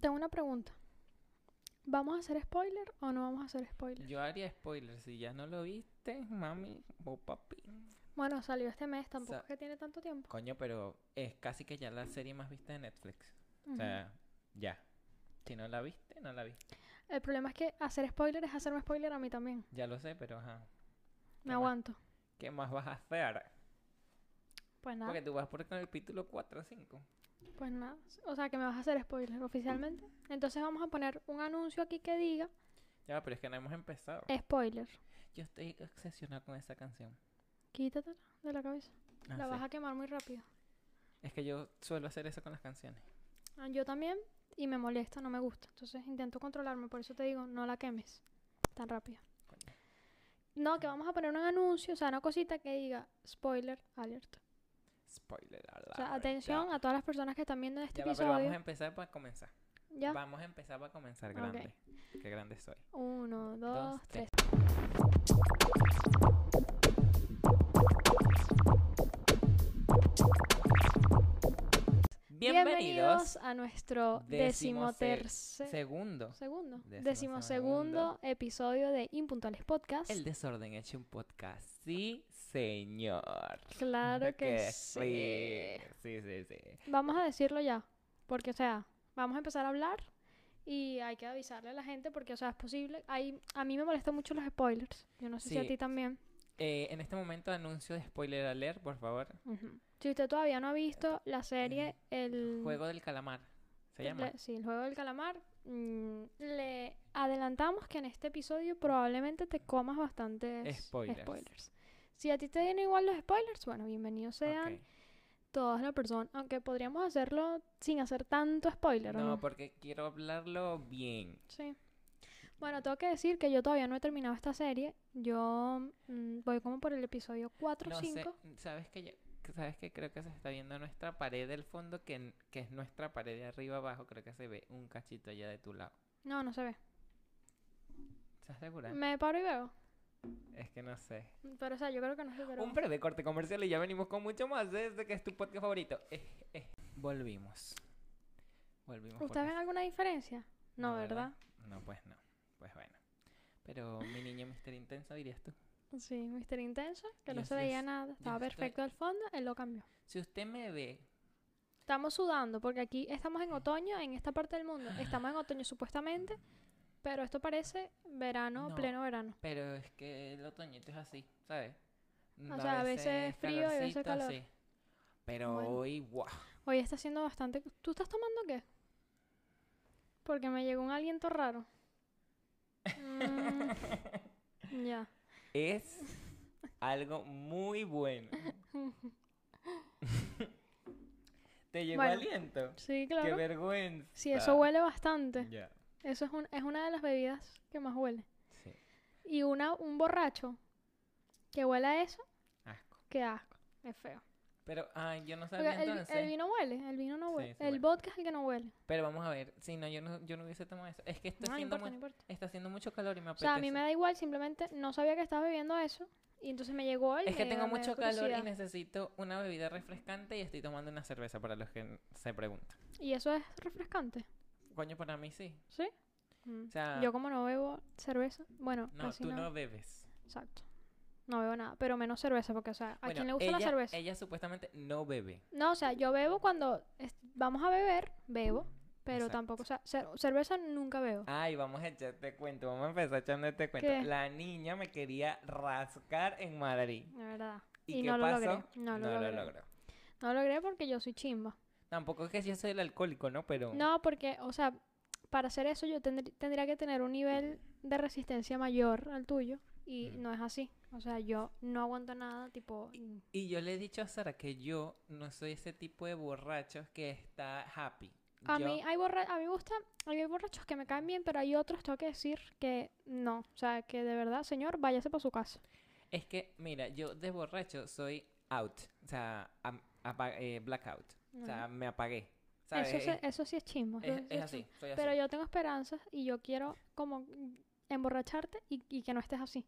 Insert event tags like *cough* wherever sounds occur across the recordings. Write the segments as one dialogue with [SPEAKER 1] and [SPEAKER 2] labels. [SPEAKER 1] Tengo una pregunta. ¿Vamos a hacer spoiler o no vamos a hacer spoiler?
[SPEAKER 2] Yo haría spoiler. Si ya no lo viste, mami o papi.
[SPEAKER 1] Bueno, salió este mes, tampoco
[SPEAKER 2] Sa-
[SPEAKER 1] es que tiene tanto tiempo.
[SPEAKER 2] Coño, pero es casi que ya la serie más vista de Netflix. O sea, ya. Si no la viste, no la viste.
[SPEAKER 1] Ujú. El problema es que hacer spoiler es hacerme spoiler a mí también.
[SPEAKER 2] Ya lo sé, pero ajá.
[SPEAKER 1] Me
[SPEAKER 2] Qué mal.
[SPEAKER 1] aguanto.
[SPEAKER 2] ¿Qué más vas a hacer?
[SPEAKER 1] ¿Ah? Pues nada,
[SPEAKER 2] Porque tú vas por el capítulo 4 o 5.
[SPEAKER 1] pues nada. O sea, que me vas a hacer spoiler oficialmente. Entonces vamos a poner un anuncio aquí que diga
[SPEAKER 2] Ya, pero es que no hemos empezado.
[SPEAKER 1] spoiler.
[SPEAKER 2] Yo estoy obsesionado con esa canción.
[SPEAKER 1] Quítatela de la cabeza.
[SPEAKER 2] Ah,
[SPEAKER 1] la
[SPEAKER 2] sí.
[SPEAKER 1] vas a quemar muy rápido.
[SPEAKER 2] Es que yo suelo hacer eso con las canciones.
[SPEAKER 1] Ah, Yo también y me molesta, no me gusta. Entonces intento controlarme, por eso te digo, no la quemes tan rápido.
[SPEAKER 2] Coño.
[SPEAKER 1] No, que vamos a poner un anuncio, o sea, una cosita que diga spoiler alert.
[SPEAKER 2] Spoiler alert.
[SPEAKER 1] O sea, atención a todas las personas que están viendo este
[SPEAKER 2] Ya va, pero vamos a
[SPEAKER 1] episodio.
[SPEAKER 2] empezar para comenzar.
[SPEAKER 1] Ya.
[SPEAKER 2] Vamos a empezar para comenzar
[SPEAKER 1] Ok.
[SPEAKER 2] grande. Qué grande soy.
[SPEAKER 1] Uno, dos,
[SPEAKER 2] Dos,
[SPEAKER 1] tres.
[SPEAKER 2] tres. Bienvenidos.
[SPEAKER 1] a nuestro
[SPEAKER 2] decimoter-
[SPEAKER 1] decimotercer
[SPEAKER 2] Segundo.
[SPEAKER 1] segundo,
[SPEAKER 2] decimosegundo.
[SPEAKER 1] decimosegundo episodio de Impuntuales Podcast.
[SPEAKER 2] El desorden hecho un podcast. Sí, señor.
[SPEAKER 1] Claro que sí.
[SPEAKER 2] sí. Sí, sí, sí.
[SPEAKER 1] Vamos a decirlo ya, porque o sea, vamos a empezar a hablar y hay que avisarle a la gente porque o sea, es posible, hay a mí me molestan mucho los spoilers. Yo no sé si a
[SPEAKER 2] Sí.
[SPEAKER 1] ti también.
[SPEAKER 2] Eh, en este momento anuncio de spoiler alert, por favor.
[SPEAKER 1] Ujú. Si usted todavía no ha visto la serie El
[SPEAKER 2] Juego del calamar. Se llama.
[SPEAKER 1] le- sí, El juego del calamar, mm, le adelantamos que en este episodio probablemente te comas bastantes
[SPEAKER 2] Spoilers.
[SPEAKER 1] spoilers. Si a ti te vienen igual los spoilers, bueno, bienvenidos sean
[SPEAKER 2] Ok.
[SPEAKER 1] todas las personas, aunque podríamos hacerlo sin hacer tanto spoiler, ¿o
[SPEAKER 2] No,
[SPEAKER 1] no?
[SPEAKER 2] porque quiero hablarlo bien.
[SPEAKER 1] Sí. Bueno, tengo que decir que yo todavía no he terminado esta serie. Yo mm, voy como por el episodio 4 o
[SPEAKER 2] No
[SPEAKER 1] 5.
[SPEAKER 2] sé, ¿sabes que yo- que ¿Sabes que Creo que se está viendo nuestra pared del fondo, que, n- que es nuestra pared de arriba abajo. Creo que se ve un cachito allá de tu lado.
[SPEAKER 1] No, no se ve.
[SPEAKER 2] ¿Estás segura?
[SPEAKER 1] Me paro y veo.
[SPEAKER 2] Es que no sé.
[SPEAKER 1] Pero, o sea, yo creo que no se Mm. pero...
[SPEAKER 2] Un breve corte comercial y ya venimos con mucho más desde que es tu podcast favorito. Eh, eh. Volvimos. Volvimos. por
[SPEAKER 1] ¿Ustedes ven
[SPEAKER 2] más.
[SPEAKER 1] alguna diferencia? No, ¿verdad?
[SPEAKER 2] No, pues no. Pues bueno. Pero mi niño Mister Intenso, dirías tú.
[SPEAKER 1] Sí, Mister Intenso, que no
[SPEAKER 2] Yo
[SPEAKER 1] se
[SPEAKER 2] sí
[SPEAKER 1] veía
[SPEAKER 2] es-
[SPEAKER 1] nada. Estaba
[SPEAKER 2] estoy-
[SPEAKER 1] perfecto al fondo, él lo cambió.
[SPEAKER 2] Si usted me ve,
[SPEAKER 1] Estamos sudando porque aquí estamos en otoño, en esta parte del mundo. Estamos en otoño supuestamente, pero esto parece verano,
[SPEAKER 2] No.
[SPEAKER 1] pleno verano.
[SPEAKER 2] pero es que el otoñito es así, ¿sabes? Mm,
[SPEAKER 1] sea, a veces es frío y a veces
[SPEAKER 2] calorcito,
[SPEAKER 1] calor.
[SPEAKER 2] sí. Pero
[SPEAKER 1] Bueno.
[SPEAKER 2] hoy, guau.
[SPEAKER 1] Hoy está haciendo bastante. ¿Tú estás tomando qué? Porque me llegó un aliento raro. Mm, *laughs* ya.
[SPEAKER 2] Es algo muy
[SPEAKER 1] *laughs*
[SPEAKER 2] bueno. ¿Te llegó
[SPEAKER 1] Bueno,
[SPEAKER 2] aliento?
[SPEAKER 1] Sí,
[SPEAKER 2] ¡Qué
[SPEAKER 1] claro.
[SPEAKER 2] vergüenza!
[SPEAKER 1] Sí, eso huele bastante.
[SPEAKER 2] Ya.
[SPEAKER 1] Eso es, un- es una de las bebidas que más huele.
[SPEAKER 2] Sí,
[SPEAKER 1] Y una, un borracho que huele a eso,
[SPEAKER 2] asco.
[SPEAKER 1] qué asco. Es feo.
[SPEAKER 2] Pero, ay, yo no
[SPEAKER 1] Porque
[SPEAKER 2] sabía
[SPEAKER 1] el, vi- el
[SPEAKER 2] entonces.
[SPEAKER 1] vino huele, el vino no
[SPEAKER 2] Sí,
[SPEAKER 1] huele.
[SPEAKER 2] sí
[SPEAKER 1] el
[SPEAKER 2] huele.
[SPEAKER 1] vodka es el que no huele.
[SPEAKER 2] Pero vamos a ver. Si no, yo no, yo no hubiese tomado eso. Es que está,
[SPEAKER 1] No, no
[SPEAKER 2] haciendo,
[SPEAKER 1] importa, no
[SPEAKER 2] mu-
[SPEAKER 1] importa.
[SPEAKER 2] está haciendo mucho calor y me
[SPEAKER 1] O
[SPEAKER 2] apetece.
[SPEAKER 1] sea, a mí me da igual, simplemente no sabía que estaba bebiendo eso. Y entonces me llegó el.
[SPEAKER 2] Es que tengo mucho calor y necesito una bebida refrescante y estoy tomando una cerveza, para los que n- se preguntan.
[SPEAKER 1] Y eso es refrescante.
[SPEAKER 2] Coño, para mí sí.
[SPEAKER 1] ¿Sí? Mm.
[SPEAKER 2] O sea,
[SPEAKER 1] Yo como no bebo cerveza, bueno,
[SPEAKER 2] no,
[SPEAKER 1] casi
[SPEAKER 2] tú
[SPEAKER 1] no.
[SPEAKER 2] no bebes.
[SPEAKER 1] Exacto. No bebo nada, pero menos cerveza, porque, o sea, ¿a
[SPEAKER 2] Bueno,
[SPEAKER 1] quién le gusta la
[SPEAKER 2] ella-
[SPEAKER 1] cerveza?
[SPEAKER 2] Ella supuestamente no bebe.
[SPEAKER 1] No, o sea, yo bebo cuando es- vamos a beber, bebo, pero
[SPEAKER 2] Exacto. Ah.
[SPEAKER 1] tampoco, o sea, cer- cerveza nunca bebo.
[SPEAKER 2] Ay, vamos a echarte cuento, vamos a empezar echando este cuento.
[SPEAKER 1] ¿Qué?
[SPEAKER 2] La niña me quería rascar en Madrid.
[SPEAKER 1] La verdad.
[SPEAKER 2] ¿Y,
[SPEAKER 1] Y
[SPEAKER 2] qué
[SPEAKER 1] no lo
[SPEAKER 2] pasó?
[SPEAKER 1] logré, no lo logré. No logré porque yo soy chimba.
[SPEAKER 2] Tampoco es que yo soy el alcohólico, ¿no? Pero
[SPEAKER 1] No, porque, o sea, para hacer eso yo tendr- tendría que tener un nivel de resistencia mayor al tuyo y
[SPEAKER 2] Mm.
[SPEAKER 1] no es así. O sea, yo no aguanto nada, tipo... mm,
[SPEAKER 2] Y yo le he dicho a Sara que yo no soy ese tipo de borrachos que está happy.
[SPEAKER 1] A
[SPEAKER 2] Yo-
[SPEAKER 1] mí, hay borra a mí me gusta, hay borrachos que me caen bien, pero hay otros, tengo que decir, que no. O sea, que de verdad, señor, váyase para su casa.
[SPEAKER 2] Es que, mira, yo de borracho soy out. O sea, am- apa- eh, blackout. O sea, me apagué. ¿sabes?
[SPEAKER 1] Eso, se-
[SPEAKER 2] es,
[SPEAKER 1] eso sí es chismo. eso
[SPEAKER 2] es-
[SPEAKER 1] sí
[SPEAKER 2] es
[SPEAKER 1] es
[SPEAKER 2] así,
[SPEAKER 1] chismo.
[SPEAKER 2] soy así.
[SPEAKER 1] Pero yo tengo esperanzas y yo quiero como mm, emborracharte y, y que no estés así.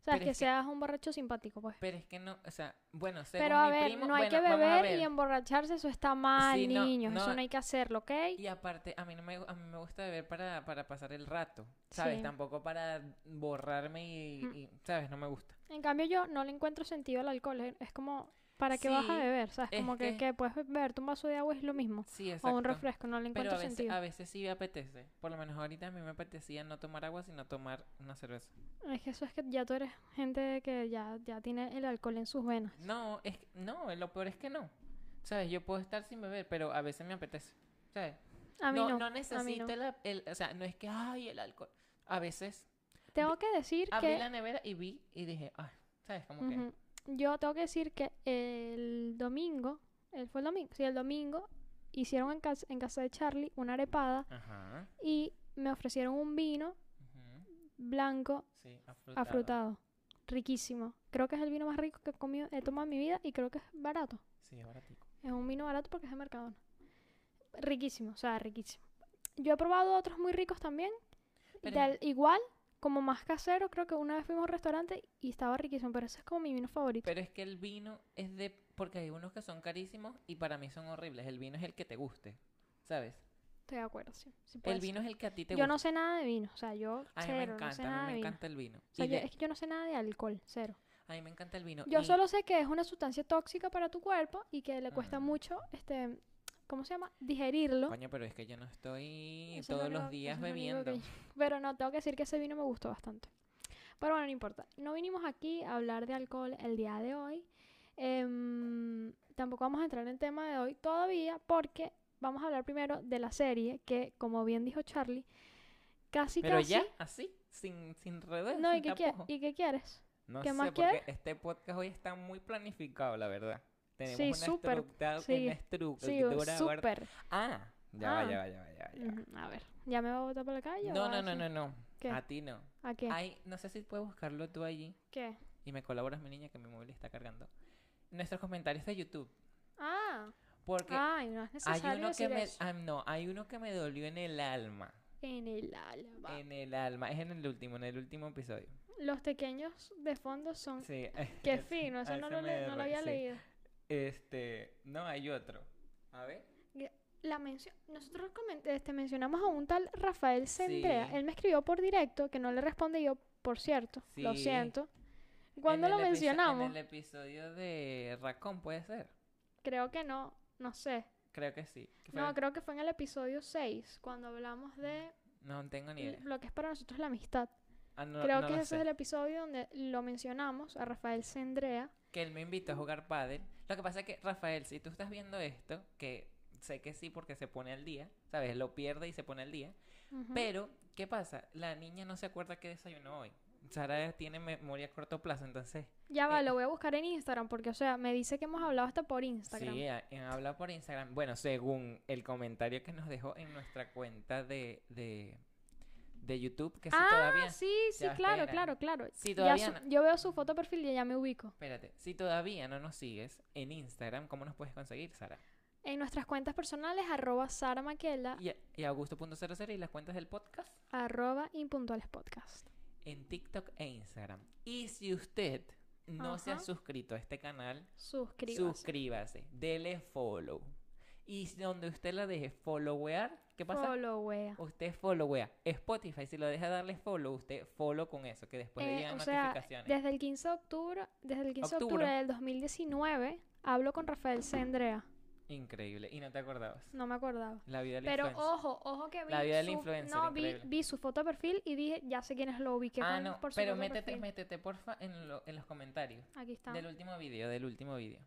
[SPEAKER 1] O sea,
[SPEAKER 2] Pero
[SPEAKER 1] es que,
[SPEAKER 2] es que-
[SPEAKER 1] seas un borracho simpático, pues.
[SPEAKER 2] Pero es que no, o sea, bueno, según
[SPEAKER 1] Pero a
[SPEAKER 2] mi
[SPEAKER 1] ver,
[SPEAKER 2] primo,
[SPEAKER 1] no hay que
[SPEAKER 2] bueno, vamos a
[SPEAKER 1] beber
[SPEAKER 2] ver.
[SPEAKER 1] y emborracharse, eso está mal,
[SPEAKER 2] Sí, no,
[SPEAKER 1] niños. Eso
[SPEAKER 2] no.
[SPEAKER 1] no hay que hacerlo, ¿ok?
[SPEAKER 2] Y aparte, a mí no me, gu- a mí me gusta beber para, para pasar el rato, ¿sabes?
[SPEAKER 1] Sí.
[SPEAKER 2] Tampoco para borrarme y,
[SPEAKER 1] Mm.
[SPEAKER 2] y, ¿sabes? No me gusta.
[SPEAKER 1] En cambio, yo no le encuentro sentido al alcohol. Es- Es como, ¿para qué vas a
[SPEAKER 2] Sí,
[SPEAKER 1] beber? O sea, es
[SPEAKER 2] es
[SPEAKER 1] como que,
[SPEAKER 2] que-
[SPEAKER 1] que puedes beberte un vaso de agua, es lo mismo.
[SPEAKER 2] Sí, exacto.
[SPEAKER 1] O un refresco, no le
[SPEAKER 2] Pero a
[SPEAKER 1] encuentro
[SPEAKER 2] veces,
[SPEAKER 1] sentido.
[SPEAKER 2] a veces sí me apetece. Por lo menos ahorita a mí me apetecía no tomar agua, sino tomar una cerveza.
[SPEAKER 1] Es que eso es que ya tú eres gente que ya, ya tiene el alcohol en sus venas.
[SPEAKER 2] No, es que- no, lo peor es que no. ¿Sabes? Yo puedo estar sin beber, pero a veces me apetece. ¿Sabes?
[SPEAKER 1] A mí
[SPEAKER 2] no,
[SPEAKER 1] no. a mí
[SPEAKER 2] necesito
[SPEAKER 1] no.
[SPEAKER 2] el, el- O sea, no es que, ay, el alcohol. A veces
[SPEAKER 1] Tengo que decir
[SPEAKER 2] abrí
[SPEAKER 1] que...
[SPEAKER 2] la nevera y vi y dije, ay, ¿sabes? Como que...
[SPEAKER 1] Ujú. Yo tengo que decir que el domingo, el fue el domingo, sí, el domingo, hicieron en casa, en casa de Charlie una arepada
[SPEAKER 2] Ajá.
[SPEAKER 1] y me ofrecieron un vino
[SPEAKER 2] ujú,
[SPEAKER 1] blanco
[SPEAKER 2] Sí, afrutado.
[SPEAKER 1] afrutado. Riquísimo. Creo que es el vino más rico que he, comido, he tomado en mi vida y creo que es barato.
[SPEAKER 2] Sí, es baratico.
[SPEAKER 1] Es un vino barato porque es de Mercadona. Riquísimo, o sea, riquísimo. Yo he probado otros muy ricos también.
[SPEAKER 2] Pero-
[SPEAKER 1] del- igual, como más casero, creo que una vez fuimos a un restaurante y estaba riquísimo, pero ese es como mi vino favorito.
[SPEAKER 2] Pero es que el vino es de... Porque hay unos que son carísimos y para mí son horribles. El vino es el que te guste, ¿sabes?
[SPEAKER 1] Estoy de acuerdo, sí. sí puede
[SPEAKER 2] El
[SPEAKER 1] ser.
[SPEAKER 2] vino es el que a ti te
[SPEAKER 1] Pues, yo
[SPEAKER 2] gusta.
[SPEAKER 1] no sé nada de vino, o sea, yo
[SPEAKER 2] a mí
[SPEAKER 1] cero, no
[SPEAKER 2] me
[SPEAKER 1] sé
[SPEAKER 2] encanta,
[SPEAKER 1] nada de
[SPEAKER 2] a mí me
[SPEAKER 1] vino.
[SPEAKER 2] encanta el vino.
[SPEAKER 1] O sea,
[SPEAKER 2] Y
[SPEAKER 1] yo-
[SPEAKER 2] de-
[SPEAKER 1] es que yo no sé nada de alcohol, cero.
[SPEAKER 2] A mí me encanta el vino.
[SPEAKER 1] Yo
[SPEAKER 2] y-
[SPEAKER 1] solo sé que es una sustancia tóxica para tu cuerpo y que le cuesta
[SPEAKER 2] Ah.
[SPEAKER 1] mucho, este, ¿cómo se llama? Digerirlo.
[SPEAKER 2] Coño, pero es que yo no estoy
[SPEAKER 1] Eso es lo
[SPEAKER 2] todos
[SPEAKER 1] único-
[SPEAKER 2] los días
[SPEAKER 1] eso es lo único
[SPEAKER 2] bebiendo.
[SPEAKER 1] que yo- *laughs* Pero no, tengo que decir que ese vino me gustó bastante. Pero bueno, no importa. No vinimos aquí a hablar de alcohol el día de hoy. Em, tampoco vamos a entrar en el tema de hoy todavía porque vamos a hablar primero de la serie que, como bien dijo Charlie, casi
[SPEAKER 2] Pero
[SPEAKER 1] casi...
[SPEAKER 2] ya, así, sin, sin redes,
[SPEAKER 1] No, ¿y
[SPEAKER 2] *laughs* sin
[SPEAKER 1] qué, quie-
[SPEAKER 2] tapujos.
[SPEAKER 1] ¿y qué quieres?
[SPEAKER 2] No
[SPEAKER 1] qué
[SPEAKER 2] sé,
[SPEAKER 1] más
[SPEAKER 2] porque este podcast hoy está muy planificado, la verdad. Tenemos
[SPEAKER 1] Sí,
[SPEAKER 2] una,
[SPEAKER 1] súper,
[SPEAKER 2] estructa-
[SPEAKER 1] sí.
[SPEAKER 2] una
[SPEAKER 1] Sí, o-
[SPEAKER 2] estructura... guarda-
[SPEAKER 1] súper.
[SPEAKER 2] Ah, ya va,
[SPEAKER 1] Ah.
[SPEAKER 2] ya va, ya va, ya va, ya va.
[SPEAKER 1] Ujú, A ver, ¿ya me va a botar para la calle? o
[SPEAKER 2] No,
[SPEAKER 1] va
[SPEAKER 2] no, no,
[SPEAKER 1] así?
[SPEAKER 2] no, Ah, no.
[SPEAKER 1] ¿Qué?
[SPEAKER 2] A ti no.
[SPEAKER 1] ¿A qué?
[SPEAKER 2] Ay, no sé si puedes buscarlo tú allí
[SPEAKER 1] ¿Qué?
[SPEAKER 2] y me colaboras, mi niña, que mi móvil está cargando. Nuestros comentarios de YouTube.
[SPEAKER 1] Ah,
[SPEAKER 2] Porque
[SPEAKER 1] ay, no es
[SPEAKER 2] hay
[SPEAKER 1] necesario
[SPEAKER 2] uno
[SPEAKER 1] decir
[SPEAKER 2] que me...
[SPEAKER 1] eso.
[SPEAKER 2] ah, no, hay uno que me dolió en el alma.
[SPEAKER 1] En el alma.
[SPEAKER 2] En el alma. Es en el último, en el último episodio.
[SPEAKER 1] Los pequeños de fondo son...
[SPEAKER 2] Sí. *laughs*
[SPEAKER 1] Qué
[SPEAKER 2] es-
[SPEAKER 1] fino, eso
[SPEAKER 2] a
[SPEAKER 1] no
[SPEAKER 2] ese
[SPEAKER 1] lo,
[SPEAKER 2] me
[SPEAKER 1] le- no lo
[SPEAKER 2] derre-
[SPEAKER 1] había
[SPEAKER 2] sí.
[SPEAKER 1] leído.
[SPEAKER 2] Este, no, hay otro. A ver.
[SPEAKER 1] La mencio- Nosotros comen- este, mencionamos a un tal Rafael Sendrea.
[SPEAKER 2] Sí.
[SPEAKER 1] Él me escribió por directo, que no le respondí yo, por cierto. Lo
[SPEAKER 2] Sí.
[SPEAKER 1] siento. ¿Cuándo
[SPEAKER 2] En
[SPEAKER 1] lo
[SPEAKER 2] el episo-
[SPEAKER 1] mencionamos?
[SPEAKER 2] En el episodio de Racón, puede ser.
[SPEAKER 1] Creo que no, no sé.
[SPEAKER 2] Creo que sí. que fue-
[SPEAKER 1] No, creo que fue en el episodio 6, cuando hablamos de
[SPEAKER 2] no tengo ni idea.
[SPEAKER 1] lo que es para nosotros la amistad.
[SPEAKER 2] Ah, no-
[SPEAKER 1] creo
[SPEAKER 2] no
[SPEAKER 1] que
[SPEAKER 2] lo
[SPEAKER 1] ese
[SPEAKER 2] sé.
[SPEAKER 1] es el episodio donde lo mencionamos a Rafael Sendrea.
[SPEAKER 2] que él me invitó a jugar pádel. Lo que pasa es que, Rafael, si tú estás viendo esto, que sé que sí porque se pone al día, ¿sabes? Lo pierde y se pone al día.
[SPEAKER 1] Ujú.
[SPEAKER 2] Pero, ¿qué pasa? La niña no se acuerda qué desayunó hoy. Sara tiene memoria a corto plazo, entonces...
[SPEAKER 1] ya va,
[SPEAKER 2] eh.
[SPEAKER 1] lo voy a buscar en Instagram, porque, o sea, me dice que hemos hablado hasta por Instagram.
[SPEAKER 2] Sí, ha- han hablado por Instagram. Bueno, según el comentario que nos dejó en nuestra cuenta de, de, de YouTube, que si
[SPEAKER 1] Ah,
[SPEAKER 2] todavía...
[SPEAKER 1] Sí, sí,
[SPEAKER 2] Ya
[SPEAKER 1] claro,
[SPEAKER 2] espera.
[SPEAKER 1] claro, claro.
[SPEAKER 2] Sí,
[SPEAKER 1] Ya
[SPEAKER 2] todavía
[SPEAKER 1] su-
[SPEAKER 2] no.
[SPEAKER 1] Yo veo su foto de perfil y ya me ubico.
[SPEAKER 2] Espérate, si todavía no nos sigues en Instagram, ¿cómo nos puedes conseguir, Sara?
[SPEAKER 1] En nuestras cuentas personales, arroba Sara Maquela,
[SPEAKER 2] Y, y Augusto.00 y las cuentas del podcast.
[SPEAKER 1] arroba Impuntuales Podcast.
[SPEAKER 2] en TikTok e Instagram. Y si usted no se ha
[SPEAKER 1] Ajá.
[SPEAKER 2] suscrito a este canal,
[SPEAKER 1] Suscríbase.
[SPEAKER 2] suscríbase, dele follow. Y si donde usted la deje followear, ¿qué pasa?
[SPEAKER 1] Followea.
[SPEAKER 2] Usted followea. Spotify, si lo deja darle follow, usted follow con eso, que después le
[SPEAKER 1] Eh,
[SPEAKER 2] llegan
[SPEAKER 1] o sea,
[SPEAKER 2] notificaciones.
[SPEAKER 1] desde el 15 de octubre, desde el 15 de octubre
[SPEAKER 2] Octubre.
[SPEAKER 1] del 2019, hablo con Rafael Sendrea.
[SPEAKER 2] Increíble. Y no te acordabas.
[SPEAKER 1] No me acordaba.
[SPEAKER 2] La vida del
[SPEAKER 1] Mm. Pero
[SPEAKER 2] influencer.
[SPEAKER 1] ojo, ojo que vi
[SPEAKER 2] La vida del
[SPEAKER 1] su-
[SPEAKER 2] influencer,
[SPEAKER 1] No, vi,
[SPEAKER 2] increíble.
[SPEAKER 1] vi su foto de perfil y dije, ya sé quién es lo ubiqué
[SPEAKER 2] Ah,
[SPEAKER 1] con-
[SPEAKER 2] no,
[SPEAKER 1] por su
[SPEAKER 2] pero
[SPEAKER 1] foto de
[SPEAKER 2] métete,
[SPEAKER 1] perfil.
[SPEAKER 2] métete, porfa, en, lo- en los comentarios.
[SPEAKER 1] Aquí está.
[SPEAKER 2] Del último video, del último video.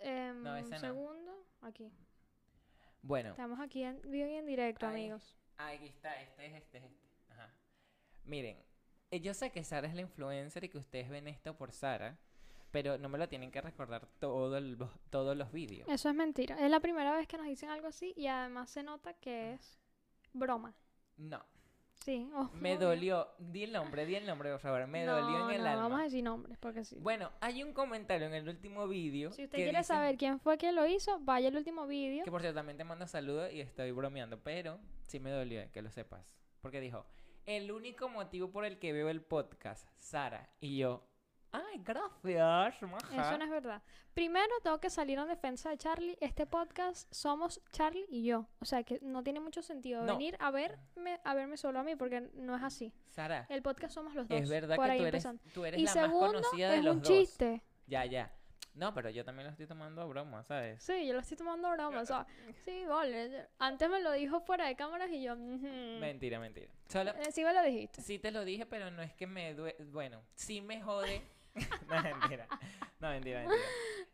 [SPEAKER 1] Em,
[SPEAKER 2] no, ese
[SPEAKER 1] un
[SPEAKER 2] no.
[SPEAKER 1] segundo, aquí.
[SPEAKER 2] Bueno,
[SPEAKER 1] Estamos aquí en vivo y en directo,
[SPEAKER 2] Ahí.
[SPEAKER 1] amigos.
[SPEAKER 2] Aquí está, este es este, es este. Ajá. Miren, eh, yo sé que Sara es la influencer y que ustedes ven esto por Sara, pero no me lo tienen que recordar todo el- todos los vídeos.
[SPEAKER 1] Eso es mentira. Es la primera vez que nos dicen algo así y además se nota
[SPEAKER 2] Ah.
[SPEAKER 1] que es broma.
[SPEAKER 2] No,
[SPEAKER 1] Sí. oh,
[SPEAKER 2] me
[SPEAKER 1] obvio.
[SPEAKER 2] dolió. Di el nombre, di el nombre, por favor. Me
[SPEAKER 1] No,
[SPEAKER 2] dolió en el
[SPEAKER 1] no,
[SPEAKER 2] alma.
[SPEAKER 1] Vamos a decir nombres porque sí.
[SPEAKER 2] Bueno, hay un comentario en el último vídeo.
[SPEAKER 1] si usted
[SPEAKER 2] que
[SPEAKER 1] quiere
[SPEAKER 2] dice-
[SPEAKER 1] saber quién fue que lo hizo, vaya al último vídeo.
[SPEAKER 2] eh, Que por cierto, también te mando saludos y estoy bromeando, pero sí me dolió, que lo sepas. Porque dijo, El único motivo por el que veo el podcast, Sara y yo. Ay, gracias, maja.
[SPEAKER 1] Eso no es verdad. Primero tengo que salir en defensa de Charlie. Este podcast somos Charlie y yo. O sea que no tiene mucho sentido
[SPEAKER 2] No.
[SPEAKER 1] venir a verme, a verme solo a mí porque no es así.
[SPEAKER 2] Sara,
[SPEAKER 1] El podcast somos los dos.
[SPEAKER 2] es verdad
[SPEAKER 1] por
[SPEAKER 2] que
[SPEAKER 1] ahí
[SPEAKER 2] tú eres,
[SPEAKER 1] empezando.
[SPEAKER 2] tú eres
[SPEAKER 1] Y
[SPEAKER 2] la más
[SPEAKER 1] segundo,
[SPEAKER 2] conocida de
[SPEAKER 1] es
[SPEAKER 2] los
[SPEAKER 1] un
[SPEAKER 2] dos.
[SPEAKER 1] chiste.
[SPEAKER 2] Ya, ya. No, pero yo también lo estoy tomando a broma, ¿sabes?
[SPEAKER 1] Sí, yo lo estoy tomando a broma. o
[SPEAKER 2] *laughs*
[SPEAKER 1] sea, sí, vale. Antes me lo dijo fuera de cámaras y yo. ujú.
[SPEAKER 2] Mentira, mentira. Solo,
[SPEAKER 1] Mm. Eh, Sí, me lo dijiste.
[SPEAKER 2] sí te lo dije, pero no es que me due... Bueno, sí me
[SPEAKER 1] *laughs*
[SPEAKER 2] jode. *laughs* no, mentira. No, mentira, mentira. es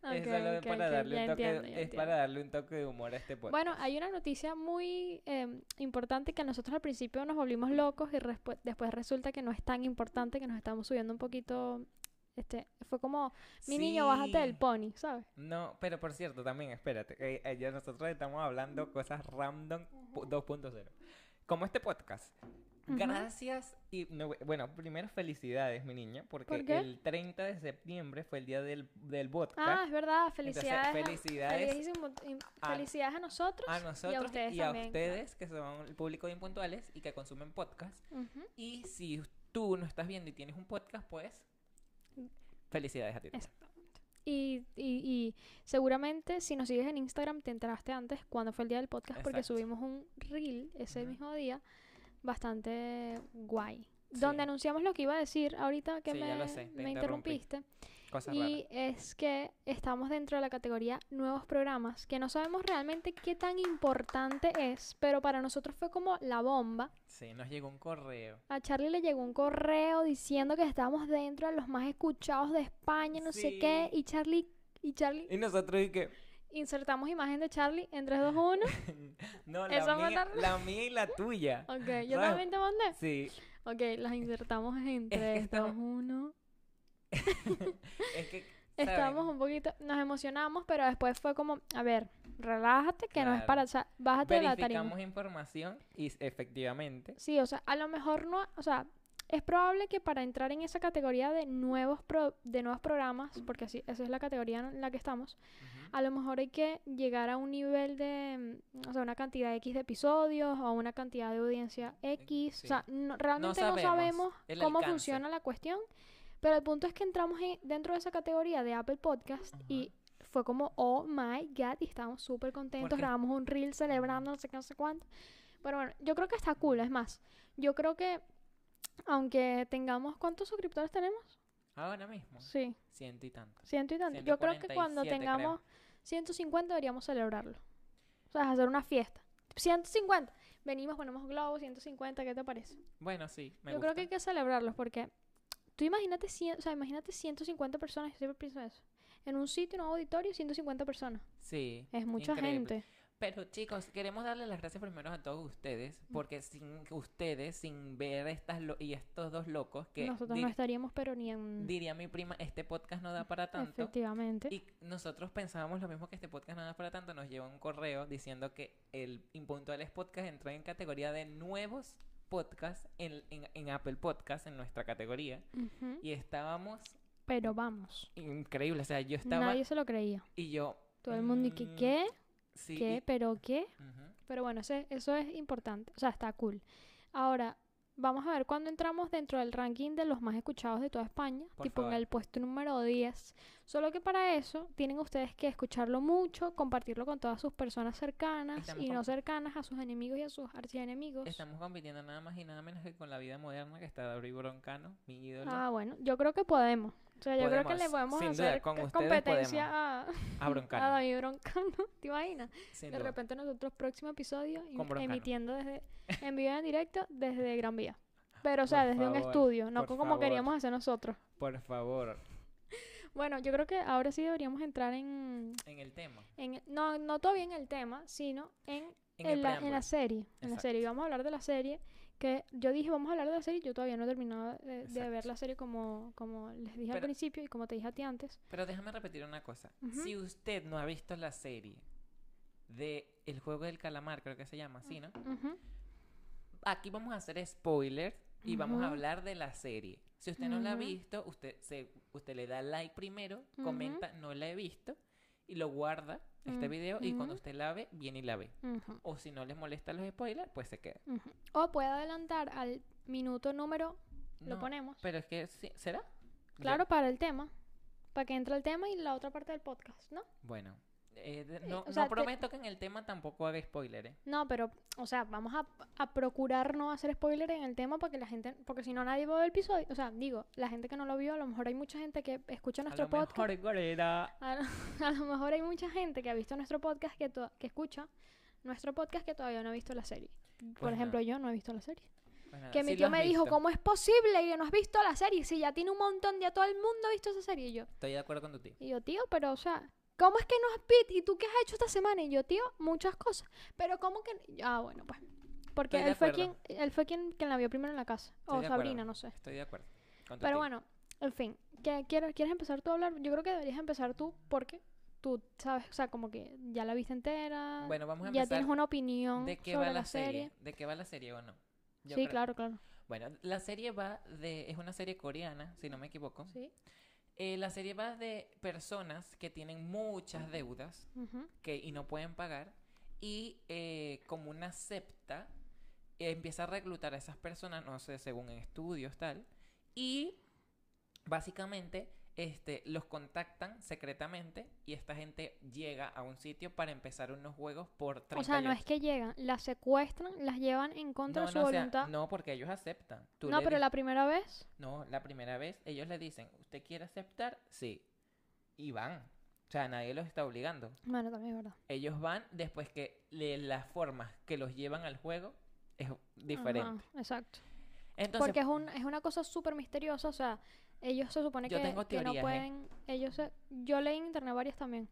[SPEAKER 1] Ok,
[SPEAKER 2] solo
[SPEAKER 1] ok,
[SPEAKER 2] para
[SPEAKER 1] ok,
[SPEAKER 2] darle
[SPEAKER 1] ya
[SPEAKER 2] un toque,
[SPEAKER 1] entiendo, ya
[SPEAKER 2] es
[SPEAKER 1] entiendo.
[SPEAKER 2] para darle un toque de humor a este podcast.
[SPEAKER 1] Bueno, hay una noticia muy eh, importante que nosotros al principio nos volvimos locos y respu- después resulta que no es tan importante, que nos estamos subiendo un poquito. Este, fue como, mi niño, bájate del
[SPEAKER 2] Sí.
[SPEAKER 1] pony, ¿sabes?
[SPEAKER 2] No, pero por cierto, también, espérate. eh, eh, ya nosotros estamos hablando cosas random pu- 2.0. Como este podcast.
[SPEAKER 1] Ujú.
[SPEAKER 2] Gracias y no, bueno, primero felicidades, mi niña, porque
[SPEAKER 1] ¿Por qué?
[SPEAKER 2] el 30 de septiembre fue el día del, del vodka.
[SPEAKER 1] Ah, es verdad,
[SPEAKER 2] Entonces,
[SPEAKER 1] felicidades. a-
[SPEAKER 2] felicidades
[SPEAKER 1] felicísimo- y
[SPEAKER 2] a-
[SPEAKER 1] felicidades a nosotros.
[SPEAKER 2] a nosotros y a ustedes,
[SPEAKER 1] también, claro.
[SPEAKER 2] que son el público de impuntuales y que consumen podcast.
[SPEAKER 1] Ujú,
[SPEAKER 2] Y si tú no estás viendo y tienes un podcast, pues felicidades a ti. también.
[SPEAKER 1] Exactamente. Y, y- y seguramente si nos sigues en Instagram te enteraste antes cuando fue el día del podcast porque
[SPEAKER 2] Exacto.
[SPEAKER 1] subimos un reel ese
[SPEAKER 2] Ujú.
[SPEAKER 1] mismo día bastante guay.
[SPEAKER 2] Sí.
[SPEAKER 1] Donde anunciamos lo que iba a decir ahorita que
[SPEAKER 2] Sí, ya
[SPEAKER 1] me,
[SPEAKER 2] lo sé, te
[SPEAKER 1] me
[SPEAKER 2] interrumpí.
[SPEAKER 1] interrumpiste.
[SPEAKER 2] Cosas raras.
[SPEAKER 1] Y es que estamos dentro de la categoría nuevos programas, que no sabemos realmente qué tan importante es, pero para nosotros fue como la bomba.
[SPEAKER 2] Sí, nos llegó un correo.
[SPEAKER 1] A Charlie le llegó un correo diciendo que estábamos dentro de los más escuchados de España, no sé qué,
[SPEAKER 2] Sí. Eh.
[SPEAKER 1] y Charlie, y Charlie,
[SPEAKER 2] Y nosotros y que
[SPEAKER 1] insertamos imagen de Charlie en 3, 2, 1.
[SPEAKER 2] *laughs* No,
[SPEAKER 1] Esa
[SPEAKER 2] la mía,
[SPEAKER 1] mata-
[SPEAKER 2] la mía y la tuya.
[SPEAKER 1] Ok, yo
[SPEAKER 2] Raro.
[SPEAKER 1] también te mandé.
[SPEAKER 2] Sí,
[SPEAKER 1] Ok, las insertamos en 3, 2,
[SPEAKER 2] estamos-
[SPEAKER 1] 1.
[SPEAKER 2] es que. ¿saben?
[SPEAKER 1] Estábamos un poquito, nos emocionamos, pero después fue como, a ver, relájate, que no es
[SPEAKER 2] Claro.
[SPEAKER 1] para, o sea, bájate de la tarima.
[SPEAKER 2] Verificamos información y s- efectivamente.
[SPEAKER 1] Sí, o sea, a lo mejor no, o sea, es probable que para entrar en esa categoría de nuevos pro- de nuevos programas, porque así esa es la categoría en la que estamos, a lo mejor hay que llegar a un nivel de, mm, o sea, una cantidad X de episodios o una cantidad de audiencia X, o sea, no- realmente no
[SPEAKER 2] sabemos
[SPEAKER 1] sabemos,
[SPEAKER 2] el
[SPEAKER 1] cómo
[SPEAKER 2] alcance.
[SPEAKER 1] funciona la cuestión, pero el punto es que entramos en- dentro de esa categoría de Apple Podcast y fue como, oh my god, y estábamos súper contentos,
[SPEAKER 2] Porque-
[SPEAKER 1] grabamos un reel celebrando, no sé qué, no sé cuánto. Pero bueno, yo creo que está cool, es más, yo creo que, aunque tengamos, ¿cuántos suscriptores tenemos?
[SPEAKER 2] Ahora mismo,
[SPEAKER 1] Sí,
[SPEAKER 2] ciento y tanto.
[SPEAKER 1] ciento y tanto. Yo creo que cuando
[SPEAKER 2] 147 creo.
[SPEAKER 1] tengamos 150 deberíamos celebrarlo. O sea, hacer una fiesta. 150. Venimos, ponemos globos, 150, ¿qué te parece?
[SPEAKER 2] Bueno, sí, me
[SPEAKER 1] Yo
[SPEAKER 2] gusta.
[SPEAKER 1] creo que hay que celebrarlos porque tú imagínate, cien- o sea, imagínate 150 personas, yo siempre pienso eso. En un sitio, en un auditorio, 150 personas.
[SPEAKER 2] Sí.
[SPEAKER 1] Es mucha
[SPEAKER 2] increíble.
[SPEAKER 1] gente.
[SPEAKER 2] Pero chicos, queremos darle las gracias primero a todos ustedes,
[SPEAKER 1] Mm.
[SPEAKER 2] porque sin que ustedes, sin ver estas lo- y estos dos locos, que
[SPEAKER 1] Nosotros
[SPEAKER 2] dir-
[SPEAKER 1] no estaríamos, pero ni en...
[SPEAKER 2] diría mi prima, este podcast no da para tanto.
[SPEAKER 1] Efectivamente.
[SPEAKER 2] Y nosotros pensábamos lo mismo que este podcast nada para tanto. Nos llegó un correo diciendo que el Impuntuales Podcast entró en categoría de nuevos podcasts en, en- en Apple Podcast, en nuestra categoría.
[SPEAKER 1] Ujú.
[SPEAKER 2] Y estábamos
[SPEAKER 1] Pero vamos.
[SPEAKER 2] increíble. O sea, yo estaba
[SPEAKER 1] Nadie se lo creía.
[SPEAKER 2] y yo.
[SPEAKER 1] Todo el mundo y que,
[SPEAKER 2] mm,
[SPEAKER 1] ¿qué?
[SPEAKER 2] Sí.
[SPEAKER 1] ¿Qué?
[SPEAKER 2] y-
[SPEAKER 1] ¿Pero qué?
[SPEAKER 2] ujú.
[SPEAKER 1] Pero bueno, ese- eso es importante. O sea, está cool. Ahora, vamos a ver cuándo entramos dentro del ranking de los más escuchados de toda España.
[SPEAKER 2] Por
[SPEAKER 1] tipo
[SPEAKER 2] favor.
[SPEAKER 1] en el puesto número 10. Solo que para eso tienen ustedes que escucharlo mucho, compartirlo con todas sus personas cercanas
[SPEAKER 2] Estamos
[SPEAKER 1] y no
[SPEAKER 2] con-
[SPEAKER 1] cercanas, a sus enemigos y a sus archienemigos.
[SPEAKER 2] Estamos compitiendo nada más y nada menos que con la vida moderna que está David Broncano, mi ídolo.
[SPEAKER 1] Ah, bueno, yo creo que podemos. O sea, yo creo que le
[SPEAKER 2] Podemos,
[SPEAKER 1] podemos
[SPEAKER 2] sin duda,
[SPEAKER 1] hacer
[SPEAKER 2] con
[SPEAKER 1] ca-
[SPEAKER 2] ustedes
[SPEAKER 1] competencia a,
[SPEAKER 2] a ah, Broncano.
[SPEAKER 1] a David Broncano. *laughs* ¿Te imaginas?
[SPEAKER 2] sin
[SPEAKER 1] ah, De
[SPEAKER 2] duda.
[SPEAKER 1] repente nosotros próximo episodio im-
[SPEAKER 2] Broncano.
[SPEAKER 1] emitiendo desde en vivo y en directo desde Gran
[SPEAKER 2] *laughs*
[SPEAKER 1] Vía. Pero o sea,
[SPEAKER 2] Por
[SPEAKER 1] desde un
[SPEAKER 2] favor,
[SPEAKER 1] estudio, no
[SPEAKER 2] por
[SPEAKER 1] co- como
[SPEAKER 2] favor.
[SPEAKER 1] queríamos hacer nosotros.
[SPEAKER 2] Por favor,
[SPEAKER 1] Bueno, yo creo que ahora sí deberíamos entrar en,
[SPEAKER 2] en el tema.
[SPEAKER 1] en- no no todavía en el tema, sino en, en
[SPEAKER 2] En, el
[SPEAKER 1] la, en
[SPEAKER 2] preámbulo.
[SPEAKER 1] la serie, en la
[SPEAKER 2] Exacto.
[SPEAKER 1] serie. Y vamos a hablar de la serie que yo dije, vamos a hablar de la serie, yo todavía no he terminado de, de ver
[SPEAKER 2] Exacto.
[SPEAKER 1] la serie como como les dije al
[SPEAKER 2] Pero-
[SPEAKER 1] principio y como te dije a ti antes.
[SPEAKER 2] Pero déjame repetir una cosa.
[SPEAKER 1] Ujú.
[SPEAKER 2] Si usted no ha visto la serie de El juego del calamar, creo que se llama así, ¿no?
[SPEAKER 1] Ujú.
[SPEAKER 2] Aquí vamos a hacer spoilers y vamos
[SPEAKER 1] Ujú.
[SPEAKER 2] a hablar de la serie. Si usted no la ha
[SPEAKER 1] Ujú.
[SPEAKER 2] visto, usted se usted le da like primero,
[SPEAKER 1] Ujú.
[SPEAKER 2] comenta no la he visto y lo guarda este
[SPEAKER 1] Mm,
[SPEAKER 2] video y cuando
[SPEAKER 1] ujú.
[SPEAKER 2] usted la ve, viene y la ve.
[SPEAKER 1] Ujú,
[SPEAKER 2] O si no les molesta los spoilers, pues se queda.
[SPEAKER 1] ujú. O puede adelantar al minuto número, lo
[SPEAKER 2] No,
[SPEAKER 1] ponemos.
[SPEAKER 2] Pero es que, sí, ¿será? Ya.
[SPEAKER 1] Claro, para el tema. Para que entre el tema y la otra parte del podcast, ¿no?
[SPEAKER 2] Bueno, eh, de- no,
[SPEAKER 1] o
[SPEAKER 2] no
[SPEAKER 1] sea, te-
[SPEAKER 2] prometo que en el tema tampoco haga spoiler, ¿eh?
[SPEAKER 1] No, pero, o sea, vamos a, a procurar no hacer spoiler en el tema porque la gente, porque si no nadie va a ver el episodio. O sea, digo, la gente que no lo vio, a lo mejor hay mucha gente que escucha
[SPEAKER 2] A
[SPEAKER 1] nuestro
[SPEAKER 2] lo mejor
[SPEAKER 1] podcast.
[SPEAKER 2] Gorera.
[SPEAKER 1] A lo, *laughs* a lo mejor hay mucha gente que ha visto nuestro podcast, que, to- que escucha nuestro podcast que todavía no ha visto la serie. Por
[SPEAKER 2] Pues
[SPEAKER 1] ejemplo,
[SPEAKER 2] nada,
[SPEAKER 1] yo no he visto la serie.
[SPEAKER 2] pues nada,
[SPEAKER 1] Que
[SPEAKER 2] sí
[SPEAKER 1] mi
[SPEAKER 2] lo
[SPEAKER 1] tío
[SPEAKER 2] has
[SPEAKER 1] me dijo,
[SPEAKER 2] visto.
[SPEAKER 1] ¿cómo es posible que no has visto la serie? Si ya tiene un montón, ya todo el mundo ha visto esa serie. Y yo,
[SPEAKER 2] Estoy de acuerdo con tu tío.
[SPEAKER 1] y yo, tío, pero, o sea, ¿cómo es que no has visto? ¿Y tú qué has hecho esta semana? Y yo, tío, muchas cosas. Pero, ¿cómo que...? no?". Ah, bueno, pues. Porque
[SPEAKER 2] Estoy de
[SPEAKER 1] él fue, quien,
[SPEAKER 2] acuerdo.
[SPEAKER 1] él fue quien, quien la vio primero en la casa.
[SPEAKER 2] Estoy
[SPEAKER 1] o
[SPEAKER 2] de acuerdo.
[SPEAKER 1] Sabrina, no sé.
[SPEAKER 2] Estoy de acuerdo. con tu
[SPEAKER 1] Pero
[SPEAKER 2] tío.
[SPEAKER 1] bueno, en fin. ¿qué, quieres, ¿Quieres empezar tú a hablar? Yo creo que deberías empezar tú porque tú sabes, o sea, como que ya la viste entera.
[SPEAKER 2] Bueno, vamos a
[SPEAKER 1] ya
[SPEAKER 2] empezar.
[SPEAKER 1] tienes una opinión
[SPEAKER 2] ¿De qué
[SPEAKER 1] sobre
[SPEAKER 2] va
[SPEAKER 1] la serie.
[SPEAKER 2] ¿De qué va la serie o no?
[SPEAKER 1] Sí,
[SPEAKER 2] Yo creo-
[SPEAKER 1] claro, claro.
[SPEAKER 2] Bueno, la serie va de... Es una serie coreana, si no me equivoco.
[SPEAKER 1] Sí.
[SPEAKER 2] Eh, la serie va de personas que tienen muchas deudas
[SPEAKER 1] ujú,
[SPEAKER 2] que, y no pueden pagar. Y eh, como una secta, eh, empieza a reclutar a esas personas, no sé, según en estudios, tal. Y básicamente este, los contactan secretamente y esta gente llega a un sitio para empezar unos juegos por 38.
[SPEAKER 1] O sea, no es que llegan, las secuestran, las llevan en contra de su
[SPEAKER 2] o sea,
[SPEAKER 1] voluntad.
[SPEAKER 2] no, porque ellos aceptan. Tú
[SPEAKER 1] no,
[SPEAKER 2] le
[SPEAKER 1] pero
[SPEAKER 2] di-
[SPEAKER 1] la primera vez.
[SPEAKER 2] No, la primera vez ellos le dicen, ¿usted quiere aceptar? Sí. Y van. O sea, nadie los está obligando.
[SPEAKER 1] Bueno, también es verdad.
[SPEAKER 2] Ellos van después que le- las formas que los llevan al juego es diferente.
[SPEAKER 1] Ajá, exacto.
[SPEAKER 2] Entonces,
[SPEAKER 1] Porque es, un, es una cosa súper misteriosa, o sea, ellos se supone
[SPEAKER 2] Yo
[SPEAKER 1] que,
[SPEAKER 2] tengo
[SPEAKER 1] que no
[SPEAKER 2] teorías, ¿eh?
[SPEAKER 1] pueden... Ellos se- yo leí en internet varias también.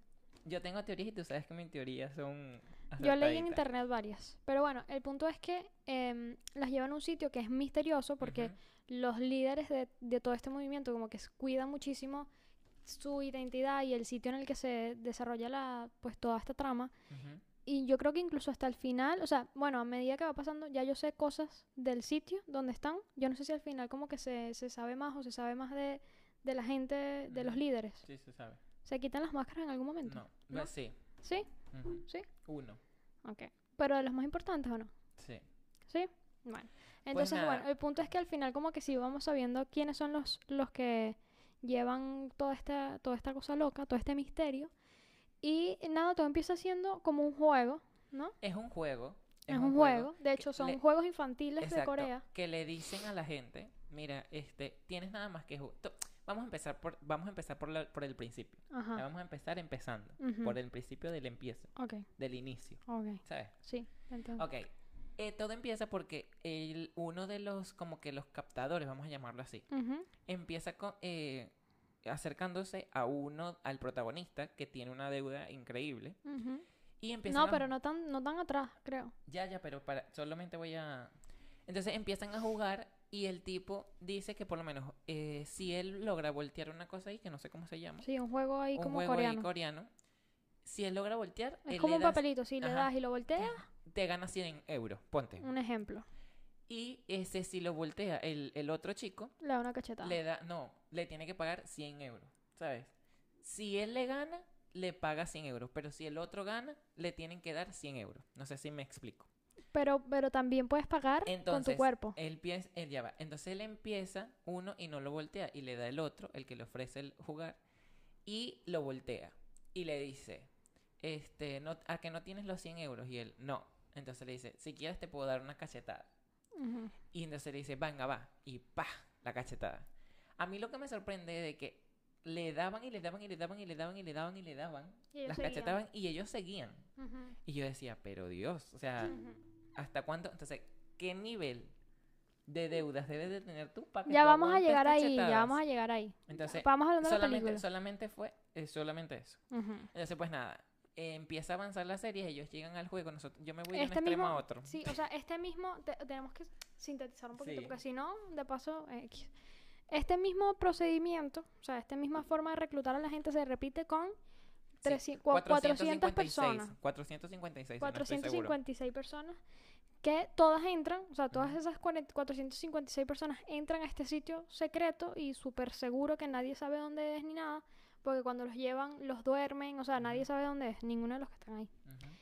[SPEAKER 2] yo tengo teorías y tú sabes que mis teorías son...
[SPEAKER 1] Yo leí en
[SPEAKER 2] acertaditas.
[SPEAKER 1] internet varias. Pero bueno, el punto es que em, las llevan a un sitio que es misterioso porque
[SPEAKER 2] Ujú.
[SPEAKER 1] los líderes de, de todo este movimiento como que s- cuidan muchísimo su identidad y el sitio en el que se desarrolla la, pues toda esta trama.
[SPEAKER 2] Ujú.
[SPEAKER 1] Y yo creo que incluso hasta el final, o sea, bueno, a medida que va pasando, ya yo sé cosas del sitio donde están. Yo no sé si al final como que se, se sabe más o se sabe más de, de la gente, de los
[SPEAKER 2] Ujú.
[SPEAKER 1] líderes.
[SPEAKER 2] Sí, se sabe.
[SPEAKER 1] ¿Se quitan las máscaras en algún momento?
[SPEAKER 2] No,
[SPEAKER 1] ¿No?
[SPEAKER 2] pues sí.
[SPEAKER 1] ¿Sí?
[SPEAKER 2] Ujú.
[SPEAKER 1] ¿Sí?
[SPEAKER 2] Uno.
[SPEAKER 1] Ok. ¿Pero de los más importantes o no?
[SPEAKER 2] Sí.
[SPEAKER 1] ¿Sí? Bueno. Entonces,
[SPEAKER 2] Pues nada.
[SPEAKER 1] bueno, el punto es que al final como que sí vamos sabiendo quiénes son los, los que llevan toda esta, toda esta cosa loca, todo este misterio. Y nada, todo empieza siendo como un juego, ¿no?
[SPEAKER 2] Es un juego.
[SPEAKER 1] Es, un juego. De
[SPEAKER 2] que
[SPEAKER 1] hecho, son
[SPEAKER 2] le-
[SPEAKER 1] juegos infantiles de
[SPEAKER 2] Exacto,
[SPEAKER 1] Corea.
[SPEAKER 2] Que le dicen a la gente, mira, este, tienes nada más que jugar. Vamos a empezar por, vamos a empezar por, la- por el principio. Ya
[SPEAKER 1] Ajá.
[SPEAKER 2] Vamos a empezar empezando.
[SPEAKER 1] Ah. Ujú.
[SPEAKER 2] Por el principio del empiezo,
[SPEAKER 1] Ok,
[SPEAKER 2] del inicio.
[SPEAKER 1] ok.
[SPEAKER 2] ¿Sabes?
[SPEAKER 1] Sí, entiendo.
[SPEAKER 2] Ok. Eh, todo empieza porque el, uno de los, como que los captadores, vamos a llamarlo así,
[SPEAKER 1] Ujú,
[SPEAKER 2] empieza con, eh, acercándose a uno, al protagonista, que tiene una deuda increíble.
[SPEAKER 1] ujú.
[SPEAKER 2] Y empieza
[SPEAKER 1] No, pero no tan, no tan atrás, creo.
[SPEAKER 2] Ya, ya, pero para, solamente voy a... Entonces empiezan a jugar y el tipo dice que por lo menos eh, si él logra voltear una cosa ahí, que no sé cómo se llama,
[SPEAKER 1] Sí, un juego ahí
[SPEAKER 2] un
[SPEAKER 1] como
[SPEAKER 2] juego
[SPEAKER 1] coreano.
[SPEAKER 2] ahí coreano, si él logra voltear,
[SPEAKER 1] es
[SPEAKER 2] él
[SPEAKER 1] como
[SPEAKER 2] le
[SPEAKER 1] un
[SPEAKER 2] das-
[SPEAKER 1] papelito, si le
[SPEAKER 2] Ajá.
[SPEAKER 1] das y lo volteas,
[SPEAKER 2] te gana 100 euros, ponte.
[SPEAKER 1] un ejemplo.
[SPEAKER 2] Y ese si lo voltea el, el otro chico,
[SPEAKER 1] Le da una cachetada.
[SPEAKER 2] le da, no, le tiene que pagar 100 euros, ¿sabes? Si él le gana, le paga 100 euros, pero si el otro gana, le tienen que dar 100 euros. No sé si me explico.
[SPEAKER 1] Pero, pero también puedes pagar con
[SPEAKER 2] Entonces, eh,
[SPEAKER 1] tu cuerpo.
[SPEAKER 2] Él piensa, él ya va. Entonces él empieza uno y no lo voltea y le da el otro, el que le ofrece el jugar, y lo voltea. Y le dice, este, no, a que no tienes los 100 euros. Y él, no. Entonces le dice, si quieres te puedo dar una cachetada.
[SPEAKER 1] Ujú.
[SPEAKER 2] Y entonces le dice, venga, va. Y pa, la cachetada. A mí lo que me sorprende de que le daban y le daban y le daban y le daban y le daban y le daban.
[SPEAKER 1] Y ellos
[SPEAKER 2] las
[SPEAKER 1] seguían.
[SPEAKER 2] cachetaban y ellos seguían.
[SPEAKER 1] Ujú,
[SPEAKER 2] Y yo decía, pero Dios, o sea...
[SPEAKER 1] ujú.
[SPEAKER 2] ¿Hasta cuánto? Entonces, ¿qué nivel de deudas debes de tener tú para que
[SPEAKER 1] Ya
[SPEAKER 2] tú
[SPEAKER 1] vamos a
[SPEAKER 2] aguantes
[SPEAKER 1] llegar ahí, ya
[SPEAKER 2] cachetadas?
[SPEAKER 1] vamos a llegar ahí.
[SPEAKER 2] Entonces,
[SPEAKER 1] vamos hablando de la
[SPEAKER 2] solamente,
[SPEAKER 1] película.
[SPEAKER 2] solamente fue eh, solamente eso.
[SPEAKER 1] Ujú.
[SPEAKER 2] Entonces, pues nada, eh, empieza a avanzar la serie, ellos llegan al juego, nosotros, yo me voy de un
[SPEAKER 1] Este
[SPEAKER 2] extremo a
[SPEAKER 1] mismo-
[SPEAKER 2] otro.
[SPEAKER 1] Sí, o sea, este mismo, te- tenemos que sintetizar un poquito,
[SPEAKER 2] Sí.
[SPEAKER 1] porque si no, de paso, eh, X. Este mismo procedimiento, o sea, esta misma forma de reclutar a la gente se repite con treci- cua- 400 personas.
[SPEAKER 2] 456. 456.
[SPEAKER 1] 456 personas que todas entran, o sea, todas esas 40 456 personas entran a este sitio secreto y súper seguro que nadie sabe dónde es ni nada porque cuando los llevan, los duermen, o sea, nadie
[SPEAKER 2] Ujú.
[SPEAKER 1] sabe dónde es, ninguno de los que están ahí.
[SPEAKER 2] Ujú.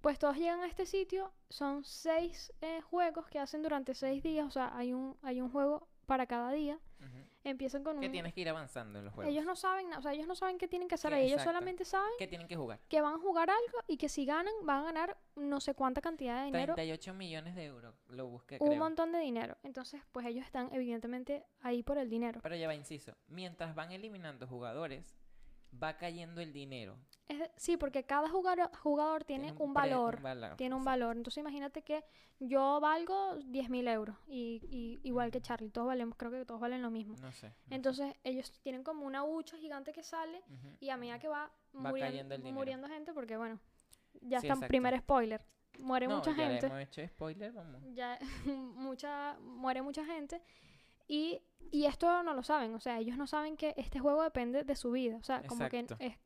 [SPEAKER 1] Pues todos llegan a este sitio, son seis eh, juegos que hacen durante seis días, o sea, hay un, hay un juego para cada día.
[SPEAKER 2] Ujú.
[SPEAKER 1] Empiezan con
[SPEAKER 2] Que
[SPEAKER 1] un...
[SPEAKER 2] tienes que ir avanzando en los juegos.
[SPEAKER 1] Mm. Ellos no saben, na- o sea, ellos no saben qué tienen que hacer
[SPEAKER 2] Que-
[SPEAKER 1] ahí, ellos
[SPEAKER 2] exacto.
[SPEAKER 1] solamente saben
[SPEAKER 2] Que tienen que jugar.
[SPEAKER 1] que van a jugar algo y que si ganan van a ganar no sé cuánta cantidad de dinero,
[SPEAKER 2] 38 millones de euros. Lo busqué,
[SPEAKER 1] un
[SPEAKER 2] creo.
[SPEAKER 1] montón de dinero. Entonces, pues ellos están evidentemente ahí por el dinero.
[SPEAKER 2] Pero ya va, inciso. Mientras van eliminando jugadores, va cayendo el dinero.
[SPEAKER 1] Es de- sí, porque cada jugador, jugador tiene, un,
[SPEAKER 2] pre-
[SPEAKER 1] valor.
[SPEAKER 2] valor,
[SPEAKER 1] Tiene un
[SPEAKER 2] exacto.
[SPEAKER 1] valor. Entonces imagínate que yo valgo 10.000 mil euros. Y, y igual que
[SPEAKER 2] Ujú.
[SPEAKER 1] Charlie, todos valemos, creo que todos valen lo mismo.
[SPEAKER 2] No sé. no sé.
[SPEAKER 1] Entonces ellos tienen como una hucha gigante que sale
[SPEAKER 2] Ujú.
[SPEAKER 1] y a medida que va,
[SPEAKER 2] Va
[SPEAKER 1] murien-
[SPEAKER 2] cayendo el dinero.
[SPEAKER 1] muriendo gente, porque bueno, ya
[SPEAKER 2] Sí,
[SPEAKER 1] está,
[SPEAKER 2] exacto.
[SPEAKER 1] primer spoiler. Muere
[SPEAKER 2] no,
[SPEAKER 1] mucha
[SPEAKER 2] ya le
[SPEAKER 1] gente.
[SPEAKER 2] hemos hecho spoiler, vamos.
[SPEAKER 1] ya *laughs* mucha muere mucha gente y, y esto no lo saben, o sea, ellos no saben que este juego depende de su vida, o sea, como que
[SPEAKER 2] Exacto.
[SPEAKER 1] es-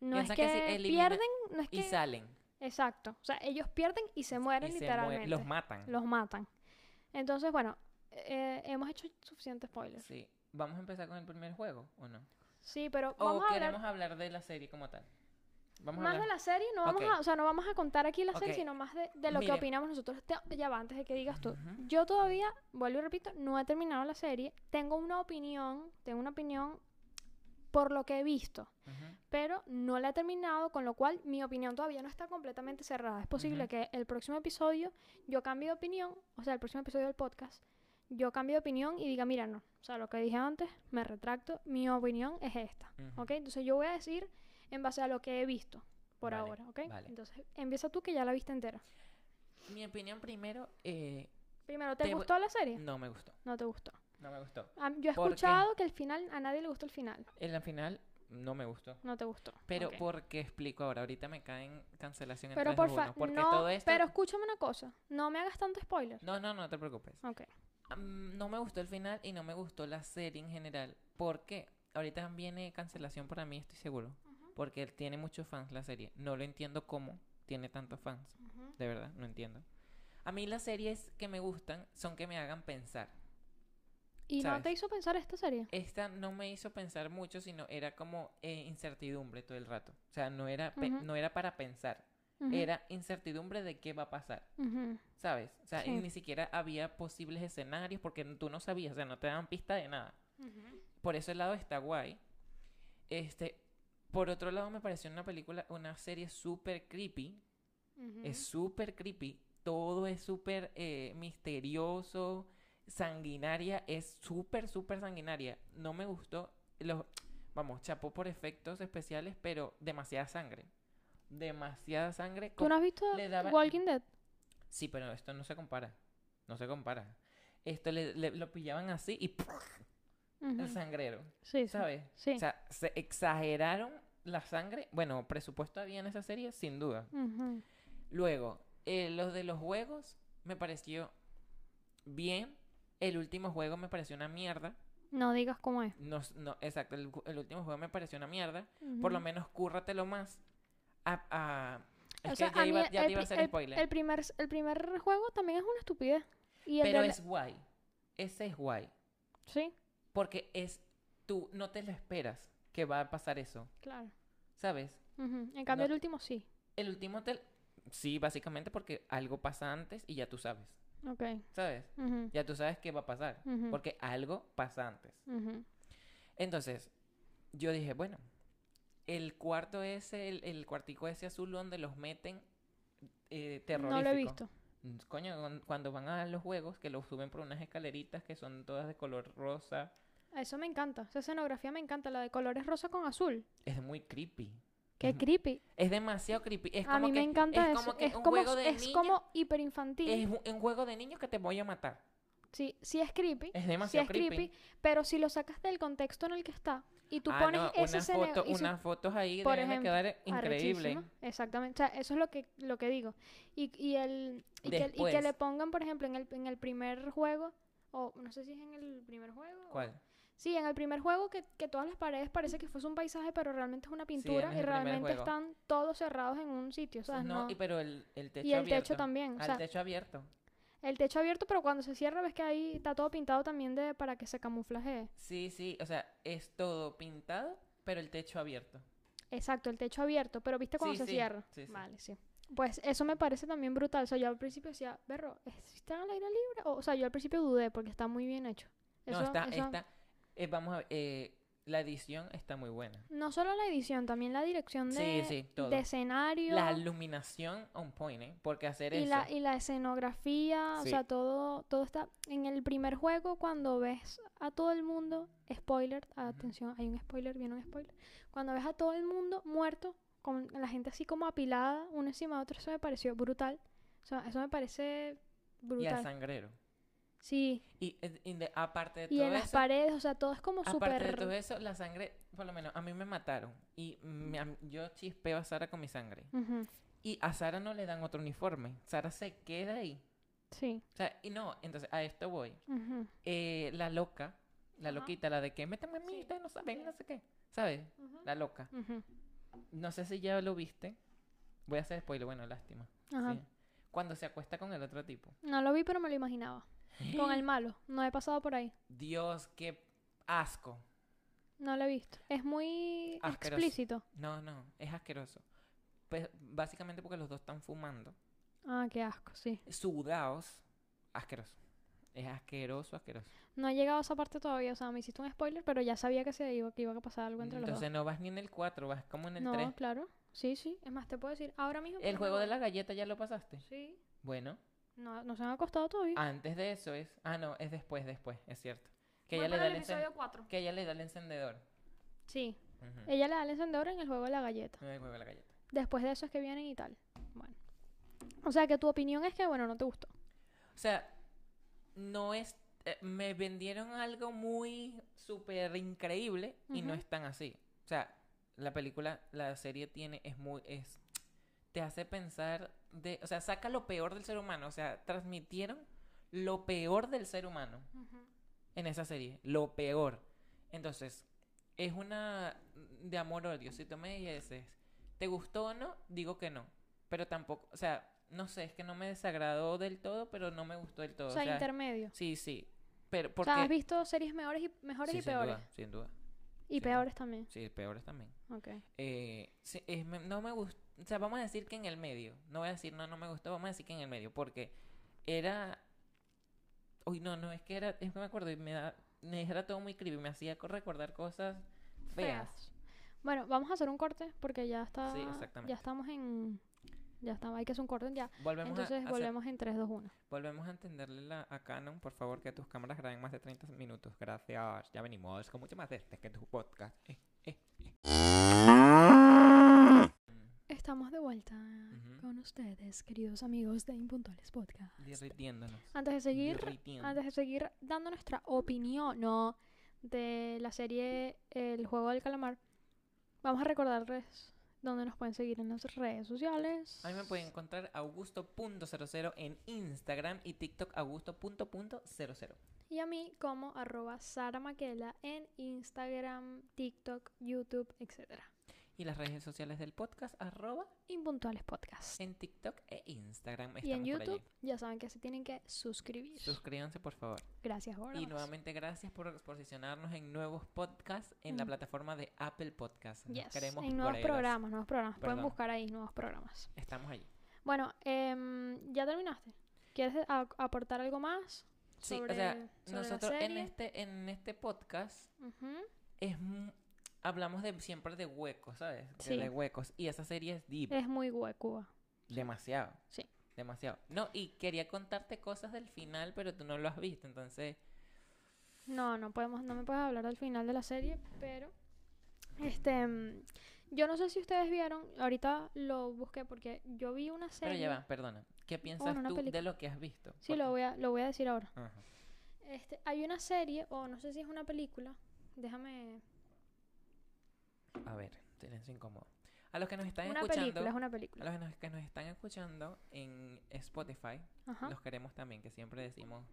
[SPEAKER 1] no es
[SPEAKER 2] Piensan
[SPEAKER 1] que,
[SPEAKER 2] que si eliminan-
[SPEAKER 1] pierden, no es
[SPEAKER 2] Y
[SPEAKER 1] que
[SPEAKER 2] salen.
[SPEAKER 1] exacto, o sea, ellos pierden y se mueren
[SPEAKER 2] y se
[SPEAKER 1] literalmente,
[SPEAKER 2] mueren, los matan.
[SPEAKER 1] Los matan. Entonces, bueno, eh, hemos hecho suficientes spoilers.
[SPEAKER 2] Sí. ¿Vamos a empezar con el primer juego o no?
[SPEAKER 1] Sí, pero
[SPEAKER 2] ¿O
[SPEAKER 1] vamos a hablar
[SPEAKER 2] queremos hablar... de la serie como tal? Vamos a
[SPEAKER 1] más de
[SPEAKER 2] hablar.
[SPEAKER 1] la serie, no vamos
[SPEAKER 2] Ok.
[SPEAKER 1] a, o sea, no vamos a contar aquí la serie,
[SPEAKER 2] Ok.
[SPEAKER 1] sino más de, de lo
[SPEAKER 2] Mire.
[SPEAKER 1] que opinamos nosotros. Te- ya va, antes de que digas tú.
[SPEAKER 2] Ujú.
[SPEAKER 1] Yo todavía, vuelvo y repito, no he terminado la serie. Tengo una opinión, tengo una opinión por lo que he visto,
[SPEAKER 2] Ujú.
[SPEAKER 1] pero no la he terminado, con lo cual mi opinión todavía no está completamente cerrada. Es posible
[SPEAKER 2] Ujú.
[SPEAKER 1] que el próximo episodio yo cambie de opinión, o sea, el próximo episodio del podcast, yo cambie de opinión y diga, mira, no, o sea, lo que dije antes, me retracto, mi opinión es esta,
[SPEAKER 2] Ujú.
[SPEAKER 1] ¿ok? Entonces yo voy a decir en base a lo que he visto por
[SPEAKER 2] Vale,
[SPEAKER 1] ahora, ¿ok?
[SPEAKER 2] vale.
[SPEAKER 1] Entonces empieza tú que ya la viste entera.
[SPEAKER 2] Mi opinión primero, eh,
[SPEAKER 1] Primero, ¿te,
[SPEAKER 2] Te voy-
[SPEAKER 1] gustó la serie?
[SPEAKER 2] no me gustó.
[SPEAKER 1] No te gustó.
[SPEAKER 2] No me gustó.
[SPEAKER 1] Ah, yo he
[SPEAKER 2] ¿Por qué?
[SPEAKER 1] escuchado que el final a nadie le gustó el final.
[SPEAKER 2] En la final, no me gustó.
[SPEAKER 1] No te gustó.
[SPEAKER 2] Pero
[SPEAKER 1] Ok.
[SPEAKER 2] porque explico ahora, ahorita me caen cancelación en
[SPEAKER 1] pero
[SPEAKER 2] tres de
[SPEAKER 1] porfa,
[SPEAKER 2] uno, porque
[SPEAKER 1] no,
[SPEAKER 2] todo esto
[SPEAKER 1] pero escúchame una cosa, no me hagas tanto spoiler.
[SPEAKER 2] No, no, no te preocupes.
[SPEAKER 1] Ok.
[SPEAKER 2] Am, no me gustó el final y no me gustó la serie en general. ¿Por qué? Ahorita viene cancelación para mí, estoy seguro. Porque tiene muchos fans la serie. No lo entiendo cómo tiene tantos fans. De verdad, no entiendo. A mí las series que me gustan son que me hagan pensar.
[SPEAKER 1] ¿Y no
[SPEAKER 2] ¿Sabes?
[SPEAKER 1] te hizo pensar esta serie?
[SPEAKER 2] Esta no me hizo pensar mucho, sino era como eh, incertidumbre todo el rato. O sea, no era, pe-
[SPEAKER 1] Ujú.
[SPEAKER 2] no era para pensar.
[SPEAKER 1] Ujú,
[SPEAKER 2] Era incertidumbre de qué va a pasar.
[SPEAKER 1] ujú.
[SPEAKER 2] ¿Sabes? O sea, y
[SPEAKER 1] Sí.
[SPEAKER 2] ni siquiera había posibles escenarios porque n- tú no sabías, o sea, no te daban pista de nada. Por ese lado está guay. Este, por otro lado me pareció una película, una serie súper creepy. Es súper creepy. Todo es súper eh, misterioso, sanguinaria. Es súper, súper sanguinaria. No me gustó. Los, vamos, chapó por efectos especiales, pero demasiada sangre. Demasiada sangre.
[SPEAKER 1] ¿Tú
[SPEAKER 2] con-
[SPEAKER 1] no has visto
[SPEAKER 2] le daba-
[SPEAKER 1] Walking Dead?
[SPEAKER 2] Sí, pero esto no se compara. No se compara. Esto le, le- lo pillaban así y ¡pruf!
[SPEAKER 1] Ujú.
[SPEAKER 2] el sangrero,
[SPEAKER 1] Sí, sí.
[SPEAKER 2] ¿sabes?
[SPEAKER 1] Sí.
[SPEAKER 2] O sea, se exageraron la sangre. Bueno, presupuesto había en esa serie, sin duda.
[SPEAKER 1] Ujú.
[SPEAKER 2] Luego, eh, los de los juegos me pareció bien. El último juego me pareció una mierda.
[SPEAKER 1] No digas cómo es.
[SPEAKER 2] No, s- no, exacto, el, ju- el último juego me pareció una mierda. Por lo
[SPEAKER 1] Ujú.
[SPEAKER 2] menos cúrratelo más. A, a-
[SPEAKER 1] O
[SPEAKER 2] es que
[SPEAKER 1] sea,
[SPEAKER 2] ya,
[SPEAKER 1] a mí
[SPEAKER 2] iba, ya te
[SPEAKER 1] el
[SPEAKER 2] iba a
[SPEAKER 1] pri-
[SPEAKER 2] hacer
[SPEAKER 1] el-
[SPEAKER 2] spoiler.
[SPEAKER 1] El primer, el primer juego también es una estupidez. Y el
[SPEAKER 2] pero
[SPEAKER 1] del-
[SPEAKER 2] es guay. Ese es guay.
[SPEAKER 1] Sí,
[SPEAKER 2] Porque es tú, no te lo esperas que va a pasar eso,
[SPEAKER 1] claro.
[SPEAKER 2] ¿sabes?
[SPEAKER 1] Ujú. En cambio,
[SPEAKER 2] No-
[SPEAKER 1] el último sí.
[SPEAKER 2] El último hotel, sí, básicamente porque algo pasa antes y ya tú sabes,
[SPEAKER 1] Ok.
[SPEAKER 2] ¿sabes?
[SPEAKER 1] Ujú,
[SPEAKER 2] Ya tú sabes qué va a pasar,
[SPEAKER 1] Ujú.
[SPEAKER 2] porque algo pasa antes.
[SPEAKER 1] ujú.
[SPEAKER 2] Entonces, yo dije, bueno, el cuarto ese, el, el cuartico ese azul donde los meten eh,
[SPEAKER 1] No lo he
[SPEAKER 2] terrorífico.
[SPEAKER 1] visto.
[SPEAKER 2] Mm, Coño, cuan- cuando van a los juegos, que los suben por unas escaleritas que son todas de color rosa,
[SPEAKER 1] Eso me encanta. Esa escenografía me encanta, la de colores rosa con azul.
[SPEAKER 2] es muy creepy.
[SPEAKER 1] Qué
[SPEAKER 2] Ujú.
[SPEAKER 1] creepy.
[SPEAKER 2] Es demasiado creepy. Es
[SPEAKER 1] a
[SPEAKER 2] como
[SPEAKER 1] mí
[SPEAKER 2] que-
[SPEAKER 1] me encanta
[SPEAKER 2] es
[SPEAKER 1] eso.
[SPEAKER 2] Como que
[SPEAKER 1] es
[SPEAKER 2] un
[SPEAKER 1] como,
[SPEAKER 2] juego de
[SPEAKER 1] es
[SPEAKER 2] niños-
[SPEAKER 1] como hiperinfantil.
[SPEAKER 2] es un- un juego de niños que te voy a matar.
[SPEAKER 1] Sí, sí es creepy.
[SPEAKER 2] Es
[SPEAKER 1] Sí
[SPEAKER 2] demasiado
[SPEAKER 1] es creepy.
[SPEAKER 2] creepy.
[SPEAKER 1] Pero si lo sacas del contexto en el que está y tú
[SPEAKER 2] Ah,
[SPEAKER 1] pones
[SPEAKER 2] no,
[SPEAKER 1] ese
[SPEAKER 2] unas fotos,
[SPEAKER 1] escenario.
[SPEAKER 2] unas fotos ahí
[SPEAKER 1] por
[SPEAKER 2] deben de
[SPEAKER 1] ejemplo,
[SPEAKER 2] quedar increíble.
[SPEAKER 1] Arrechísimo, Exactamente. O sea, eso es lo que, lo que digo. Y, y el, y, que, y que
[SPEAKER 2] Después.
[SPEAKER 1] le pongan, por ejemplo, en el, en el primer juego, o no sé si es en el primer juego. o-
[SPEAKER 2] ¿Cuál?
[SPEAKER 1] Sí, en el primer juego que, que todas las paredes parece que fuese un paisaje, pero realmente es una pintura
[SPEAKER 2] es
[SPEAKER 1] y
[SPEAKER 2] el primer
[SPEAKER 1] realmente
[SPEAKER 2] juego.
[SPEAKER 1] están todos cerrados en un sitio, ¿sabes?
[SPEAKER 2] no,
[SPEAKER 1] No.
[SPEAKER 2] y pero el, el techo
[SPEAKER 1] Y el
[SPEAKER 2] abierto.
[SPEAKER 1] techo también. O
[SPEAKER 2] Al
[SPEAKER 1] sea,
[SPEAKER 2] techo abierto.
[SPEAKER 1] el techo abierto, pero cuando se cierra ves que ahí está todo pintado también de para que se camuflaje.
[SPEAKER 2] Sí, sí, o sea, es todo pintado pero el techo abierto.
[SPEAKER 1] Exacto, el techo abierto, pero viste cuando
[SPEAKER 2] Sí,
[SPEAKER 1] se
[SPEAKER 2] sí,
[SPEAKER 1] cierra.
[SPEAKER 2] sí, sí.
[SPEAKER 1] Vale, sí. Pues eso me parece también brutal. O sea, yo al principio decía, berro, ¿está al aire libre? O, o sea, yo al principio dudé porque está muy bien hecho.
[SPEAKER 2] no,
[SPEAKER 1] Eso-
[SPEAKER 2] está,
[SPEAKER 1] eso-
[SPEAKER 2] está- eh, vamos a ver, eh, la edición está muy buena.
[SPEAKER 1] No solo la edición, también la dirección
[SPEAKER 2] Sí,
[SPEAKER 1] de,
[SPEAKER 2] sí, todo.
[SPEAKER 1] de escenario
[SPEAKER 2] La iluminación on point, ¿eh? Porque hacer
[SPEAKER 1] y
[SPEAKER 2] eso.
[SPEAKER 1] la, y la escenografía.
[SPEAKER 2] Sí.
[SPEAKER 1] O sea, todo, todo está. En el primer juego, cuando ves a todo el mundo, spoiler, atención, hay un spoiler, viene un spoiler. Cuando ves a todo el mundo muerto, con la gente así como apilada, uno encima de otro, eso me pareció brutal. O sea, eso me parece
[SPEAKER 2] y al
[SPEAKER 1] brutal.
[SPEAKER 2] sangrero.
[SPEAKER 1] Sí.
[SPEAKER 2] Y, eh, y de- aparte de
[SPEAKER 1] Y
[SPEAKER 2] todo
[SPEAKER 1] en las
[SPEAKER 2] eso,
[SPEAKER 1] paredes, o sea, todo es como
[SPEAKER 2] aparte de
[SPEAKER 1] súper.
[SPEAKER 2] todo eso, la sangre, por lo menos a mí me mataron. Y me- a- yo chispeo a Sara con mi sangre.
[SPEAKER 1] Ujú,
[SPEAKER 2] Y a Sara no le dan otro uniforme. Sara se queda ahí.
[SPEAKER 1] Sí.
[SPEAKER 2] O sea, y no, entonces a esto voy.
[SPEAKER 1] ujú,
[SPEAKER 2] Eh, la loca, la
[SPEAKER 1] Ajá.
[SPEAKER 2] loquita, la de que méteme a mí,
[SPEAKER 1] Sí,
[SPEAKER 2] ustedes no saben,
[SPEAKER 1] sí.
[SPEAKER 2] no sé qué. ¿Sabes? La loca.
[SPEAKER 1] ujú.
[SPEAKER 2] No sé si ya lo viste. Voy a hacer spoiler, bueno, lástima.
[SPEAKER 1] Ajá.
[SPEAKER 2] Sí. Cuando se acuesta con el otro tipo.
[SPEAKER 1] No lo vi, pero me lo imaginaba. Con
[SPEAKER 2] *gasps*
[SPEAKER 1] el malo. No he pasado por ahí.
[SPEAKER 2] Dios, qué asco.
[SPEAKER 1] No lo he visto. Es muy
[SPEAKER 2] Asqueroso.
[SPEAKER 1] explícito.
[SPEAKER 2] No, no, es asqueroso. Pues básicamente porque los dos están fumando,
[SPEAKER 1] Ah, qué asco, sí.
[SPEAKER 2] sudados, asqueroso. Es asqueroso, asqueroso.
[SPEAKER 1] No he llegado a esa parte todavía. O sea, me hiciste un spoiler, pero ya sabía que se iba, que iba a pasar algo entre los
[SPEAKER 2] Entonces no vas ni en el 4, vas como en
[SPEAKER 1] dos.
[SPEAKER 2] el
[SPEAKER 1] No,
[SPEAKER 2] 3.
[SPEAKER 1] claro. Sí, sí. Es más, te puedo decir ahora mismo.
[SPEAKER 2] El
[SPEAKER 1] pero
[SPEAKER 2] juego
[SPEAKER 1] no.
[SPEAKER 2] de la Ah, galleta ya lo pasaste.
[SPEAKER 1] Sí.
[SPEAKER 2] Bueno,
[SPEAKER 1] No, no se han acostado todavía.
[SPEAKER 2] antes de eso es. Ah, no, es después, después, es cierto. Que,
[SPEAKER 1] Voy
[SPEAKER 2] ella le,
[SPEAKER 1] para
[SPEAKER 2] da
[SPEAKER 1] el
[SPEAKER 2] el encen- Mm.
[SPEAKER 1] episodio 4.
[SPEAKER 2] que ella le da el encendedor.
[SPEAKER 1] Sí.
[SPEAKER 2] Ujú,
[SPEAKER 1] Ella le da el encendedor en el juego de la galleta.
[SPEAKER 2] en el juego de la galleta.
[SPEAKER 1] Después de eso es que vienen y tal. Bueno. O sea, que tu opinión es que, bueno, no te gustó.
[SPEAKER 2] O sea, no es. eh, me vendieron algo muy súper increíble y no
[SPEAKER 1] Ujú.
[SPEAKER 2] es tan así. O sea, la película, la serie tiene, es muy. es Te hace pensar de. O sea, saca lo peor del ser humano. O sea, transmitieron lo peor del ser humano en esa serie. Lo peor. Entonces, es una. de amor-odio. Si tú me dices, ¿te gustó o no? Digo que no. Pero tampoco. O sea. No sé, es que no me desagradó del todo, pero no me gustó del todo.
[SPEAKER 1] o sea,
[SPEAKER 2] o sea,
[SPEAKER 1] intermedio.
[SPEAKER 2] Sí, sí. Pero
[SPEAKER 1] O
[SPEAKER 2] porque...
[SPEAKER 1] sea, has visto series mejores y, mejores
[SPEAKER 2] Sí,
[SPEAKER 1] y
[SPEAKER 2] sin
[SPEAKER 1] peores.
[SPEAKER 2] duda, sin duda.
[SPEAKER 1] Y
[SPEAKER 2] sí.
[SPEAKER 1] peores también.
[SPEAKER 2] Sí, peores también.
[SPEAKER 1] Ok.
[SPEAKER 2] Eh, sí, es me- no me gustó... O sea, vamos a decir que en el medio. No voy a decir no, no me gustó. Vamos a decir que en el medio. Porque era... Uy, no, no, es que era... Es que me acuerdo y me da... me Era todo muy creepy. Me hacía co- recordar cosas feas.
[SPEAKER 1] feas. Bueno, vamos a hacer un corte porque ya está.
[SPEAKER 2] Sí, exactamente.
[SPEAKER 1] Ya estamos en. Ya estamos, hay que hacer un corte ya.
[SPEAKER 2] Volvemos,
[SPEAKER 1] Entonces
[SPEAKER 2] a, hacer-
[SPEAKER 1] volvemos en 3, 2, 1.
[SPEAKER 2] volvemos a entenderle la- a Canon, por favor, que tus cámaras graben más de 30 minutos. Gracias. Ya venimos con mucho más de este que tu podcast. Eh, eh, eh.
[SPEAKER 1] Estamos de vuelta con ustedes, queridos amigos de Impuntuales Podcast.
[SPEAKER 2] Derritiéndonos.
[SPEAKER 1] Antes de seguir,
[SPEAKER 2] Derritiendo.
[SPEAKER 1] antes de seguir dando nuestra opinión ¿no? de la serie El juego del calamar, vamos a recordarles dónde nos pueden seguir en las redes sociales.
[SPEAKER 2] A mí me pueden encontrar augusto.00 en Instagram y TikTok augusto.00.
[SPEAKER 1] Y a mí como arroba Sara Maquela en Instagram, TikTok, YouTube, etc.
[SPEAKER 2] Y las redes sociales del podcast, arroba
[SPEAKER 1] Impuntuales Podcast.
[SPEAKER 2] en TikTok e Instagram.
[SPEAKER 1] y en
[SPEAKER 2] Estamos por allí.
[SPEAKER 1] YouTube ya saben que se tienen que suscribir.
[SPEAKER 2] Suscríbanse, por favor.
[SPEAKER 1] Gracias, Borja.
[SPEAKER 2] Y nuevamente gracias por posicionarnos en nuevos podcasts en la
[SPEAKER 1] Mm.
[SPEAKER 2] plataforma de Apple Podcasts. Nos
[SPEAKER 1] Yes,
[SPEAKER 2] queremos
[SPEAKER 1] en nuevos
[SPEAKER 2] goreros.
[SPEAKER 1] programas, nuevos programas. Pueden
[SPEAKER 2] Perdón.
[SPEAKER 1] buscar ahí nuevos programas.
[SPEAKER 2] Estamos allí.
[SPEAKER 1] Bueno, em, ya terminaste. ¿Quieres a- aportar algo más?
[SPEAKER 2] Sí,
[SPEAKER 1] sobre-
[SPEAKER 2] o sea,
[SPEAKER 1] sobre la
[SPEAKER 2] nosotros en
[SPEAKER 1] serie?
[SPEAKER 2] este, en este podcast
[SPEAKER 1] Ujú.
[SPEAKER 2] es mu- hablamos de siempre de huecos, ¿sabes? De-
[SPEAKER 1] Sí.
[SPEAKER 2] De huecos. Y esa serie es deep.
[SPEAKER 1] Es muy huecuba.
[SPEAKER 2] Demasiado.
[SPEAKER 1] Sí.
[SPEAKER 2] Demasiado. No, y quería contarte cosas del final, pero tú no lo has visto, entonces...
[SPEAKER 1] No, no podemos, no me puedes hablar del final de la serie, pero este mm, yo no sé si ustedes vieron, ahorita lo busqué porque yo vi una
[SPEAKER 2] Pero
[SPEAKER 1] serie.
[SPEAKER 2] ya va, perdona. ¿Qué piensas
[SPEAKER 1] una
[SPEAKER 2] tú de
[SPEAKER 1] película.
[SPEAKER 2] lo que has visto?
[SPEAKER 1] Sí, lo voy a, lo voy a decir ahora.
[SPEAKER 2] a...
[SPEAKER 1] Este, hay una serie, o no sé si es una película, déjame.
[SPEAKER 2] A ver, silencio incómodo. A los que nos están
[SPEAKER 1] Una
[SPEAKER 2] escuchando...
[SPEAKER 1] película, es una
[SPEAKER 2] A
[SPEAKER 1] película.
[SPEAKER 2] los que nos, que nos están escuchando en Spotify,
[SPEAKER 1] Ajá.
[SPEAKER 2] los queremos también, que siempre decimos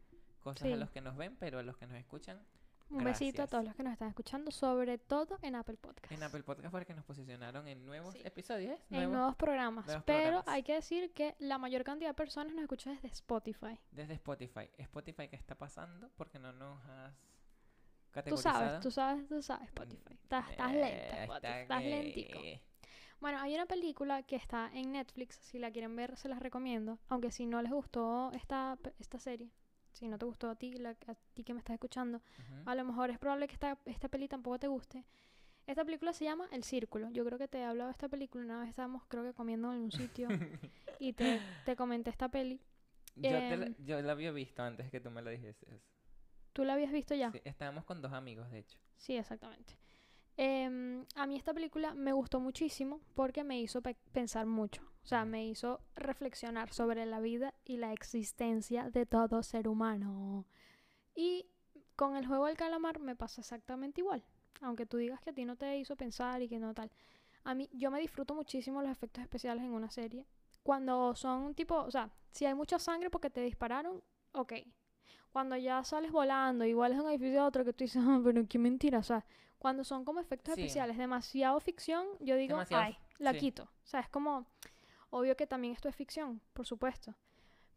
[SPEAKER 2] cosas
[SPEAKER 1] Sí.
[SPEAKER 2] a los que nos ven, pero a los que nos escuchan
[SPEAKER 1] Un besito a
[SPEAKER 2] gracias.
[SPEAKER 1] todos los que nos están escuchando, sobre todo en Apple Podcast.
[SPEAKER 2] en Apple Podcast porque nos posicionaron en nuevos
[SPEAKER 1] Sí.
[SPEAKER 2] episodios.
[SPEAKER 1] En
[SPEAKER 2] Nuevos,
[SPEAKER 1] nuevos programas.
[SPEAKER 2] nuevos
[SPEAKER 1] pero
[SPEAKER 2] programas.
[SPEAKER 1] hay que decir que la mayor cantidad de personas nos escucha desde Spotify.
[SPEAKER 2] Desde Spotify. Spotify, ¿qué está pasando? Porque no nos has
[SPEAKER 1] Tú
[SPEAKER 2] categorizada.
[SPEAKER 1] sabes, tú sabes, tú sabes, Spotify. Estás, estás lenta,
[SPEAKER 2] Eh,
[SPEAKER 1] Spotify.
[SPEAKER 2] está
[SPEAKER 1] Estás
[SPEAKER 2] que-
[SPEAKER 1] lentico. Bueno, hay una película que está en Netflix, si la quieren ver, se las recomiendo. Aunque si no les gustó esta, pe- esta serie, si no te gustó a ti, la, a ti que me estás escuchando,
[SPEAKER 2] Ujú.
[SPEAKER 1] a lo mejor es probable que esta, esta peli tampoco te guste. Esta película se llama El Círculo. Yo creo que te he hablado de esta película. Una vez estábamos, creo que comiendo en un sitio y te, te comenté esta peli.
[SPEAKER 2] Yo, te la,
[SPEAKER 1] em,
[SPEAKER 2] yo la había visto antes que tú me la dijiste.
[SPEAKER 1] ¿Tú la habías visto ya?
[SPEAKER 2] Sí, estábamos con dos amigos, de hecho.
[SPEAKER 1] Sí, exactamente. Em, a mí esta película me gustó muchísimo porque me hizo pe- pensar mucho. O sea,
[SPEAKER 2] Ujú.
[SPEAKER 1] me hizo reflexionar sobre la vida y la existencia de todo ser humano. Y con el juego del calamar me pasa exactamente igual. Aunque tú digas que a ti no te hizo pensar y que no tal. A mí, yo me disfruto muchísimo los efectos especiales en una serie. Cuando son tipo, o sea, si hay mucha sangre porque te dispararon, ok. Cuando ya sales volando, igual es un edificio a otro que tú dices, *laughs* "Ah, pero qué mentira. O sea, cuando son como efectos
[SPEAKER 2] Sí.
[SPEAKER 1] especiales, demasiado ficción, yo digo,
[SPEAKER 2] Demasiado
[SPEAKER 1] ay,
[SPEAKER 2] f-
[SPEAKER 1] la
[SPEAKER 2] sí.
[SPEAKER 1] quito. O sea, es como, obvio que también esto es ficción, por supuesto.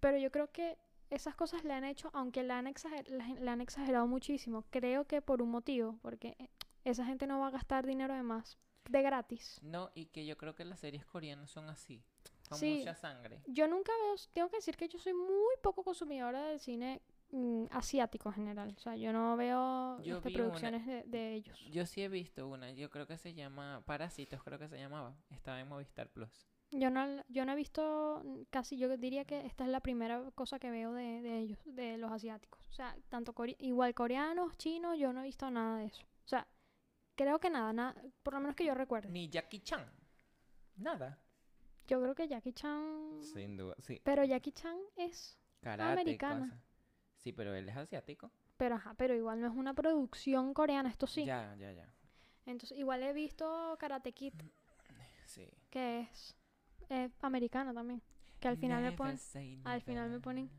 [SPEAKER 1] Pero yo creo que esas cosas le han hecho, aunque la han, exager- la gen- la han exagerado muchísimo, creo que por un motivo, porque eh, esa gente no va a gastar dinero de más, de gratis.
[SPEAKER 2] No, y que yo creo que las series coreanas son así. Con
[SPEAKER 1] Sí.
[SPEAKER 2] mucha sangre.
[SPEAKER 1] Yo nunca veo, tengo que decir que yo soy muy poco consumidora del cine mm, asiático en general. O sea, yo no veo
[SPEAKER 2] Yo
[SPEAKER 1] este,
[SPEAKER 2] vi una-
[SPEAKER 1] producciones de, de ellos.
[SPEAKER 2] Yo sí he visto una, yo creo que se llama Parásitos, creo que se llamaba. Estaba en Movistar Plus.
[SPEAKER 1] Yo no, la- yo no he visto mm, casi, yo diría que esta es la primera cosa que veo de, de ellos, de los asiáticos. O sea, tanto core- igual coreanos, chinos, yo no he visto nada de eso. O sea, creo que nada, nada, por lo menos que yo recuerde.
[SPEAKER 2] Ni Jackie Chan. Nada.
[SPEAKER 1] Yo creo que Jackie Chan.
[SPEAKER 2] Sin duda, sí.
[SPEAKER 1] Pero Jackie Chan es.
[SPEAKER 2] Karate,
[SPEAKER 1] americana.
[SPEAKER 2] cosa. Sí, pero él es asiático.
[SPEAKER 1] Pero ajá, pero igual no es una producción coreana, esto sí.
[SPEAKER 2] Ya, ya, ya.
[SPEAKER 1] Entonces, igual he visto Karate Kid,
[SPEAKER 2] Sí.
[SPEAKER 1] que es eh, americana también. Que al final me
[SPEAKER 2] Never
[SPEAKER 1] ponen.
[SPEAKER 2] say
[SPEAKER 1] al final me
[SPEAKER 2] never.
[SPEAKER 1] ponen-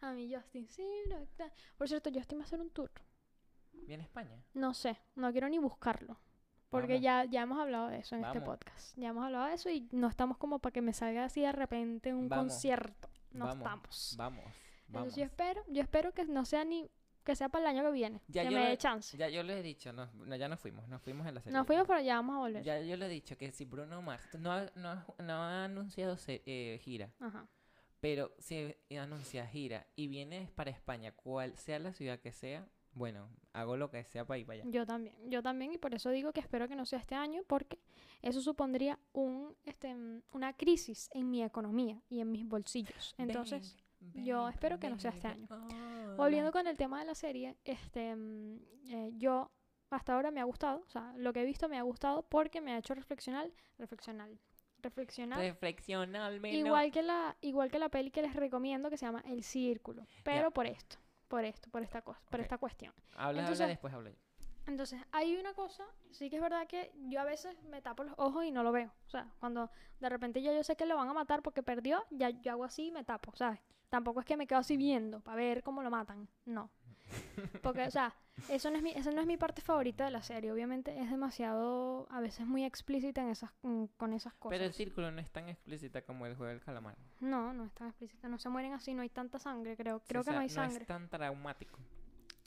[SPEAKER 1] A mí Justin, sí, no está. Por cierto, Justin va a hacer un tour.
[SPEAKER 2] Viene a España.
[SPEAKER 1] No sé, no quiero ni buscarlo. Porque
[SPEAKER 2] Vamos.
[SPEAKER 1] ya, ya hemos hablado de eso en este
[SPEAKER 2] Vamos.
[SPEAKER 1] podcast. Ya hemos hablado de eso y no estamos como para que me salga así de repente un
[SPEAKER 2] Vamos.
[SPEAKER 1] concierto. No
[SPEAKER 2] Vamos.
[SPEAKER 1] estamos.
[SPEAKER 2] Vamos. Vamos.
[SPEAKER 1] Entonces yo espero, yo espero que no sea ni que sea para el año que viene,
[SPEAKER 2] Ya
[SPEAKER 1] que
[SPEAKER 2] yo
[SPEAKER 1] me
[SPEAKER 2] lo-
[SPEAKER 1] dé chance.
[SPEAKER 2] Ya yo le he dicho, no, no, ya nos fuimos, nos fuimos en la serie.
[SPEAKER 1] Nos fuimos, pero ya vamos a volver.
[SPEAKER 2] Ya yo le he dicho que si Bruno Mars no ha, no ha- no ha anunciado se- eh, gira,
[SPEAKER 1] Ajá.
[SPEAKER 2] pero si anuncia gira y vienes para España, cual sea la ciudad que sea, bueno, hago lo que sea para ir para allá.
[SPEAKER 1] Yo también, yo también y por eso digo que espero que no sea este año porque eso supondría un este mm, una crisis en mi economía y en mis bolsillos. Entonces, yo espero que no sea este año.
[SPEAKER 2] Ah,
[SPEAKER 1] Volviendo con el tema de la serie, este, mm, eh, yo hasta ahora me ha gustado, o sea, lo que he visto me ha gustado porque me ha hecho reflexionar, reflexionar, reflexionar.
[SPEAKER 2] Reflexionalmente.
[SPEAKER 1] Igual que, la, igual que la peli que les recomiendo que se llama El Círculo, pero por esto, por esto, por esta cosa, por
[SPEAKER 2] Ok.
[SPEAKER 1] esta cuestión.
[SPEAKER 2] Habla,
[SPEAKER 1] entonces-
[SPEAKER 2] habla, después hablo yo.
[SPEAKER 1] Entonces, hay una cosa, sí que es verdad que yo a veces me tapo los ojos y no lo veo. O sea, cuando de repente ya yo sé que lo van a matar porque perdió, ya yo hago así y me tapo, ¿sabes? Tampoco es que me quedo así viendo para ver cómo lo matan, no. Porque, o sea, eso no es mi, esa no es mi parte favorita de la serie. Obviamente es demasiado, a veces muy explícita en esas, con con esas cosas.
[SPEAKER 2] Pero el círculo no es tan explícita como el juego del calamar.
[SPEAKER 1] No, no es tan explícita. No se mueren así, no hay tanta sangre, creo. Creo
[SPEAKER 2] O
[SPEAKER 1] que
[SPEAKER 2] sea,
[SPEAKER 1] no hay
[SPEAKER 2] No es
[SPEAKER 1] sangre.
[SPEAKER 2] tan traumático.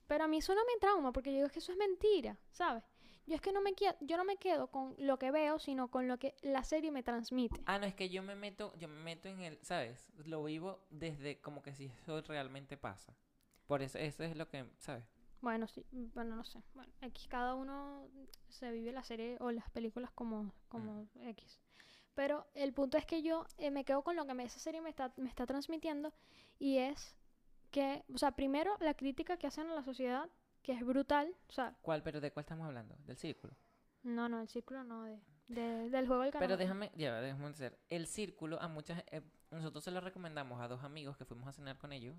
[SPEAKER 1] Pero a mí eso no me trauma, porque yo digo es que eso es mentira, ¿sabes? Yo es que no me quedo, yo no me quedo con lo que veo, sino con lo que la serie me transmite.
[SPEAKER 2] Ah, no, es que yo me meto, yo me meto en el, ¿sabes? Lo vivo desde como que si eso realmente pasa. Por eso, eso es lo que, ¿sabes?
[SPEAKER 1] Bueno, sí, bueno, no sé. Bueno, X cada uno se vive la serie o las películas como, como
[SPEAKER 2] Mm.
[SPEAKER 1] X. Pero el punto es que yo eh, me quedo con lo que me- esa serie me está, me está transmitiendo y es que, o sea, primero la crítica que hacen a la sociedad, que es brutal, o sea,
[SPEAKER 2] ¿Cuál? ¿Pero de cuál estamos hablando? Del círculo.
[SPEAKER 1] No, no, el círculo no, de, de- del juego del
[SPEAKER 2] Pero
[SPEAKER 1] calamar.
[SPEAKER 2] déjame, ya, va, déjame hacer. El círculo a muchas, eh, nosotros se lo recomendamos a dos amigos que fuimos a cenar con ellos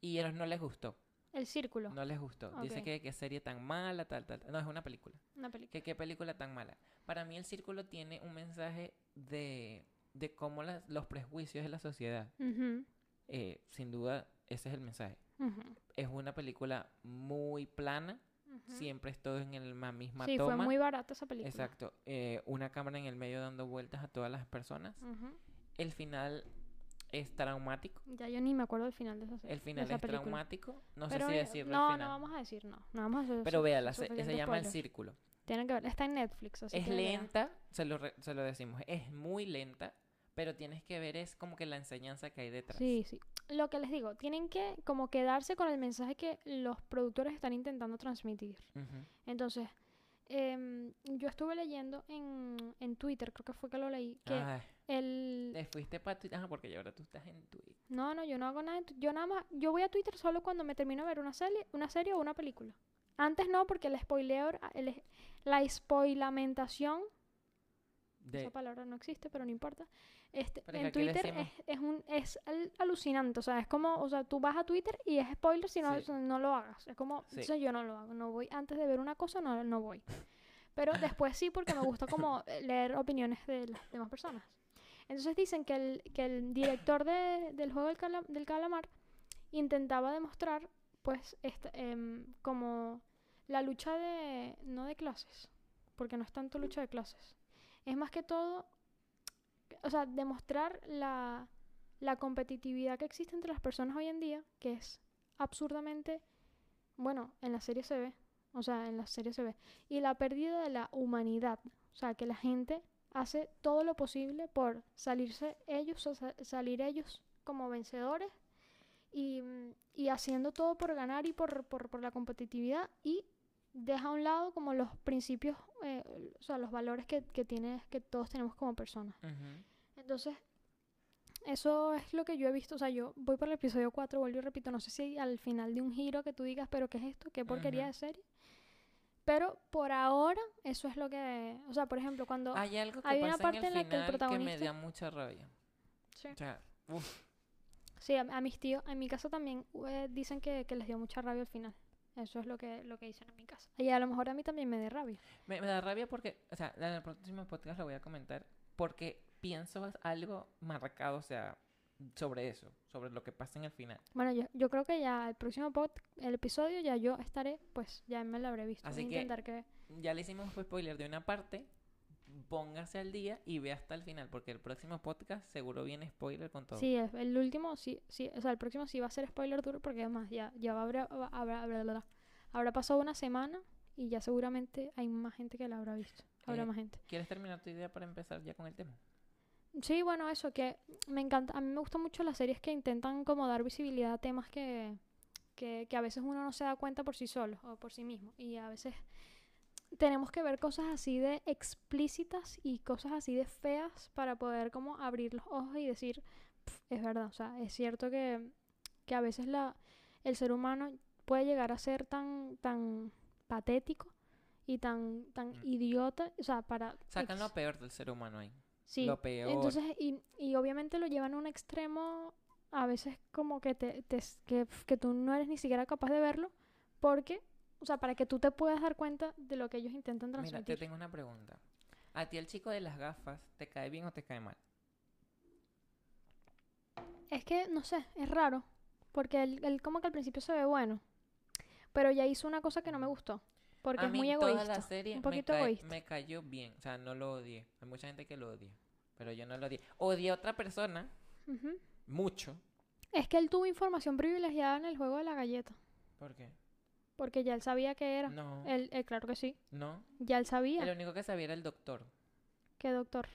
[SPEAKER 2] y a ellos no les gustó.
[SPEAKER 1] El círculo,
[SPEAKER 2] No les gustó.
[SPEAKER 1] Ok.
[SPEAKER 2] Dice que qué serie tan mala, tal, tal. tal. No, es una película.
[SPEAKER 1] una película.
[SPEAKER 2] Que qué película tan mala. Para mí el círculo tiene un mensaje de, de cómo las- los prejuicios de la sociedad.
[SPEAKER 1] Ujú,
[SPEAKER 2] eh, sin duda, ese es el mensaje.
[SPEAKER 1] ujú,
[SPEAKER 2] es una película muy plana,
[SPEAKER 1] ujú.
[SPEAKER 2] siempre es todo en el- la misma
[SPEAKER 1] Sí,
[SPEAKER 2] toma.
[SPEAKER 1] fue muy barata esa película.
[SPEAKER 2] Exacto, eh, una cámara en el medio dando vueltas a todas las personas.
[SPEAKER 1] Ujú.
[SPEAKER 2] El final es traumático.
[SPEAKER 1] Ya yo ni me acuerdo del final de esa serie.
[SPEAKER 2] El
[SPEAKER 1] de
[SPEAKER 2] final
[SPEAKER 1] esa
[SPEAKER 2] es
[SPEAKER 1] película.
[SPEAKER 2] traumático. No
[SPEAKER 1] Pero
[SPEAKER 2] sé si
[SPEAKER 1] eh,
[SPEAKER 2] decirlo
[SPEAKER 1] No,
[SPEAKER 2] al final.
[SPEAKER 1] no vamos a decir no. No vamos a decir
[SPEAKER 2] Pero
[SPEAKER 1] su-
[SPEAKER 2] véala, se,
[SPEAKER 1] suficiente
[SPEAKER 2] se llama El
[SPEAKER 1] spoiler.
[SPEAKER 2] Círculo.
[SPEAKER 1] Tienen que ver, está en Netflix, así
[SPEAKER 2] es
[SPEAKER 1] que verán.
[SPEAKER 2] lenta, se lo, re- se lo decimos, es muy lenta, pero tienes que ver, es como que la enseñanza que hay detrás.
[SPEAKER 1] Sí, sí. Lo que les digo, tienen que como quedarse con el mensaje que los productores están intentando transmitir.
[SPEAKER 2] Ujú.
[SPEAKER 1] Entonces, em, yo estuve leyendo en, en Twitter, creo que fue que lo leí, que
[SPEAKER 2] Ay,
[SPEAKER 1] el...
[SPEAKER 2] te fuiste para Twitter, ajá, porque ya ahora tú estás en Twitter.
[SPEAKER 1] No, no, yo no hago nada. en tu- Yo nada más, yo voy a Twitter solo cuando me termino de ver una serie, una serie o una película. Antes no, porque el spoiler, ah, el es- la spoilamentación,
[SPEAKER 2] De-
[SPEAKER 1] esa palabra no existe, pero no importa. Este,
[SPEAKER 2] Pero es
[SPEAKER 1] en
[SPEAKER 2] que aquí
[SPEAKER 1] Twitter es,
[SPEAKER 2] decimos.
[SPEAKER 1] es un es al- alucinante, o sea, es como, o sea, tú vas a Twitter y es spoiler si no,
[SPEAKER 2] Sí.
[SPEAKER 1] no lo hagas. Es como,
[SPEAKER 2] Sí.
[SPEAKER 1] entonces yo no lo hago, no voy antes de ver una cosa, no, no voy. Pero después sí, porque me gusta como eh, leer opiniones de las demás personas. Entonces dicen que el, que el director de- del juego del, cala- del calamar intentaba demostrar, pues, esta- em, como la lucha de, no de clases, porque no es tanto lucha de clases. Es más que todo, o sea, demostrar la, la competitividad que existe entre las personas hoy en día, que es absurdamente, bueno, en la serie se ve, o sea, en la serie se ve, y la pérdida de la humanidad, o sea, que la gente hace todo lo posible por salirse ellos, o sa- salir ellos como vencedores y, mm, y haciendo todo por ganar y por, por, por la competitividad y deja a un lado como los principios, eh, o sea, los valores que, que, tiene, que todos tenemos como personas.
[SPEAKER 2] Ujú.
[SPEAKER 1] Entonces, eso es lo que yo he visto. O sea, yo voy por el episodio 4, vuelvo y repito, no sé si al final de un giro que tú digas, pero ¿qué es esto? ¿Qué porquería
[SPEAKER 2] Ujú.
[SPEAKER 1] de serie? Pero por ahora, eso es lo que... O sea, por ejemplo, cuando...
[SPEAKER 2] Hay algo que
[SPEAKER 1] hay una
[SPEAKER 2] pasa
[SPEAKER 1] parte
[SPEAKER 2] en el
[SPEAKER 1] en la que el
[SPEAKER 2] final que, me
[SPEAKER 1] protagonista-
[SPEAKER 2] da mucha rabia.
[SPEAKER 1] Sí.
[SPEAKER 2] O sea, uf,
[SPEAKER 1] Sí, a, a mis tíos, en mi casa también eh, dicen que, que les dio mucha rabia al final. Eso es lo que, lo que dicen en mi casa. Y a lo mejor a mí también me dé rabia.
[SPEAKER 2] me, me da rabia porque, o sea, en el próximo podcast lo voy a comentar, porque pienso algo marcado, o sea, sobre eso, sobre lo que pasa en el final.
[SPEAKER 1] Bueno, yo, yo creo que ya el próximo pod, el episodio ya yo estaré, pues ya me lo habré visto. Voy
[SPEAKER 2] Así
[SPEAKER 1] a
[SPEAKER 2] que-
[SPEAKER 1] intentar que...
[SPEAKER 2] Ya le hicimos un spoiler de una parte. Póngase al día y ve hasta el final, porque el próximo podcast seguro viene spoiler con todo.
[SPEAKER 1] Sí, el, el último, sí, sí, o sea, el próximo sí va a ser spoiler duro porque además ya, ya habrá, habrá, habrá- habrá- habrá pasado una semana y ya seguramente hay más gente que la habrá visto. Habrá
[SPEAKER 2] Eh,
[SPEAKER 1] más gente.
[SPEAKER 2] ¿Quieres terminar tu idea para empezar ya con el tema?
[SPEAKER 1] Sí, bueno, eso, que me encanta, a mí me gustan mucho las series que intentan como dar visibilidad a temas que, que, que a veces uno no se da cuenta por sí solo o por sí mismo. Y a veces tenemos que ver cosas así de explícitas y cosas así de feas para poder como abrir los ojos y decir, "Pf, es verdad, o sea, es cierto que, que a veces la, el ser humano puede llegar a ser tan, tan patético y tan, tan
[SPEAKER 2] Mm.
[SPEAKER 1] idiota, o sea, para...
[SPEAKER 2] Sacan
[SPEAKER 1] ex-
[SPEAKER 2] lo peor del ser humano ahí.
[SPEAKER 1] sí.
[SPEAKER 2] Lo peor.
[SPEAKER 1] Entonces, y, y obviamente lo llevan a un extremo a veces como que, te, te- que, que tú no eres ni siquiera capaz de verlo porque, o sea, para que tú te puedas dar cuenta de lo que ellos intentan
[SPEAKER 2] Mira, te
[SPEAKER 1] transmitir.
[SPEAKER 2] tengo una pregunta. ¿A ti el chico de las gafas te cae bien o te cae mal?
[SPEAKER 1] Es que, no sé, es raro porque él, él como que al principio se ve bueno, pero ya hizo una cosa que no me gustó porque
[SPEAKER 2] a
[SPEAKER 1] es
[SPEAKER 2] mí
[SPEAKER 1] muy
[SPEAKER 2] toda
[SPEAKER 1] egoísta.
[SPEAKER 2] la serie
[SPEAKER 1] un poquito
[SPEAKER 2] me, cae-
[SPEAKER 1] egoísta.
[SPEAKER 2] me cayó bien. O sea, no lo odié. Hay mucha gente que lo odia. Pero yo no lo odié. Odié a otra persona
[SPEAKER 1] Ujú.
[SPEAKER 2] mucho.
[SPEAKER 1] Es que él tuvo información privilegiada en el juego de la galleta
[SPEAKER 2] ¿Por qué?
[SPEAKER 1] porque ya él sabía que era.
[SPEAKER 2] No,
[SPEAKER 1] Él, él, claro que sí,
[SPEAKER 2] no.
[SPEAKER 1] ya él sabía
[SPEAKER 2] El único que sabía era el doctor.
[SPEAKER 1] ¿Qué doctor?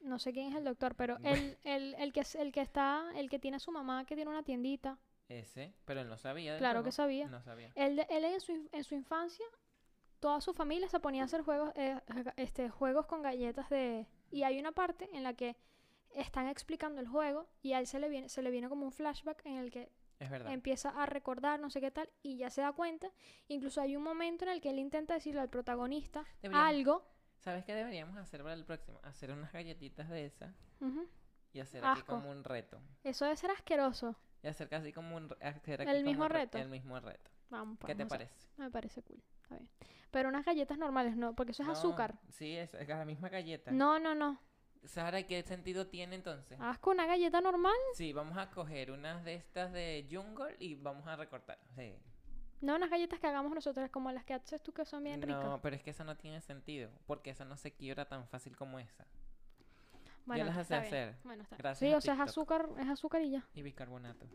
[SPEAKER 1] No sé quién es el doctor, pero
[SPEAKER 2] Bueno.
[SPEAKER 1] el, el, el que es- el que está, el que tiene a su mamá que tiene una tiendita,
[SPEAKER 2] Ese. Pero él no sabía. del
[SPEAKER 1] claro que
[SPEAKER 2] juego.
[SPEAKER 1] sabía.
[SPEAKER 2] No sabía.
[SPEAKER 1] Él, de- él en su, in- en su infancia, toda su familia se ponía a hacer juegos, eh, ga- este, juegos con galletas de. Y hay una parte en la que están explicando el juego y a él se le viene, se le viene como un flashback en el que
[SPEAKER 2] Es verdad.
[SPEAKER 1] empieza a recordar no sé qué tal y ya se da cuenta. Incluso hay un momento en el que él intenta decirle al protagonista
[SPEAKER 2] Deberíamos-
[SPEAKER 1] algo.
[SPEAKER 2] ¿Sabes qué deberíamos hacer para el próximo? Hacer unas galletitas de esas
[SPEAKER 1] Ujú.
[SPEAKER 2] y hacer aquí
[SPEAKER 1] Asco.
[SPEAKER 2] como un reto.
[SPEAKER 1] Eso debe ser asqueroso.
[SPEAKER 2] Y hacer casi como un... re- hacer aquí
[SPEAKER 1] ¿El
[SPEAKER 2] como
[SPEAKER 1] mismo
[SPEAKER 2] un re-
[SPEAKER 1] reto? Pues
[SPEAKER 2] El mismo reto.
[SPEAKER 1] Vamos,
[SPEAKER 2] ¿Qué te
[SPEAKER 1] vamos a-
[SPEAKER 2] parece?
[SPEAKER 1] Me parece cool. Está bien. Pero unas galletas normales, no, porque eso es
[SPEAKER 2] No,
[SPEAKER 1] azúcar.
[SPEAKER 2] Sí, es, es la misma galleta.
[SPEAKER 1] No, Ah, no, no.
[SPEAKER 2] Sara, ¿qué sentido tiene entonces?
[SPEAKER 1] Haz con una galleta normal.
[SPEAKER 2] Sí, vamos a coger unas de estas de Jungle y vamos a recortar. Sí.
[SPEAKER 1] No unas galletas que hagamos nosotras, como las que haces tú que son bien
[SPEAKER 2] no,
[SPEAKER 1] ricas.
[SPEAKER 2] pero es que eso no tiene sentido, porque eso no se quiebra tan fácil como esa.
[SPEAKER 1] Bueno,
[SPEAKER 2] las
[SPEAKER 1] está
[SPEAKER 2] sé
[SPEAKER 1] bien.
[SPEAKER 2] hacer.
[SPEAKER 1] Bueno, está bien.
[SPEAKER 2] Gracias
[SPEAKER 1] Sí,
[SPEAKER 2] a
[SPEAKER 1] o sea, es
[SPEAKER 2] TikTok.
[SPEAKER 1] azúcar, es azúcar y ya.
[SPEAKER 2] Y bicarbonato.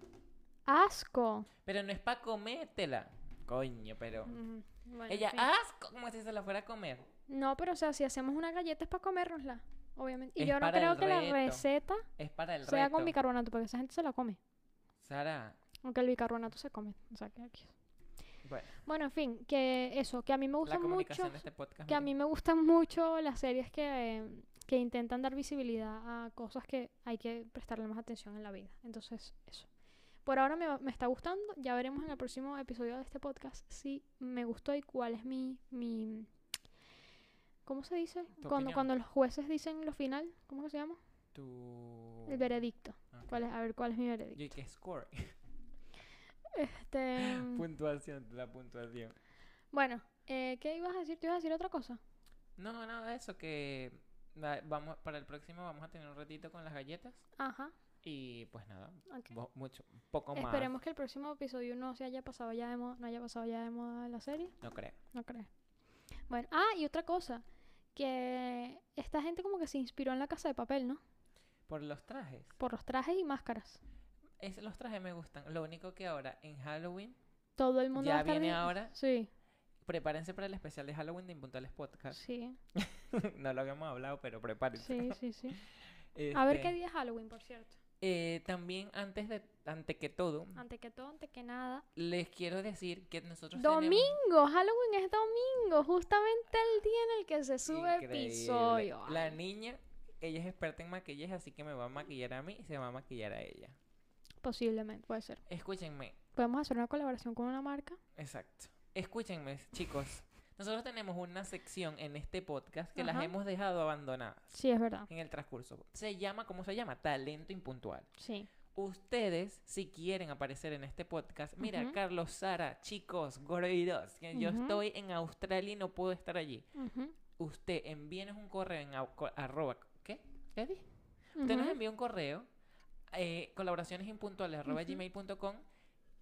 [SPEAKER 1] ¡Asco!
[SPEAKER 2] Pero no es para comértela. Coño, pero.
[SPEAKER 1] Mm, bueno,
[SPEAKER 2] Ella, ah.
[SPEAKER 1] en fin.
[SPEAKER 2] asco, como si se la fuera a comer.
[SPEAKER 1] No, pero o sea, si hacemos una galleta es para comérnosla, obviamente. Y
[SPEAKER 2] Es
[SPEAKER 1] yo no
[SPEAKER 2] para
[SPEAKER 1] creo
[SPEAKER 2] el
[SPEAKER 1] que la
[SPEAKER 2] reto.
[SPEAKER 1] receta
[SPEAKER 2] Es para el
[SPEAKER 1] sea
[SPEAKER 2] reto.
[SPEAKER 1] con bicarbonato, porque esa gente se la come.
[SPEAKER 2] Sara.
[SPEAKER 1] Aunque el bicarbonato se come. O sea, que aquí-
[SPEAKER 2] Bueno,
[SPEAKER 1] Bueno, en fin, que eso, que a mí me
[SPEAKER 2] la
[SPEAKER 1] gustan
[SPEAKER 2] comunicación
[SPEAKER 1] mucho.
[SPEAKER 2] de este podcast.
[SPEAKER 1] Que a mí
[SPEAKER 2] Miriam.
[SPEAKER 1] me gustan mucho las series que, que intentan dar visibilidad a cosas que hay que prestarle más atención en la vida. Entonces, eso. Por ahora me, va- me está gustando. Ya veremos en el próximo episodio de este podcast si me gustó y cuál es mi... mi ¿Cómo se dice?
[SPEAKER 2] Tu
[SPEAKER 1] Cuando,
[SPEAKER 2] opinión.
[SPEAKER 1] cuando los jueces dicen lo final, ¿cómo que se llama?
[SPEAKER 2] Tu.
[SPEAKER 1] El veredicto.
[SPEAKER 2] Ah,
[SPEAKER 1] ¿Cuál es? A ver, ¿cuál es mi veredicto?
[SPEAKER 2] Yo, ¿y qué score?
[SPEAKER 1] Este,
[SPEAKER 2] *laughs* Pues puntuación, la puntuación.
[SPEAKER 1] bueno, eh, ¿qué ibas a decir? ¿Te ibas a decir otra cosa?
[SPEAKER 2] No, nada de eso, que na- vamos, para el próximo vamos a tener un ratito con las galletas.
[SPEAKER 1] Ajá.
[SPEAKER 2] Y pues nada,
[SPEAKER 1] ok.
[SPEAKER 2] bo- mucho, poco más.
[SPEAKER 1] Esperemos que el próximo episodio no se haya pasado ya de moda, no haya pasado ya de moda la serie,
[SPEAKER 2] No creo.
[SPEAKER 1] no creo. Bueno, ah, y otra cosa, que esta gente como que se inspiró en la casa de papel, ¿no?
[SPEAKER 2] Por los trajes.
[SPEAKER 1] Por los trajes y máscaras.
[SPEAKER 2] Es, los trajes me gustan. Lo único que ahora, en Halloween,
[SPEAKER 1] Todo el mundo va a
[SPEAKER 2] ya
[SPEAKER 1] estar
[SPEAKER 2] viene
[SPEAKER 1] bien-
[SPEAKER 2] ahora.
[SPEAKER 1] Sí,
[SPEAKER 2] Prepárense para el especial de Halloween de Impuntales Podcast.
[SPEAKER 1] sí,
[SPEAKER 2] *laughs* no lo habíamos hablado, pero prepárense. *laughs*
[SPEAKER 1] sí, sí, sí. A ver qué
[SPEAKER 2] Este,
[SPEAKER 1] día es Halloween, por cierto.
[SPEAKER 2] eh, también, antes de, ante que todo,
[SPEAKER 1] Antes que todo, antes que nada.
[SPEAKER 2] les quiero decir que Mm. nosotros tenemos-
[SPEAKER 1] Domingo, Halloween es domingo, justamente el día en el que se sube
[SPEAKER 2] Increíble.
[SPEAKER 1] episodio. Ay,
[SPEAKER 2] La niña, ella es experta en maquillaje, así que me va a maquillar a mí y se va a maquillar a ella.
[SPEAKER 1] Posiblemente, puede ser.
[SPEAKER 2] Escúchenme,
[SPEAKER 1] Podemos hacer una colaboración con una marca.
[SPEAKER 2] exacto. Escúchenme, chicos. Nosotros tenemos una sección en este podcast que las
[SPEAKER 1] Ajá.
[SPEAKER 2] hemos dejado abandonadas
[SPEAKER 1] Sí, es verdad.
[SPEAKER 2] en el transcurso. Se llama, ¿cómo se llama? Talento impuntual.
[SPEAKER 1] Sí.
[SPEAKER 2] Ustedes, si quieren aparecer en este podcast, mira,
[SPEAKER 1] Ujú.
[SPEAKER 2] Carlos, Sara, chicos, Goreiros, que yo
[SPEAKER 1] Ujú.
[SPEAKER 2] estoy en Australia y no puedo estar allí.
[SPEAKER 1] Ujú,
[SPEAKER 2] Usted envíenos un correo en au- co- arroba, ¿qué? ¿Qué dije? Usted nos
[SPEAKER 1] ujú.
[SPEAKER 2] envía un correo, eh, colaboracionesimpuntuales.gmail.com,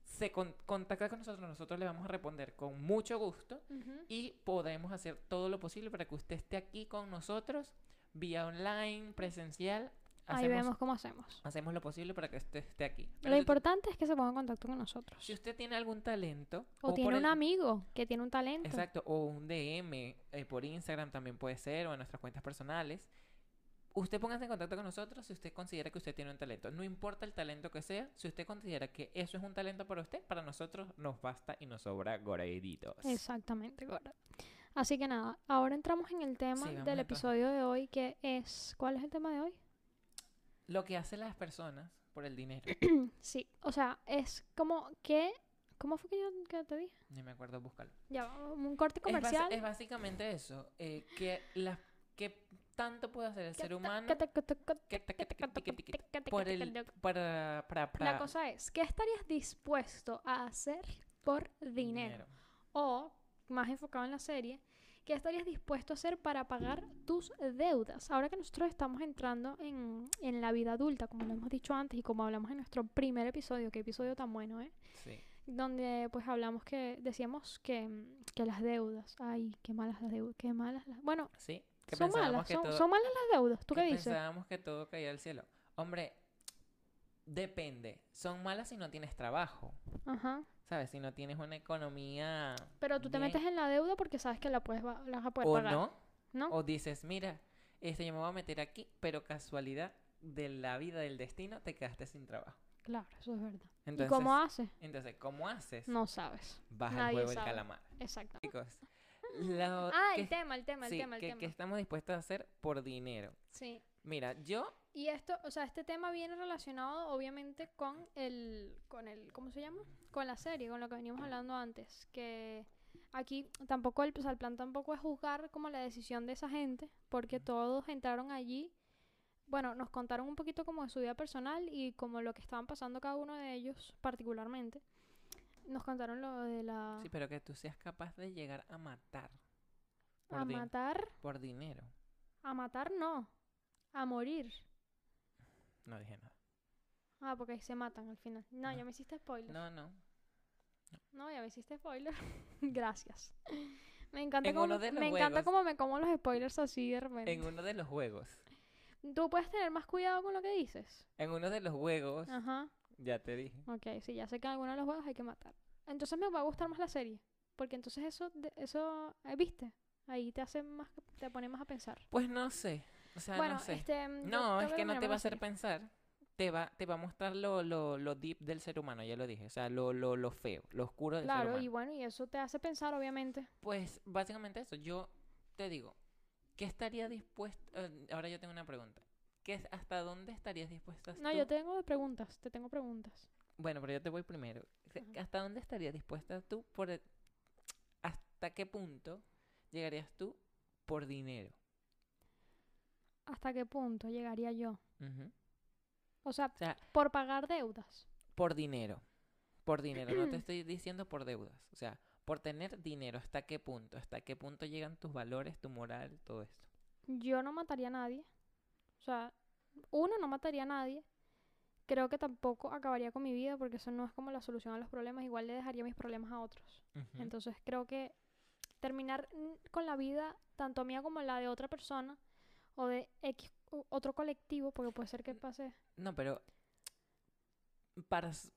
[SPEAKER 2] se con- contacta con nosotros, nosotros le vamos a responder con mucho gusto
[SPEAKER 1] Ujú.
[SPEAKER 2] y podremos hacer todo lo posible para que usted esté aquí con nosotros, vía online, presencial.
[SPEAKER 1] Ahí
[SPEAKER 2] Hacemos,
[SPEAKER 1] vemos cómo hacemos.
[SPEAKER 2] hacemos lo posible para que usted esté aquí. Pero
[SPEAKER 1] Lo
[SPEAKER 2] si usted-
[SPEAKER 1] importante es que se ponga en contacto con nosotros.
[SPEAKER 2] si usted tiene algún talento,
[SPEAKER 1] o
[SPEAKER 2] por
[SPEAKER 1] tiene un
[SPEAKER 2] el-
[SPEAKER 1] amigo que tiene un talento.
[SPEAKER 2] Exacto, o un DM eh, por Instagram también puede ser, o en nuestras cuentas personales. Usted póngase en contacto con nosotros si usted considera que usted tiene un talento. No importa el talento que sea, si usted considera que eso es un talento para usted, para nosotros nos basta y nos sobra goreditos.
[SPEAKER 1] Exactamente, Cora. Así que nada, ahora entramos en el tema
[SPEAKER 2] Sí, vamos
[SPEAKER 1] del
[SPEAKER 2] entonces.
[SPEAKER 1] episodio de hoy, que es... ¿Cuál es el tema de hoy?
[SPEAKER 2] Lo que hacen las personas por el dinero.
[SPEAKER 1] Sí, o sea, es como que... ¿Cómo fue que yo que te dije?
[SPEAKER 2] Ni me acuerdo buscarlo. Es
[SPEAKER 1] Ya, un corte
[SPEAKER 2] basi-
[SPEAKER 1] comercial.
[SPEAKER 2] Es, básicamente eso. eh, que las que tanto puede hacer el ser humano que ta- que ta- que ta- que ta- que ta- por el para para
[SPEAKER 1] La
[SPEAKER 2] para
[SPEAKER 1] cosa es, ¿qué estarías dispuesto a hacer por dinero? O, más enfocado en la serie, ¿qué estarías dispuesto a hacer para pagar tus deudas? Ahora que nosotros estamos entrando en, en la vida adulta, como lo hemos dicho antes y como hablamos en nuestro primer episodio, qué episodio tan bueno, ¿eh?
[SPEAKER 2] Sí.
[SPEAKER 1] Donde pues hablamos que decíamos que, mm, que las deudas, ay, qué malas las deudas, qué malas las... Bueno,
[SPEAKER 2] Sí. que
[SPEAKER 1] son
[SPEAKER 2] pensábamos
[SPEAKER 1] malas,
[SPEAKER 2] que
[SPEAKER 1] son,
[SPEAKER 2] todo-
[SPEAKER 1] son malas las deudas, ¿tú
[SPEAKER 2] que
[SPEAKER 1] qué dices?
[SPEAKER 2] Pensábamos que todo caía al cielo. Hombre, depende. Son malas si no tienes trabajo,
[SPEAKER 1] Ajá.
[SPEAKER 2] ¿sabes? Si no tienes una economía
[SPEAKER 1] Pero tú te
[SPEAKER 2] bien,
[SPEAKER 1] metes en la deuda porque sabes que la puedes, va- la vas a poder
[SPEAKER 2] o
[SPEAKER 1] pagar.
[SPEAKER 2] no,
[SPEAKER 1] ¿no?
[SPEAKER 2] o dices, mira, este yo me voy a meter aquí, pero casualidad de la vida del destino te quedaste sin trabajo.
[SPEAKER 1] Claro, eso es verdad. ¿Y
[SPEAKER 2] Entonces,
[SPEAKER 1] cómo haces?
[SPEAKER 2] entonces ¿cómo haces?
[SPEAKER 1] No sabes.
[SPEAKER 2] Vas al
[SPEAKER 1] nadie
[SPEAKER 2] juego del
[SPEAKER 1] sabe. *laughs*
[SPEAKER 2] calamar.
[SPEAKER 1] Exacto.
[SPEAKER 2] Chicos, lo
[SPEAKER 1] Ah,
[SPEAKER 2] que-
[SPEAKER 1] el tema, el tema, el
[SPEAKER 2] sí,
[SPEAKER 1] tema, el
[SPEAKER 2] que-
[SPEAKER 1] tema.
[SPEAKER 2] que estamos dispuestos a hacer por dinero.
[SPEAKER 1] Sí.
[SPEAKER 2] Mira, yo
[SPEAKER 1] Y esto, o sea, este tema viene relacionado obviamente con el, con el, ¿cómo se llama? Con la serie, con lo que veníamos hablando antes, que aquí tampoco, el, o sea, el plan tampoco es juzgar como la decisión de esa gente, porque todos entraron allí, bueno, nos contaron un poquito como de su vida personal y como lo que estaban pasando cada uno de ellos particularmente. Nos contaron lo de la...
[SPEAKER 2] sí, pero que tú seas capaz de llegar a matar por,
[SPEAKER 1] a
[SPEAKER 2] din-
[SPEAKER 1] matar,
[SPEAKER 2] por dinero.
[SPEAKER 1] a matar no, a morir.
[SPEAKER 2] No dije nada.
[SPEAKER 1] Ah, porque ahí se matan al final. No,
[SPEAKER 2] Ah.
[SPEAKER 1] ya me hiciste spoiler.
[SPEAKER 2] No, no.
[SPEAKER 1] No, ya me hiciste spoiler. *laughs* Gracias. Me encanta
[SPEAKER 2] En
[SPEAKER 1] como
[SPEAKER 2] uno
[SPEAKER 1] me,
[SPEAKER 2] de los
[SPEAKER 1] me encanta
[SPEAKER 2] juegos-
[SPEAKER 1] cómo me como los spoilers así de repente.
[SPEAKER 2] En uno de los juegos.
[SPEAKER 1] Tú puedes tener más cuidado con lo que dices.
[SPEAKER 2] En uno de los juegos,
[SPEAKER 1] Ajá.
[SPEAKER 2] ya te dije.
[SPEAKER 1] Ok, sí, ya sé que en alguno de los juegos hay que matar. Entonces me va a gustar más la serie. Porque entonces eso, de- eso eh, viste, ahí te hace más, te pone más a pensar.
[SPEAKER 2] Pues no sé. O sea,
[SPEAKER 1] bueno,
[SPEAKER 2] no sé.
[SPEAKER 1] este. yo
[SPEAKER 2] No,
[SPEAKER 1] tengo
[SPEAKER 2] es que no
[SPEAKER 1] terminarme
[SPEAKER 2] te
[SPEAKER 1] la
[SPEAKER 2] va a hacer
[SPEAKER 1] serie.
[SPEAKER 2] pensar. Te va, te va a mostrar lo, lo, lo deep del ser humano, ya lo dije. O sea, lo, lo, lo feo, lo oscuro del ser
[SPEAKER 1] Claro,
[SPEAKER 2] humano.
[SPEAKER 1] y bueno, y eso te hace pensar, obviamente.
[SPEAKER 2] Pues básicamente eso. Yo te digo, ¿qué estaría dispuesto? eh, ahora yo tengo una pregunta. ¿Qué es, ¿Hasta dónde estarías dispuesta
[SPEAKER 1] No, yo tengo preguntas, te tengo preguntas.
[SPEAKER 2] Bueno, pero yo te voy primero. ¿Qué-
[SPEAKER 1] Ajá.
[SPEAKER 2] ¿Hasta dónde estarías dispuesta tú por... el- ¿Hasta qué punto llegarías tú por dinero?
[SPEAKER 1] ¿Hasta qué punto llegaría yo?
[SPEAKER 2] Ujú.
[SPEAKER 1] O sea,
[SPEAKER 2] O sea,
[SPEAKER 1] por pagar deudas.
[SPEAKER 2] por dinero. Por dinero, no *clears throat* te estoy diciendo por deudas. O sea, por tener dinero, ¿hasta qué punto? ¿Hasta qué punto llegan tus valores, tu moral, todo esto?
[SPEAKER 1] Yo no mataría a nadie. O sea, uno, no mataría a nadie. Creo que tampoco acabaría con mi vida porque eso no es como la solución a los problemas. Igual le dejaría mis problemas a otros.
[SPEAKER 2] Ujú.
[SPEAKER 1] Entonces creo que terminar mm, con la vida, tanto mía como la de otra persona o de X, u- otro colectivo, porque puede ser que
[SPEAKER 2] Mm,
[SPEAKER 1] pase.
[SPEAKER 2] No, pero para s-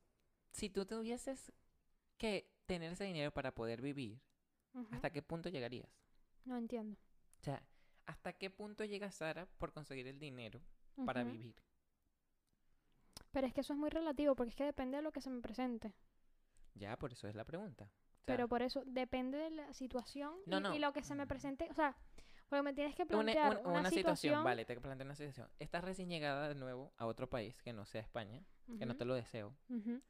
[SPEAKER 2] si tú tuvieses que tener ese dinero para poder vivir,
[SPEAKER 1] Ujú.
[SPEAKER 2] ¿hasta qué punto llegarías?
[SPEAKER 1] No entiendo.
[SPEAKER 2] O sea, ¿hasta qué punto llega Sara por conseguir el dinero para
[SPEAKER 1] Ujú.
[SPEAKER 2] vivir?
[SPEAKER 1] Pero es que eso es muy relativo porque es que depende de lo que se me presente.
[SPEAKER 2] Ya, por eso es la pregunta. O sea,
[SPEAKER 1] Pero por eso, depende de la situación
[SPEAKER 2] No,
[SPEAKER 1] y, y
[SPEAKER 2] no.
[SPEAKER 1] lo que se me
[SPEAKER 2] Mm.
[SPEAKER 1] presente. O sea, porque me tienes que
[SPEAKER 2] una,
[SPEAKER 1] plantear
[SPEAKER 2] un-
[SPEAKER 1] una,
[SPEAKER 2] una
[SPEAKER 1] situación.
[SPEAKER 2] situación, vale, te planteo una situación. Estás recién llegada de nuevo a otro país que no sea España, que no
[SPEAKER 1] Ujú,
[SPEAKER 2] te lo deseo.
[SPEAKER 1] ujú,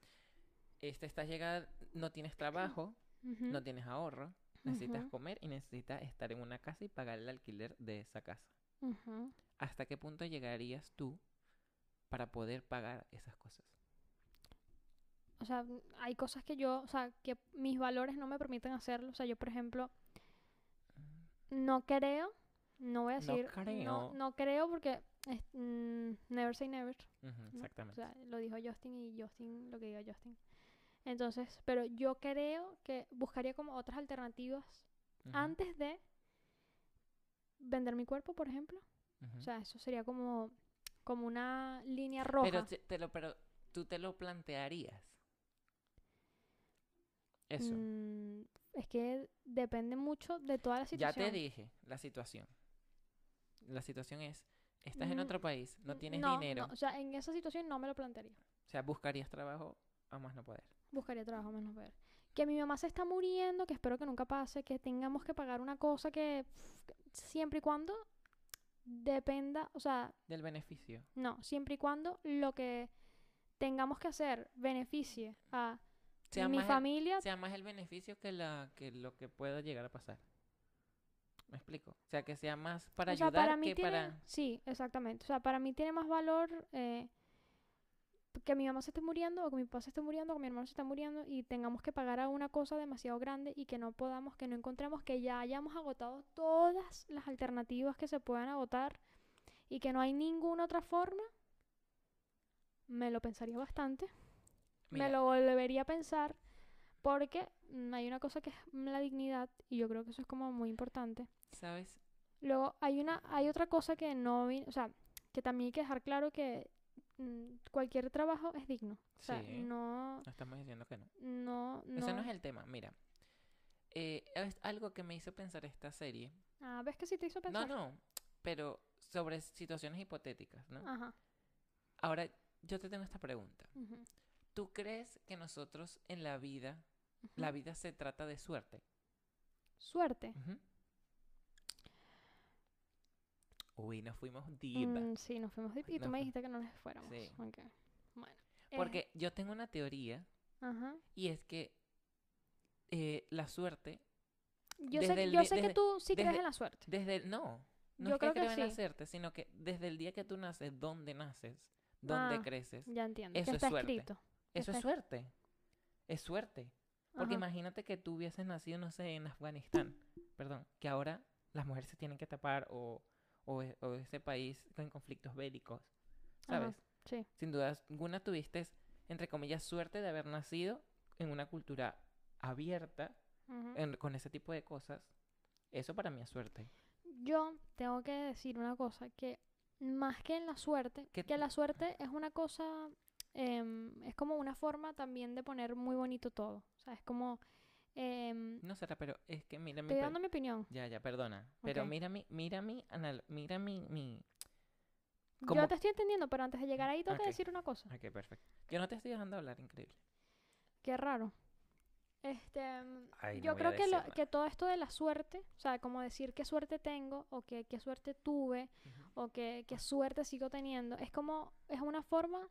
[SPEAKER 2] Este, estás llegada, no tienes trabajo,
[SPEAKER 1] ujú.
[SPEAKER 2] no tienes ahorro, necesitas
[SPEAKER 1] Ujú.
[SPEAKER 2] comer y necesitas estar en una casa y pagar el alquiler de esa casa.
[SPEAKER 1] Ujú.
[SPEAKER 2] ¿Hasta qué punto llegarías tú para poder pagar esas cosas?
[SPEAKER 1] O sea, hay cosas que yo, o sea, que mis valores no me permiten hacerlo. O sea, yo, por ejemplo, no creo, no voy a
[SPEAKER 2] No
[SPEAKER 1] decir, no no, creo
[SPEAKER 2] creo.
[SPEAKER 1] porque es- mm, never say never.
[SPEAKER 2] Ujú,
[SPEAKER 1] O
[SPEAKER 2] exactamente.
[SPEAKER 1] sea, lo dijo Justin y Justin, lo que diga Justin. Entonces, pero yo creo que buscaría como otras alternativas
[SPEAKER 2] Ujú,
[SPEAKER 1] antes de vender mi cuerpo, por ejemplo.
[SPEAKER 2] ujú.
[SPEAKER 1] O sea, eso sería como, como una línea roja.
[SPEAKER 2] pero, te- te lo- pero tú te lo plantearías. Eso.
[SPEAKER 1] Mm, es que depende mucho de toda la
[SPEAKER 2] ya
[SPEAKER 1] situación.
[SPEAKER 2] te dije la situación. La situación es, estás en
[SPEAKER 1] Mm,
[SPEAKER 2] otro país, no tienes
[SPEAKER 1] No,
[SPEAKER 2] dinero.
[SPEAKER 1] no, o sea, en esa situación no me lo plantearía.
[SPEAKER 2] O sea, buscarías trabajo a más no poder.
[SPEAKER 1] Buscaría trabajo menos ver. Que mi mamá se está muriendo, que espero que nunca pase, que tengamos que pagar una cosa que, pff, que siempre y cuando dependa, o sea,
[SPEAKER 2] Del beneficio.
[SPEAKER 1] no, siempre y cuando lo que tengamos que hacer beneficie a
[SPEAKER 2] Sea
[SPEAKER 1] mi
[SPEAKER 2] más el-
[SPEAKER 1] familia,
[SPEAKER 2] sea más el beneficio que, la, que lo que pueda llegar a pasar. ¿Me explico? O sea, que sea más para
[SPEAKER 1] o sea,
[SPEAKER 2] ayudar
[SPEAKER 1] para mí
[SPEAKER 2] que
[SPEAKER 1] tiene,
[SPEAKER 2] para...
[SPEAKER 1] sí, exactamente, o sea, para mí tiene más valor eh, que mi mamá se esté muriendo o que mi papá se esté muriendo o que mi hermano se esté muriendo y tengamos que pagar a una cosa demasiado grande y que no podamos, que no encontremos, que ya hayamos agotado todas las alternativas que se puedan agotar y que no hay ninguna otra forma, me lo pensaría bastante,
[SPEAKER 2] Mira,
[SPEAKER 1] me lo volvería a pensar porque mm, hay una cosa que es la dignidad y yo creo que eso es como muy importante.
[SPEAKER 2] ¿Sabes?
[SPEAKER 1] Luego hay una, hay otra cosa que no vi, o sea, que también hay que dejar claro que mm, cualquier trabajo es digno. O sea,
[SPEAKER 2] Sí.
[SPEAKER 1] no,
[SPEAKER 2] No estamos diciendo que no.
[SPEAKER 1] no, no.
[SPEAKER 2] Ese no es el tema. Mira, eh, es algo que me hizo pensar esta serie.
[SPEAKER 1] Ah, ves que sí te hizo pensar.
[SPEAKER 2] No, no, pero sobre situaciones hipotéticas, ¿no?
[SPEAKER 1] Ajá.
[SPEAKER 2] Ahora, yo te tengo esta pregunta.
[SPEAKER 1] ujú,
[SPEAKER 2] ¿Tú crees que nosotros en la vida,
[SPEAKER 1] ujú.
[SPEAKER 2] la vida se trata de suerte?
[SPEAKER 1] Suerte.
[SPEAKER 2] Ujú. Uy, nos fuimos diva.
[SPEAKER 1] Mm, sí, nos fuimos de- y tú
[SPEAKER 2] Nos
[SPEAKER 1] me
[SPEAKER 2] fu-
[SPEAKER 1] dijiste que no nos fuéramos.
[SPEAKER 2] Sí.
[SPEAKER 1] Ok, Bueno. Eh,
[SPEAKER 2] Porque yo tengo una teoría
[SPEAKER 1] ajá.
[SPEAKER 2] y es que eh, la suerte,
[SPEAKER 1] Yo
[SPEAKER 2] desde
[SPEAKER 1] sé, que-
[SPEAKER 2] el
[SPEAKER 1] yo
[SPEAKER 2] di-
[SPEAKER 1] sé que
[SPEAKER 2] desde-
[SPEAKER 1] tú sí crees
[SPEAKER 2] desde-
[SPEAKER 1] en la suerte.
[SPEAKER 2] desde el- no, no
[SPEAKER 1] Yo
[SPEAKER 2] es que
[SPEAKER 1] creo que
[SPEAKER 2] creo en la
[SPEAKER 1] sí.
[SPEAKER 2] suerte, sino que desde el día que tú naces, dónde naces, dónde
[SPEAKER 1] Ah,
[SPEAKER 2] creces,
[SPEAKER 1] Ya entiendo.
[SPEAKER 2] Eso
[SPEAKER 1] que
[SPEAKER 2] es
[SPEAKER 1] está
[SPEAKER 2] suerte.
[SPEAKER 1] escrito.
[SPEAKER 2] eso
[SPEAKER 1] está-
[SPEAKER 2] es suerte. Es suerte. Porque
[SPEAKER 1] Ajá.
[SPEAKER 2] imagínate que tú hubieses nacido, no sé, en Afganistán, perdón, que ahora las mujeres se tienen que tapar o, o, e- o ese país con conflictos bélicos,
[SPEAKER 1] Ajá,
[SPEAKER 2] ¿sabes?
[SPEAKER 1] sí.
[SPEAKER 2] Sin duda alguna tuviste, entre comillas, suerte de haber nacido en una cultura abierta
[SPEAKER 1] ujú.
[SPEAKER 2] en- con ese tipo de cosas. Eso para mí es suerte.
[SPEAKER 1] Yo tengo que decir una cosa que más que en la suerte,
[SPEAKER 2] ¿Qué-
[SPEAKER 1] que la suerte es una cosa, em, es como una forma también de poner muy bonito todo. O sea, es como, em,
[SPEAKER 2] No, será, pero es que mira mi...
[SPEAKER 1] estoy
[SPEAKER 2] per-
[SPEAKER 1] dando mi opinión.
[SPEAKER 2] Ya, ya, perdona. Pero
[SPEAKER 1] Ok.
[SPEAKER 2] mira mi, mira mi, anal- mira mi, mi...
[SPEAKER 1] Yo
[SPEAKER 2] Como-
[SPEAKER 1] te estoy entendiendo, pero antes de llegar ahí tengo
[SPEAKER 2] Ok.
[SPEAKER 1] que decir una cosa.
[SPEAKER 2] Ok, perfecto. Yo no te estoy dejando hablar, increíble.
[SPEAKER 1] Qué raro. Este, mm,
[SPEAKER 2] Ay, no
[SPEAKER 1] yo
[SPEAKER 2] voy a
[SPEAKER 1] creo que,
[SPEAKER 2] decir
[SPEAKER 1] lo-
[SPEAKER 2] nada.
[SPEAKER 1] que todo esto de la suerte, o sea, como decir qué suerte tengo o que, qué suerte tuve o que, qué suerte sigo teniendo, es como, es una forma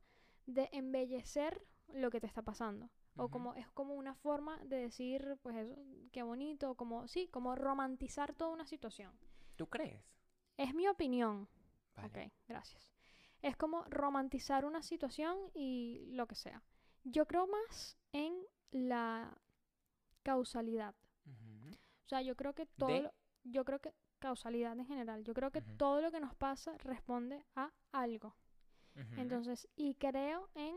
[SPEAKER 1] de embellecer lo que te está pasando. O
[SPEAKER 2] Ujú.
[SPEAKER 1] como, es como una forma de decir, pues eso, qué bonito, como, sí, como romantizar toda una situación.
[SPEAKER 2] ¿Tú crees?
[SPEAKER 1] Es mi opinión.
[SPEAKER 2] Vale.
[SPEAKER 1] Ok, gracias. Es como romantizar una situación y lo que sea. Yo creo más en la causalidad.
[SPEAKER 2] Ujú.
[SPEAKER 1] O sea, yo creo que todo,
[SPEAKER 2] ¿De?
[SPEAKER 1] lo- yo creo que causalidad en general. Yo creo que
[SPEAKER 2] Ujú.
[SPEAKER 1] todo lo que nos pasa responde a algo.
[SPEAKER 2] Ujú.
[SPEAKER 1] Entonces, y creo en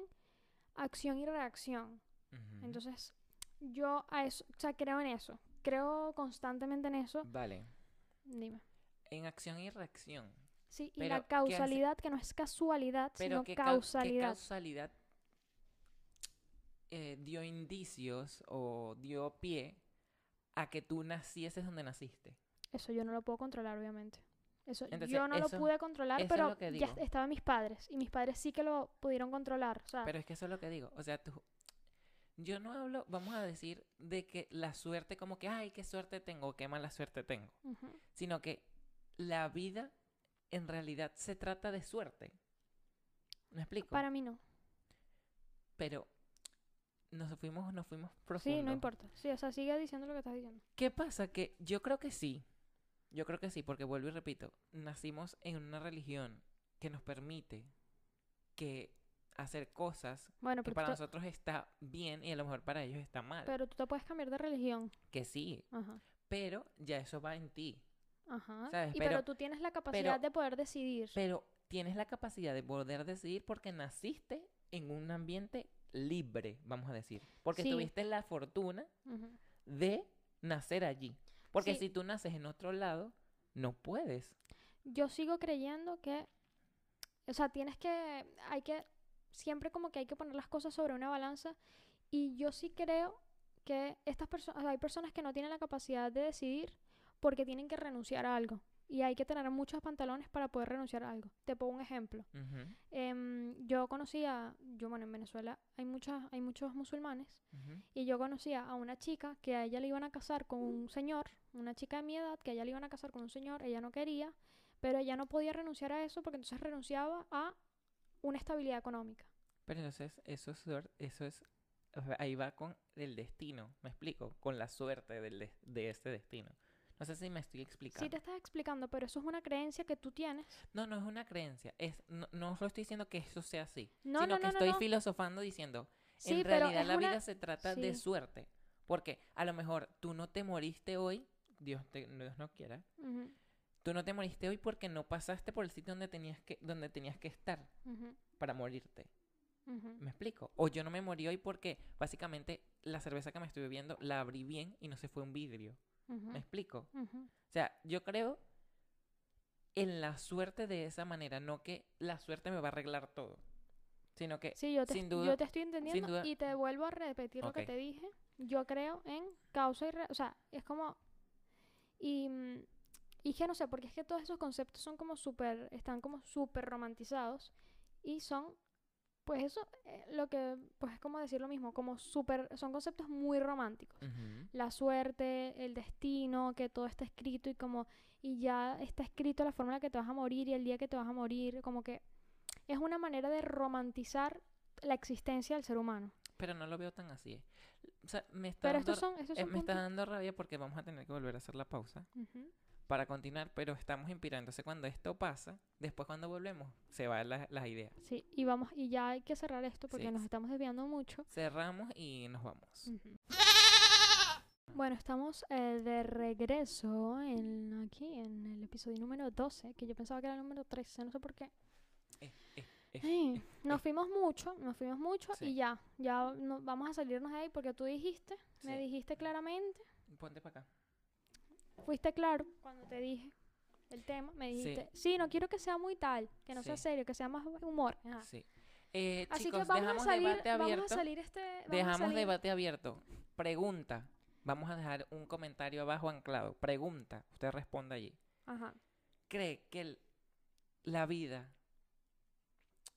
[SPEAKER 1] acción y reacción.
[SPEAKER 2] Ujú.
[SPEAKER 1] Entonces, yo a eso, o sea, creo en eso. Creo constantemente en eso.
[SPEAKER 2] Vale.
[SPEAKER 1] Dime.
[SPEAKER 2] En acción y reacción.
[SPEAKER 1] Sí, y
[SPEAKER 2] Pero,
[SPEAKER 1] la
[SPEAKER 2] ¿qué hace-
[SPEAKER 1] causalidad, que no es casualidad,
[SPEAKER 2] Pero
[SPEAKER 1] sino
[SPEAKER 2] ¿qué, cau- qué
[SPEAKER 1] causalidad.
[SPEAKER 2] causalidad eh, dio indicios o dio pie a que tú nacieses donde naciste?
[SPEAKER 1] Eso yo no lo puedo controlar, obviamente. Eso
[SPEAKER 2] Entonces,
[SPEAKER 1] yo no
[SPEAKER 2] eso-
[SPEAKER 1] lo pude controlar,
[SPEAKER 2] eso es
[SPEAKER 1] pero
[SPEAKER 2] lo que
[SPEAKER 1] ya
[SPEAKER 2] digo.
[SPEAKER 1] estaban mis padres. Y mis padres sí que lo pudieron controlar. O sea,
[SPEAKER 2] Pero es que eso es lo que digo. O sea, tú... Yo no hablo, vamos a decir, de que la suerte como que, ay, qué suerte tengo, o qué mala suerte tengo.
[SPEAKER 1] ujú,
[SPEAKER 2] Sino que la vida en realidad se trata de suerte. ¿Me explico?
[SPEAKER 1] para mí no.
[SPEAKER 2] Pero nos fuimos, nos fuimos profundos.
[SPEAKER 1] Sí, no importa. Sí, o sea, sigue diciendo lo que estás diciendo.
[SPEAKER 2] ¿Qué pasa? Que yo creo que sí. Yo creo que sí, porque vuelvo y repito, nacimos en una religión que nos permite que hacer cosas
[SPEAKER 1] Bueno,
[SPEAKER 2] que
[SPEAKER 1] pero,
[SPEAKER 2] para
[SPEAKER 1] tú, te-
[SPEAKER 2] nosotros está bien y a lo mejor para ellos está mal.
[SPEAKER 1] pero tú te puedes cambiar de religión.
[SPEAKER 2] Que sí,
[SPEAKER 1] Ajá.
[SPEAKER 2] pero ya eso va en ti.
[SPEAKER 1] Ajá.
[SPEAKER 2] ¿Sabes?
[SPEAKER 1] Y pero,
[SPEAKER 2] Pero-
[SPEAKER 1] tú tienes la capacidad de poder decidir.
[SPEAKER 2] Pero tienes la capacidad de poder decidir porque naciste en un ambiente libre, vamos a decir. Porque
[SPEAKER 1] Sí.
[SPEAKER 2] tuviste la fortuna
[SPEAKER 1] Ujú.
[SPEAKER 2] de nacer allí. Porque
[SPEAKER 1] Sí.
[SPEAKER 2] si tú naces en otro lado, no puedes.
[SPEAKER 1] Yo sigo creyendo que, o sea, tienes que, hay que, siempre como que hay que poner las cosas sobre una balanza y yo sí creo que estas personas, hay personas que no tienen la capacidad de decidir porque tienen que renunciar a algo y hay que tener muchos pantalones para poder renunciar a algo. Te pongo un ejemplo.
[SPEAKER 2] Ujú,
[SPEAKER 1] Em, yo conocía, yo bueno, en Venezuela hay muchas, hay muchos musulmanes
[SPEAKER 2] ujú,
[SPEAKER 1] y yo conocía a una chica que a ella le iban a casar con un señor, una chica de mi edad, que a ella le iban a casar con un señor, ella no quería, pero ella no podía renunciar a eso porque entonces renunciaba a una estabilidad económica.
[SPEAKER 2] Pero entonces eso es, suer- eso es, o sea, ahí va con el destino, me explico, con la suerte del des- de este destino. No sé si me estoy explicando.
[SPEAKER 1] Sí te estás explicando, pero eso es una creencia que tú tienes.
[SPEAKER 2] No, no es una creencia, es, no, no os lo estoy diciendo que eso sea así,
[SPEAKER 1] No,
[SPEAKER 2] sino
[SPEAKER 1] no,
[SPEAKER 2] que
[SPEAKER 1] no, no,
[SPEAKER 2] estoy
[SPEAKER 1] no.
[SPEAKER 2] filosofando diciendo,
[SPEAKER 1] Sí,
[SPEAKER 2] en
[SPEAKER 1] pero
[SPEAKER 2] realidad
[SPEAKER 1] es
[SPEAKER 2] la
[SPEAKER 1] una-
[SPEAKER 2] vida se trata de
[SPEAKER 1] sí.
[SPEAKER 2] suerte, porque a lo mejor tú no te moriste hoy, Dios, te- Dios no quiera,
[SPEAKER 1] Ujú,
[SPEAKER 2] tú no te moriste hoy porque no pasaste por el sitio donde tenías que, donde tenías que estar
[SPEAKER 1] ujú,
[SPEAKER 2] para morirte.
[SPEAKER 1] ujú.
[SPEAKER 2] ¿Me explico? O yo no me morí hoy porque básicamente la cerveza que me estoy bebiendo la abrí bien y no se fue un vidrio. ¿Me
[SPEAKER 1] Ujú,
[SPEAKER 2] explico? O
[SPEAKER 1] ujú.
[SPEAKER 2] sea, yo creo en la suerte de esa manera, no que la suerte me va a arreglar todo, sino que
[SPEAKER 1] Sí, yo te,
[SPEAKER 2] sin
[SPEAKER 1] est-
[SPEAKER 2] duda-
[SPEAKER 1] yo te estoy entendiendo
[SPEAKER 2] duda-
[SPEAKER 1] y te vuelvo a repetir lo
[SPEAKER 2] Ok.
[SPEAKER 1] que te dije. Yo creo en causa y... re- o sea, es como... Y, mm, y que no sé, porque es que todos esos conceptos son como súper... Están como súper romantizados y son... Pues eso, eh, lo que... Pues es como decir lo mismo, como súper... Son conceptos muy románticos.
[SPEAKER 2] Ujú.
[SPEAKER 1] La suerte, el destino, que todo está escrito y como... Y ya está escrito la forma en la que te vas a morir y el día que te vas a morir, como que... Es una manera de romantizar la existencia del ser humano.
[SPEAKER 2] pero no lo veo tan así. eh. O sea, me está,
[SPEAKER 1] Pero
[SPEAKER 2] dando,
[SPEAKER 1] estos son, estos
[SPEAKER 2] eh,
[SPEAKER 1] son
[SPEAKER 2] me está
[SPEAKER 1] puntos-
[SPEAKER 2] dando rabia porque vamos a tener que volver a hacer la pausa
[SPEAKER 1] Ujú.
[SPEAKER 2] para continuar, pero estamos inspirando. Entonces, cuando esto pasa, después cuando volvemos, se van la- las ideas.
[SPEAKER 1] Sí, y vamos, y ya hay que cerrar esto porque
[SPEAKER 2] Sí,
[SPEAKER 1] nos
[SPEAKER 2] sí.
[SPEAKER 1] estamos desviando mucho.
[SPEAKER 2] Cerramos y nos vamos.
[SPEAKER 1] Ujú. Bueno, estamos eh, de regreso en, aquí en el episodio número 12, que yo pensaba que era el número 13, no sé por qué.
[SPEAKER 2] Eh, eh, eh,
[SPEAKER 1] Ay,
[SPEAKER 2] eh,
[SPEAKER 1] nos fuimos mucho, nos fuimos mucho
[SPEAKER 2] Sí.
[SPEAKER 1] y ya, ya no- vamos a salirnos de ahí porque tú dijiste, me
[SPEAKER 2] Sí.
[SPEAKER 1] dijiste claramente,
[SPEAKER 2] Ponte para acá.
[SPEAKER 1] fuiste claro cuando te dije el tema, me
[SPEAKER 2] Sí.
[SPEAKER 1] dijiste, sí, no quiero que sea muy tal, que no sea
[SPEAKER 2] Sí.
[SPEAKER 1] serio, que sea más humor. Ajá.
[SPEAKER 2] Sí. Eh,
[SPEAKER 1] Ah. Así
[SPEAKER 2] chicos,
[SPEAKER 1] que vamos a
[SPEAKER 2] dejamos
[SPEAKER 1] salir,
[SPEAKER 2] debate abierto.
[SPEAKER 1] vamos a salir este, vamos a
[SPEAKER 2] dejamos
[SPEAKER 1] salir-
[SPEAKER 2] debate abierto. Pregunta. Vamos a dejar un comentario abajo anclado. Pregunta. Usted responde allí.
[SPEAKER 1] Ajá.
[SPEAKER 2] ¿Cree que el- la vida...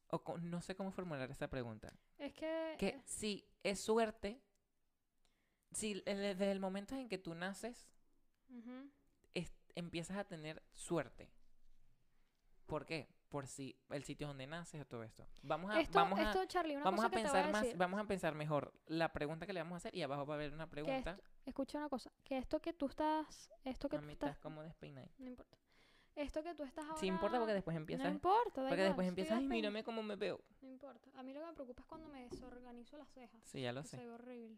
[SPEAKER 2] O co- no sé cómo formular esta pregunta.
[SPEAKER 1] Es que,
[SPEAKER 2] que
[SPEAKER 1] eh,
[SPEAKER 2] si es suerte, si el- desde el momento en que tú naces,
[SPEAKER 1] ujú.
[SPEAKER 2] es- empiezas a tener suerte. ¿Por qué? Por si el sitio donde naces o todo esto. Vamos a,
[SPEAKER 1] esto,
[SPEAKER 2] vamos a,
[SPEAKER 1] esto, Charlie, una
[SPEAKER 2] vamos
[SPEAKER 1] cosa
[SPEAKER 2] a
[SPEAKER 1] que te voy
[SPEAKER 2] pensar
[SPEAKER 1] a
[SPEAKER 2] más,
[SPEAKER 1] decir.
[SPEAKER 2] vamos a pensar mejor la pregunta que le vamos a hacer y abajo va a haber una
[SPEAKER 1] que
[SPEAKER 2] pregunta.
[SPEAKER 1] esto- escucha una cosa, que esto que tú estás, esto que
[SPEAKER 2] A
[SPEAKER 1] tú
[SPEAKER 2] mí
[SPEAKER 1] estás,
[SPEAKER 2] estás como despeinada.
[SPEAKER 1] no importa. Esto que tú estás ahora.
[SPEAKER 2] Sí importa porque después empiezas,
[SPEAKER 1] No importa, da
[SPEAKER 2] porque
[SPEAKER 1] igual,
[SPEAKER 2] después
[SPEAKER 1] estoy
[SPEAKER 2] empiezas, ay,
[SPEAKER 1] apenas-
[SPEAKER 2] mírame cómo me veo.
[SPEAKER 1] No importa. A mí lo que me preocupa es cuando me desorganizo las cejas.
[SPEAKER 2] Sí, ya lo
[SPEAKER 1] que se
[SPEAKER 2] sé.
[SPEAKER 1] ve horrible.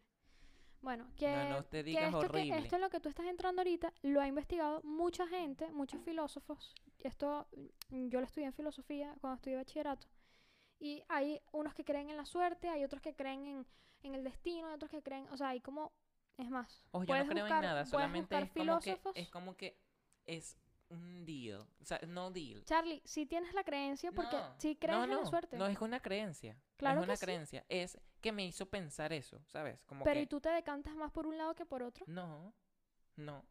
[SPEAKER 1] Bueno, que,
[SPEAKER 2] No, no te
[SPEAKER 1] que
[SPEAKER 2] digas
[SPEAKER 1] esto, que-
[SPEAKER 2] horrible.
[SPEAKER 1] esto en lo que tú estás entrando ahorita lo ha investigado mucha gente, muchos filósofos. Esto mm, yo lo estudié en filosofía cuando estudié bachillerato. Y hay unos que creen en la suerte, hay otros que creen en, en el destino, hay otros que creen, o sea, hay como, es más,
[SPEAKER 2] O yo no
[SPEAKER 1] puedes
[SPEAKER 2] creo
[SPEAKER 1] buscar-
[SPEAKER 2] en nada,
[SPEAKER 1] puedes
[SPEAKER 2] solamente
[SPEAKER 1] buscar
[SPEAKER 2] es como, que,
[SPEAKER 1] filósofos.
[SPEAKER 2] es como que es un deal. O sea, no deal.
[SPEAKER 1] Charlie, si tienes la creencia, porque
[SPEAKER 2] No,
[SPEAKER 1] si crees
[SPEAKER 2] no,
[SPEAKER 1] en
[SPEAKER 2] no,
[SPEAKER 1] la suerte,
[SPEAKER 2] No es una creencia.
[SPEAKER 1] Claro
[SPEAKER 2] no
[SPEAKER 1] que
[SPEAKER 2] es una
[SPEAKER 1] sí.
[SPEAKER 2] creencia. Es que me hizo pensar eso, ¿sabes? Como
[SPEAKER 1] pero
[SPEAKER 2] que.
[SPEAKER 1] y tú te decantas más por un lado que por otro.
[SPEAKER 2] No, no.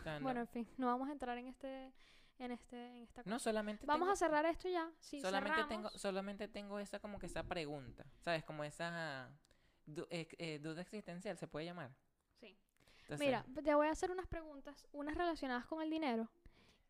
[SPEAKER 2] O sea, no.
[SPEAKER 1] Bueno, en fin, no vamos a entrar en este, en este, en esta
[SPEAKER 2] no solamente
[SPEAKER 1] Vamos
[SPEAKER 2] tengo-
[SPEAKER 1] a cerrar esto ya. Sí,
[SPEAKER 2] solamente tengo,
[SPEAKER 1] cerramos.
[SPEAKER 2] solamente tengo esa como que esa pregunta, ¿sabes? Como esa du- eh, eh, duda existencial, se puede llamar.
[SPEAKER 1] Sí.
[SPEAKER 2] Entonces-
[SPEAKER 1] Mira, te voy a hacer unas preguntas, unas relacionadas con el dinero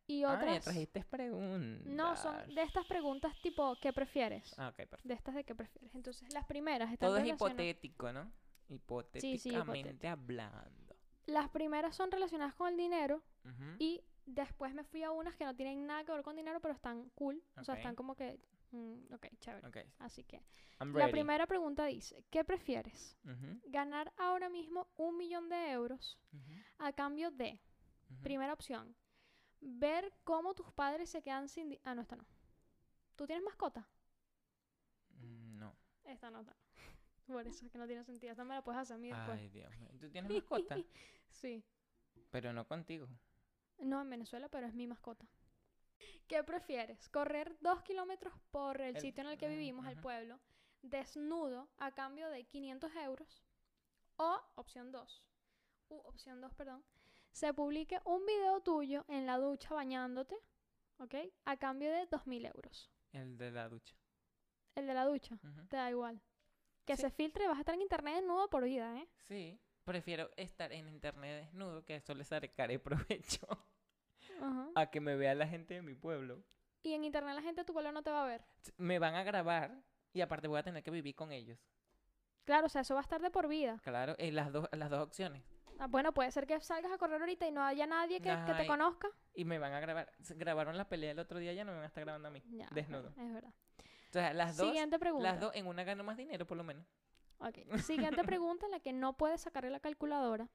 [SPEAKER 1] y
[SPEAKER 2] Ah,
[SPEAKER 1] otras.
[SPEAKER 2] trajiste preguntas.
[SPEAKER 1] no, son de estas preguntas tipo ¿qué prefieres?
[SPEAKER 2] Ah, ok, perfecto.
[SPEAKER 1] De estas de qué prefieres. Entonces, las primeras están
[SPEAKER 2] Todo es
[SPEAKER 1] relaciona-
[SPEAKER 2] hipotético, ¿no? Hipotéticamente hablando.
[SPEAKER 1] Las primeras son relacionadas con el dinero
[SPEAKER 2] Ujú.
[SPEAKER 1] y después me fui a unas que no tienen nada que ver con dinero, pero están cool, o sea,
[SPEAKER 2] Ok.
[SPEAKER 1] están como que mm, ok, chévere.
[SPEAKER 2] Ok,
[SPEAKER 1] Así que
[SPEAKER 2] I'm
[SPEAKER 1] la
[SPEAKER 2] ready.
[SPEAKER 1] primera pregunta dice, ¿qué prefieres?
[SPEAKER 2] Ujú,
[SPEAKER 1] ¿Ganar ahora mismo un millón de euros
[SPEAKER 2] ujú,
[SPEAKER 1] a cambio de
[SPEAKER 2] ujú.
[SPEAKER 1] Primera opción. Ver cómo tus padres se quedan sin... di- Ah, no, esta no. ¿Tú tienes mascota?
[SPEAKER 2] Mm, No.
[SPEAKER 1] Esta no, esta no. *laughs* Por eso es que no tiene sentido. Esta me la puedes hacer a mí después.
[SPEAKER 2] Ay, Dios mío. Tú tienes
[SPEAKER 1] *laughs*
[SPEAKER 2] mascota,
[SPEAKER 1] Sí.
[SPEAKER 2] pero no contigo.
[SPEAKER 1] No en Venezuela, pero es mi mascota. ¿Qué prefieres? ¿Correr dos kilómetros por el,
[SPEAKER 2] El-
[SPEAKER 1] sitio en el que
[SPEAKER 2] mm,
[SPEAKER 1] vivimos, el
[SPEAKER 2] ajá.
[SPEAKER 1] pueblo, desnudo a cambio de 500 euros? O opción 2. U opción 2, perdón. Se publique un video tuyo en la ducha bañándote, ¿ok? A cambio de 2.000 euros.
[SPEAKER 2] El de la ducha.
[SPEAKER 1] El de la ducha.
[SPEAKER 2] Ujú.
[SPEAKER 1] Te da igual. Que
[SPEAKER 2] Sí.
[SPEAKER 1] se filtre, vas a estar en internet desnudo por vida, ¿eh?
[SPEAKER 2] Sí. Prefiero estar en internet desnudo, que eso le sacaré provecho *laughs*
[SPEAKER 1] Ajá.
[SPEAKER 2] a que me vea la gente de mi pueblo.
[SPEAKER 1] Y en internet la gente de tu pueblo no te va a ver.
[SPEAKER 2] S- Me van a grabar y aparte voy a tener que vivir con ellos.
[SPEAKER 1] Claro, o sea, eso va a estar de por vida.
[SPEAKER 2] Claro, en las, dos las dos opciones.
[SPEAKER 1] Ah, bueno, puede ser que salgas a correr ahorita y no haya nadie que, que te
[SPEAKER 2] Ay.
[SPEAKER 1] conozca.
[SPEAKER 2] Y me van a grabar. S- Grabaron la pelea el otro día, ya no me van a estar grabando a mí.
[SPEAKER 1] Ya,
[SPEAKER 2] Desnudo.
[SPEAKER 1] bueno, Es verdad.
[SPEAKER 2] O sea, las dos,
[SPEAKER 1] Siguiente pregunta.
[SPEAKER 2] las dos en una gano más dinero, por lo menos. *laughs*
[SPEAKER 1] Ok, Siguiente pregunta en la que no puedes sacarle la calculadora.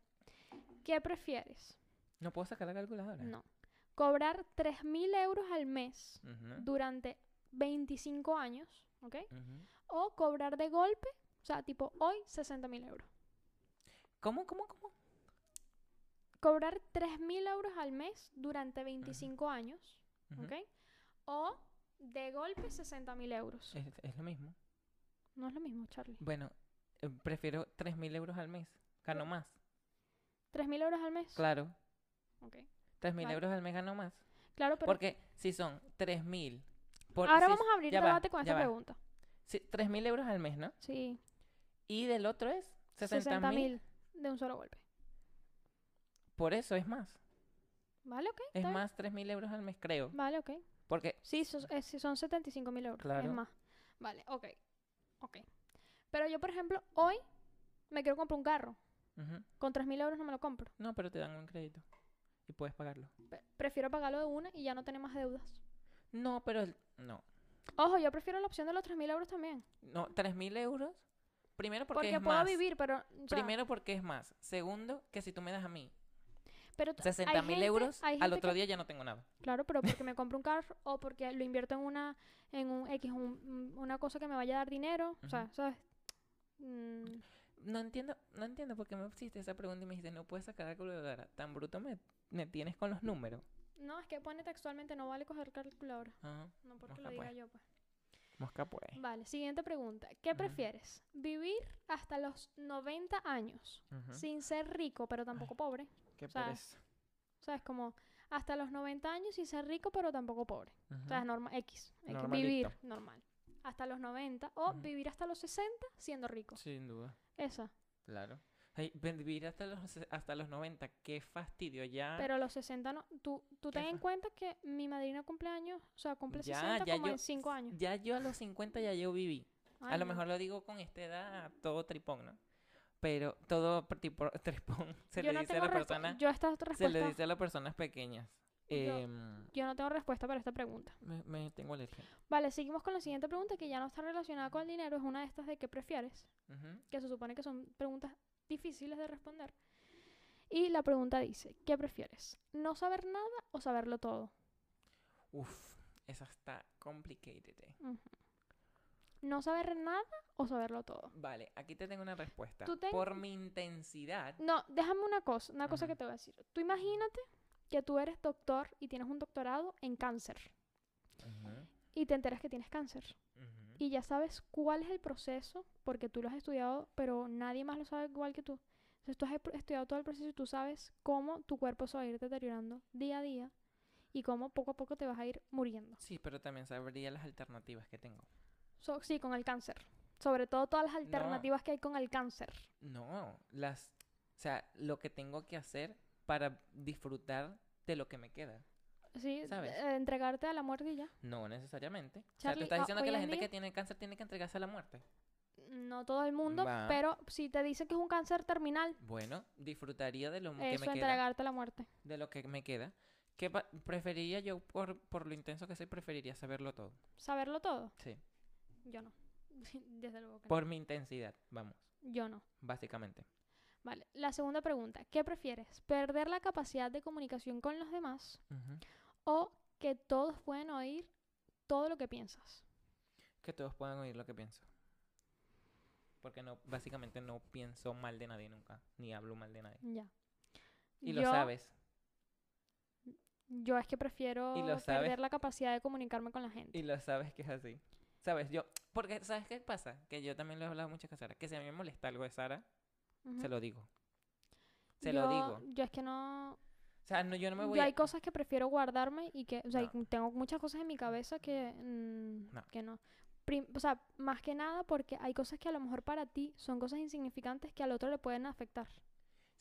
[SPEAKER 1] ¿Qué prefieres?
[SPEAKER 2] No puedo sacar la calculadora.
[SPEAKER 1] No. Cobrar 3.000 euros al mes
[SPEAKER 2] Ujú,
[SPEAKER 1] durante 25 años, ¿ok?
[SPEAKER 2] ujú.
[SPEAKER 1] O cobrar de golpe, o sea, tipo hoy 60.000 euros.
[SPEAKER 2] ¿Cómo, cómo, cómo?
[SPEAKER 1] cobrar 3.000 euros al mes durante 25 años,
[SPEAKER 2] Ujú.
[SPEAKER 1] ¿ok? O de golpe 60.000 euros.
[SPEAKER 2] Es, es lo mismo.
[SPEAKER 1] No es lo mismo, Charlie.
[SPEAKER 2] Bueno, eh, prefiero 3.000 euros al mes. Gano más.
[SPEAKER 1] 3.000 euros al mes.
[SPEAKER 2] Claro.
[SPEAKER 1] Ok.
[SPEAKER 2] 3.000
[SPEAKER 1] Vale.
[SPEAKER 2] euros al mes gano más.
[SPEAKER 1] Claro, pero
[SPEAKER 2] Porque si son 3.000. por-
[SPEAKER 1] ahora
[SPEAKER 2] si-
[SPEAKER 1] vamos a abrir
[SPEAKER 2] ya va,
[SPEAKER 1] debate con
[SPEAKER 2] ya
[SPEAKER 1] esta
[SPEAKER 2] va.
[SPEAKER 1] pregunta.
[SPEAKER 2] si- 3.000 euros al mes, ¿no?
[SPEAKER 1] Sí,
[SPEAKER 2] Y del otro es 60.000.
[SPEAKER 1] 60.000 de un solo golpe.
[SPEAKER 2] por eso es más.
[SPEAKER 1] ¿Vale? Ok.
[SPEAKER 2] Es
[SPEAKER 1] está bien. Mm.
[SPEAKER 2] más 3.000 euros al mes, creo.
[SPEAKER 1] Vale, ok.
[SPEAKER 2] Porque
[SPEAKER 1] Sí, so- eh, sí, son 75.000 euros.
[SPEAKER 2] Claro.
[SPEAKER 1] Es más. Vale, ok. Ok. Pero yo, por ejemplo, hoy me quiero comprar un carro.
[SPEAKER 2] ujú,
[SPEAKER 1] Con 3.000 euros no me lo compro.
[SPEAKER 2] no, pero te dan un crédito. Y puedes pagarlo.
[SPEAKER 1] Pe- Prefiero pagarlo de una y ya no tener más deudas.
[SPEAKER 2] No, pero el- no.
[SPEAKER 1] Ojo, yo prefiero la opción de los 3.000 euros también.
[SPEAKER 2] No, 3.000 euros. Primero porque,
[SPEAKER 1] Porque,
[SPEAKER 2] es
[SPEAKER 1] puedo
[SPEAKER 2] más.
[SPEAKER 1] vivir, pero. o sea,
[SPEAKER 2] Primero porque es más. Segundo, que si tú me das a mí
[SPEAKER 1] pero t- hay
[SPEAKER 2] 60.000
[SPEAKER 1] gente-
[SPEAKER 2] euros,
[SPEAKER 1] hay
[SPEAKER 2] al
[SPEAKER 1] gente
[SPEAKER 2] otro
[SPEAKER 1] que-
[SPEAKER 2] día ya no tengo nada.
[SPEAKER 1] Claro, pero porque
[SPEAKER 2] *laughs*
[SPEAKER 1] me compro un carro o porque lo invierto en una. En un X, un- un- una cosa que me vaya a dar dinero. O sea,
[SPEAKER 2] Ujú.
[SPEAKER 1] ¿sabes? Mm,
[SPEAKER 2] No entiendo, no entiendo por qué me hiciste esa pregunta y me dijiste, no puedes sacar la calculadora. Tan bruto me, me tienes con los números.
[SPEAKER 1] No, es que pone textualmente, no vale coger calculadora.
[SPEAKER 2] Ajá.
[SPEAKER 1] No porque
[SPEAKER 2] Mosca,
[SPEAKER 1] lo diga
[SPEAKER 2] pues.
[SPEAKER 1] yo, pues.
[SPEAKER 2] Mosca pues.
[SPEAKER 1] Vale, siguiente pregunta. ¿Qué
[SPEAKER 2] Ujú.
[SPEAKER 1] prefieres? ¿Vivir hasta los 90 años
[SPEAKER 2] Ujú.
[SPEAKER 1] sin ser rico, pero tampoco pobre?
[SPEAKER 2] Qué
[SPEAKER 1] o sea,
[SPEAKER 2] pereza.
[SPEAKER 1] O sea, es como hasta los 90 años sin ser rico, pero tampoco pobre. O sea, es
[SPEAKER 2] Ujú.
[SPEAKER 1] normal, X. X,
[SPEAKER 2] Normalito.
[SPEAKER 1] Vivir normal. Hasta los 90 o
[SPEAKER 2] Ujú.
[SPEAKER 1] vivir hasta los 60 siendo rico.
[SPEAKER 2] Sin duda.
[SPEAKER 1] Esa.
[SPEAKER 2] Claro. Ay, vivir hasta los, hasta los 90, qué fastidio ya.
[SPEAKER 1] Pero los 60 no. Tú, tú ten en
[SPEAKER 2] Ah. Esa.
[SPEAKER 1] cuenta que mi madrina cumple años, o sea, cumple
[SPEAKER 2] Ya,
[SPEAKER 1] 60
[SPEAKER 2] ya
[SPEAKER 1] como
[SPEAKER 2] yo-
[SPEAKER 1] en 5 años.
[SPEAKER 2] Ya yo a los 50 ya yo viví. a
[SPEAKER 1] Ay,
[SPEAKER 2] lo
[SPEAKER 1] no.
[SPEAKER 2] mejor lo digo con esta edad todo tripón, ¿no? Pero todo pr- tipo, *laughs* tripón se
[SPEAKER 1] yo
[SPEAKER 2] le
[SPEAKER 1] no
[SPEAKER 2] dice a
[SPEAKER 1] tengo
[SPEAKER 2] las
[SPEAKER 1] respu-
[SPEAKER 2] personas,
[SPEAKER 1] Yo esta otra
[SPEAKER 2] se
[SPEAKER 1] respuesta.
[SPEAKER 2] le dice a las personas pequeñas.
[SPEAKER 1] Yo-
[SPEAKER 2] Em,
[SPEAKER 1] Yo no tengo respuesta para esta pregunta.
[SPEAKER 2] me, me tengo alergia.
[SPEAKER 1] Vale, seguimos con la siguiente pregunta que ya no está relacionada con el dinero. Es una de estas de qué prefieres,
[SPEAKER 2] Ujú.
[SPEAKER 1] que se supone que son preguntas difíciles de responder. Y la pregunta dice, ¿qué prefieres? ¿No saber nada o saberlo todo?
[SPEAKER 2] Uf, esa está complicated. eh.
[SPEAKER 1] ¿No saber nada o saberlo todo?
[SPEAKER 2] Vale, aquí te tengo una respuesta.
[SPEAKER 1] Tú ten-
[SPEAKER 2] Por mi intensidad,
[SPEAKER 1] No, déjame una cosa, una cosa
[SPEAKER 2] Ajá.
[SPEAKER 1] que te voy a decir. Tú imagínate que tú eres doctor y tienes un doctorado en cáncer
[SPEAKER 2] Ujú,
[SPEAKER 1] y te enteras que tienes cáncer.
[SPEAKER 2] ujú.
[SPEAKER 1] y ya sabes cuál es el proceso, porque tú lo has estudiado, pero nadie más lo sabe igual que tú. Entonces tú has ep- estudiado todo el proceso y tú sabes cómo tu cuerpo se va a ir deteriorando día a día y cómo poco a poco te vas a ir muriendo.
[SPEAKER 2] Sí, pero también sabría las alternativas que tengo.
[SPEAKER 1] So- sí, con el cáncer. Sobre todo todas las alternativas que hay con el cáncer.
[SPEAKER 2] No, las, o sea, lo que tengo que hacer para disfrutar de lo que me queda.
[SPEAKER 1] Sí,
[SPEAKER 2] ¿Sabes?
[SPEAKER 1] eh, entregarte a la muerte y ya.
[SPEAKER 2] No necesariamente. o sea,
[SPEAKER 1] Charlie,
[SPEAKER 2] te estás
[SPEAKER 1] ho-
[SPEAKER 2] diciendo
[SPEAKER 1] hoy
[SPEAKER 2] que la
[SPEAKER 1] en
[SPEAKER 2] gente
[SPEAKER 1] día-
[SPEAKER 2] que tiene cáncer tiene que entregarse a la muerte.
[SPEAKER 1] No todo el mundo,
[SPEAKER 2] Va.
[SPEAKER 1] pero si te dicen que es un cáncer terminal,
[SPEAKER 2] Bueno, disfrutaría de lo Mm, que
[SPEAKER 1] eso,
[SPEAKER 2] me queda.
[SPEAKER 1] entregarte a la muerte.
[SPEAKER 2] De lo que me queda. Que pa- preferiría yo, por, por lo intenso que soy, preferiría saberlo todo.
[SPEAKER 1] ¿Saberlo todo?
[SPEAKER 2] Sí.
[SPEAKER 1] Yo no. *laughs* Desde luego que no.
[SPEAKER 2] Por mi intensidad, vamos,
[SPEAKER 1] Yo no.
[SPEAKER 2] básicamente.
[SPEAKER 1] Vale, la segunda pregunta, ¿qué prefieres? ¿Perder la capacidad de comunicación con los demás
[SPEAKER 2] Ujú.
[SPEAKER 1] o que todos puedan oír todo lo que piensas?
[SPEAKER 2] Que todos puedan oír lo que pienso. Porque no, básicamente no pienso mal de nadie nunca, ni hablo mal de nadie.
[SPEAKER 1] Ya.
[SPEAKER 2] Y lo sabes.
[SPEAKER 1] Yo es que prefiero
[SPEAKER 2] Y lo sabes.
[SPEAKER 1] perder la capacidad de comunicarme con la gente.
[SPEAKER 2] Y lo sabes que es así. Sabes, yo, porque ¿sabes qué pasa? Que yo también lo he hablado mucho con Sara. Que si a mí me molesta algo de Sara,
[SPEAKER 1] Ujú.
[SPEAKER 2] se lo digo. Se
[SPEAKER 1] Yo-
[SPEAKER 2] lo digo.
[SPEAKER 1] Yo es que no...
[SPEAKER 2] O sea, no, yo no me voy
[SPEAKER 1] yo
[SPEAKER 2] a...
[SPEAKER 1] hay cosas que prefiero guardarme y que... O sea, y
[SPEAKER 2] No.
[SPEAKER 1] tengo muchas cosas en mi cabeza que mm,
[SPEAKER 2] No.
[SPEAKER 1] Que no. Prim- o sea, más que nada porque hay cosas que a lo mejor para ti son cosas insignificantes que al otro le pueden afectar.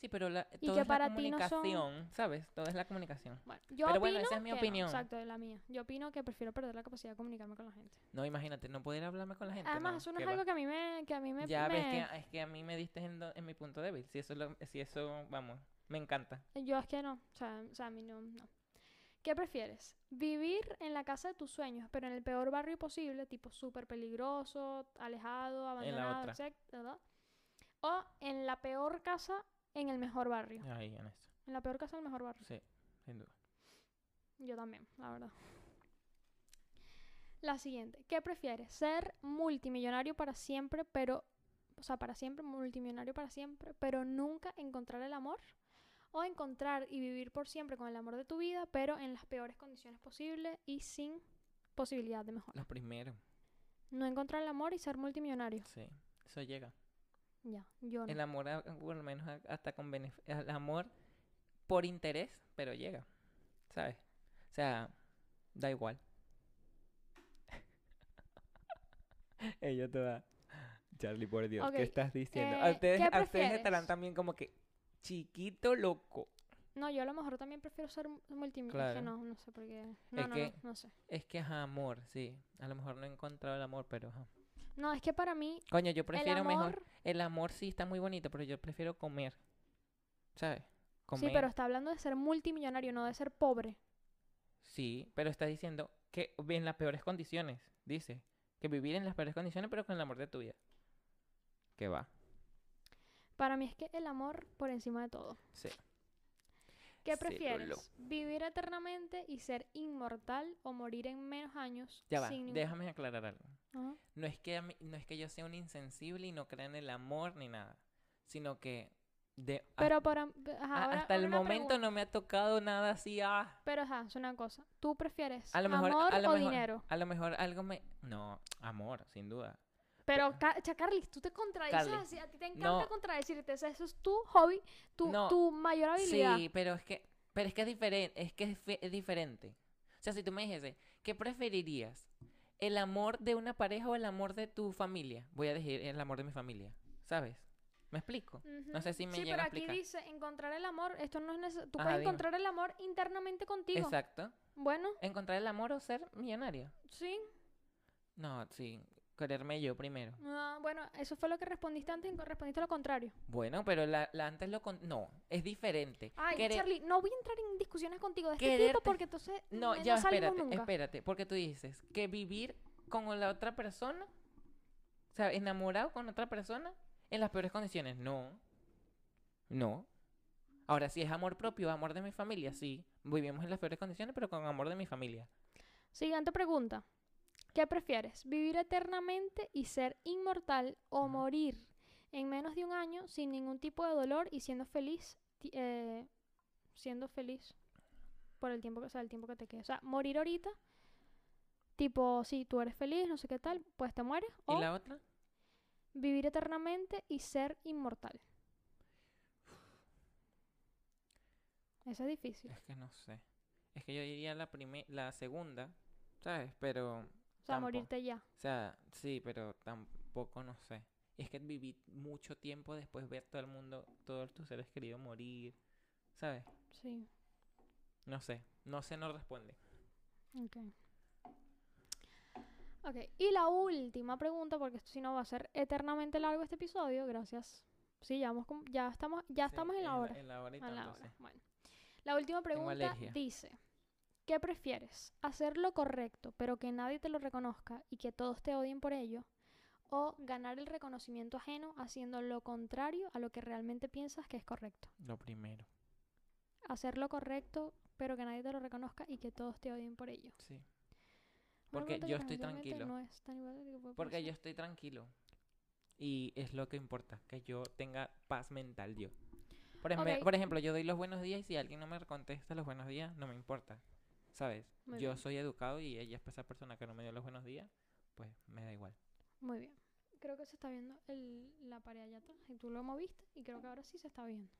[SPEAKER 2] Sí, pero la,
[SPEAKER 1] y
[SPEAKER 2] todo
[SPEAKER 1] que
[SPEAKER 2] es
[SPEAKER 1] para
[SPEAKER 2] la
[SPEAKER 1] ti no son-
[SPEAKER 2] comunicación, ¿sabes? Todo es la comunicación.
[SPEAKER 1] Bueno, yo
[SPEAKER 2] Pero bueno,
[SPEAKER 1] opino
[SPEAKER 2] esa es mi
[SPEAKER 1] que no,
[SPEAKER 2] opinión.
[SPEAKER 1] exacto, de la mía. Yo opino que prefiero perder la capacidad de comunicarme con la gente.
[SPEAKER 2] No, imagínate, no poder hablarme con la gente.
[SPEAKER 1] Además,
[SPEAKER 2] no,
[SPEAKER 1] eso no
[SPEAKER 2] qué
[SPEAKER 1] es
[SPEAKER 2] va.
[SPEAKER 1] algo que a mí me... Que a mí me
[SPEAKER 2] Ya ves
[SPEAKER 1] me-
[SPEAKER 2] que es que a mí me diste en, do- en mi punto débil. Si eso, es lo- si eso, vamos, me encanta.
[SPEAKER 1] Yo es que no. O sea, o sea, a mí no, no. ¿Qué prefieres? ¿Vivir en la casa de tus sueños, pero en el peor barrio posible, tipo súper peligroso, alejado, abandonado,
[SPEAKER 2] otra.
[SPEAKER 1] etcétera? ¿O en la peor casa, en el mejor barrio?
[SPEAKER 2] Ahí, en eso.
[SPEAKER 1] En la peor casa, en el mejor barrio.
[SPEAKER 2] Sí, sin duda.
[SPEAKER 1] Yo también, la verdad. La siguiente. ¿Qué prefieres? ¿Ser multimillonario para siempre, pero... O sea, para siempre, multimillonario para siempre, pero nunca encontrar el amor? ¿O encontrar y vivir por siempre con el amor de tu vida, pero en las peores condiciones posibles y sin posibilidad de mejora?
[SPEAKER 2] Los primeros,
[SPEAKER 1] No encontrar el amor y ser multimillonario.
[SPEAKER 2] sí. Eso llega.
[SPEAKER 1] Ya, yo no.
[SPEAKER 2] El amor, a- por lo menos a- hasta con benef- El amor por interés, pero llega. ¿Sabes? O sea, da igual. *laughs* Ella toda. Charlie, por Dios,
[SPEAKER 1] Ok,
[SPEAKER 2] ¿qué estás diciendo? a,
[SPEAKER 1] eh,
[SPEAKER 2] ustedes,
[SPEAKER 1] ¿qué
[SPEAKER 2] a ustedes
[SPEAKER 1] prefieres?
[SPEAKER 2] estarán también como que chiquito loco.
[SPEAKER 1] No, yo a lo mejor también prefiero ser multimillonario.
[SPEAKER 2] Claro.
[SPEAKER 1] no, no sé por qué. No,
[SPEAKER 2] Es
[SPEAKER 1] no,
[SPEAKER 2] que-
[SPEAKER 1] no, no sé.
[SPEAKER 2] Es que es amor, sí. A lo mejor no he encontrado el amor, pero. ajá.
[SPEAKER 1] No, es que para mí...
[SPEAKER 2] Coño, yo
[SPEAKER 1] El
[SPEAKER 2] prefiero
[SPEAKER 1] amor...
[SPEAKER 2] mejor. El amor sí está muy bonito, pero yo prefiero comer. ¿Sabes? Comer.
[SPEAKER 1] Sí, pero está hablando de ser multimillonario, no de ser pobre.
[SPEAKER 2] Sí, pero está diciendo que en las peores condiciones, dice. Que vivir en las peores condiciones, pero con el amor de tu vida. Que va.
[SPEAKER 1] Para mí es que el amor por encima de todo.
[SPEAKER 2] Sí.
[SPEAKER 1] ¿Qué
[SPEAKER 2] Sí,
[SPEAKER 1] prefieres?
[SPEAKER 2] Lolo.
[SPEAKER 1] ¿Vivir eternamente y ser inmortal o morir en menos años?
[SPEAKER 2] Ya va,
[SPEAKER 1] sin ningún-
[SPEAKER 2] déjame Ah, aclarar algo.
[SPEAKER 1] Ajá.
[SPEAKER 2] No es, que a mí- no es que yo sea un insensible y no crea en el amor ni nada, sino que De, ah,
[SPEAKER 1] Pero para, ajá,
[SPEAKER 2] ah,
[SPEAKER 1] ahora-
[SPEAKER 2] hasta el
[SPEAKER 1] ahora una
[SPEAKER 2] momento
[SPEAKER 1] pregunta.
[SPEAKER 2] no me ha tocado nada así. ah.
[SPEAKER 1] Pero ajá, es una cosa. ¿Tú prefieres
[SPEAKER 2] A lo mejor,
[SPEAKER 1] amor
[SPEAKER 2] a lo
[SPEAKER 1] o
[SPEAKER 2] mejor,
[SPEAKER 1] dinero?
[SPEAKER 2] A lo mejor algo me. No, amor, sin duda.
[SPEAKER 1] Pero, Ca- cha, Carlis, tú te contradices
[SPEAKER 2] Carlis,
[SPEAKER 1] así. A ti te encanta
[SPEAKER 2] no.
[SPEAKER 1] contradecirte. O sea, eso es tu hobby, tu,
[SPEAKER 2] No,
[SPEAKER 1] tu mayor habilidad.
[SPEAKER 2] Sí, pero es que, pero es que es diferente, es que es, fe- es diferente. O sea, si tú me dijese, ¿qué preferirías? ¿El amor de una pareja o el amor de tu familia? Voy a decir el amor de mi familia, ¿sabes? ¿Me explico? No sé
[SPEAKER 1] Ujú.
[SPEAKER 2] si me
[SPEAKER 1] Sí,
[SPEAKER 2] llega
[SPEAKER 1] pero
[SPEAKER 2] a
[SPEAKER 1] aquí
[SPEAKER 2] explicar.
[SPEAKER 1] dice encontrar el amor. Esto no es necesario. Tú
[SPEAKER 2] Ajá,
[SPEAKER 1] puedes
[SPEAKER 2] dime.
[SPEAKER 1] encontrar el amor internamente contigo.
[SPEAKER 2] Exacto.
[SPEAKER 1] Bueno,
[SPEAKER 2] ¿Encontrar el amor o ser millonario?
[SPEAKER 1] sí.
[SPEAKER 2] No, sí, quererme yo primero.
[SPEAKER 1] Ah, bueno, eso fue lo que respondiste antes y co- respondiste lo contrario.
[SPEAKER 2] Bueno, pero la, la antes lo... Con... No, es diferente.
[SPEAKER 1] Ay,
[SPEAKER 2] Querer-
[SPEAKER 1] Charlie, no voy a entrar en discusiones contigo de este tipo
[SPEAKER 2] Quererte-
[SPEAKER 1] porque entonces
[SPEAKER 2] No,
[SPEAKER 1] me-
[SPEAKER 2] ya,
[SPEAKER 1] salimos
[SPEAKER 2] espérate,
[SPEAKER 1] nunca.
[SPEAKER 2] espérate. Porque tú dices que vivir con la otra persona, o sea, enamorado con otra persona, en las peores condiciones. No. No. Ahora, si es amor propio, amor de mi familia, sí. Vivimos en las peores condiciones, pero con amor de mi familia.
[SPEAKER 1] Siguiente pregunta. ¿Qué prefieres? ¿Vivir eternamente y ser inmortal o
[SPEAKER 2] Ujú.
[SPEAKER 1] morir en menos de un año sin ningún tipo de dolor y siendo feliz? ti- eh, siendo feliz por el tiempo que, o sea, el tiempo que te quede. O sea, morir ahorita, tipo, si tú eres feliz, no sé qué tal, pues te mueres.
[SPEAKER 2] ¿Y
[SPEAKER 1] O
[SPEAKER 2] la otra?
[SPEAKER 1] vivir eternamente y ser inmortal. Eso es difícil.
[SPEAKER 2] Es que no sé. Es que yo diría la, prime- la segunda, ¿sabes? Pero,
[SPEAKER 1] O sea,
[SPEAKER 2] Tampoco.
[SPEAKER 1] morirte ya.
[SPEAKER 2] o sea, sí, pero tampoco no sé. Y es que viví mucho tiempo después ver todo el mundo, todos tus seres queridos morir, ¿sabes?
[SPEAKER 1] Sí.
[SPEAKER 2] No sé, no sé, no responde.
[SPEAKER 1] Ok. Ok, y la última pregunta, porque esto si no va a ser eternamente largo este episodio, gracias. Sí, ya, vamos con- ya estamos, ya estamos en la hora.
[SPEAKER 2] En la hora y
[SPEAKER 1] en la
[SPEAKER 2] tanto,
[SPEAKER 1] hora,
[SPEAKER 2] sí.
[SPEAKER 1] Bueno. La última pregunta
[SPEAKER 2] alergia.
[SPEAKER 1] dice, ¿qué prefieres? ¿Hacer lo correcto, pero que nadie te lo reconozca y que todos te odien por ello? ¿O ganar el reconocimiento ajeno haciendo lo contrario a lo que realmente piensas que es correcto?
[SPEAKER 2] Lo primero,
[SPEAKER 1] Hacer lo correcto, pero que nadie te lo reconozca y que todos te odien por ello.
[SPEAKER 2] sí.
[SPEAKER 1] Una
[SPEAKER 2] Porque
[SPEAKER 1] pregunta
[SPEAKER 2] yo
[SPEAKER 1] que
[SPEAKER 2] estoy
[SPEAKER 1] realmente
[SPEAKER 2] tranquilo.
[SPEAKER 1] no es tan importante que puede
[SPEAKER 2] Porque
[SPEAKER 1] pasar.
[SPEAKER 2] yo estoy tranquilo. Y es lo que importa, que yo tenga paz mental yo. Por, ejemplo,
[SPEAKER 1] Ok.
[SPEAKER 2] por ejemplo, yo doy los buenos días y si alguien no me contesta los buenos días, no me importa. ¿Sabes?
[SPEAKER 1] Muy
[SPEAKER 2] yo
[SPEAKER 1] bien.
[SPEAKER 2] soy educado y ella es esa persona que no me dio los buenos días, pues me da igual.
[SPEAKER 1] Muy bien. Creo que se está viendo el- la pared allá atrás y tú lo moviste y creo que ahora sí se está viendo.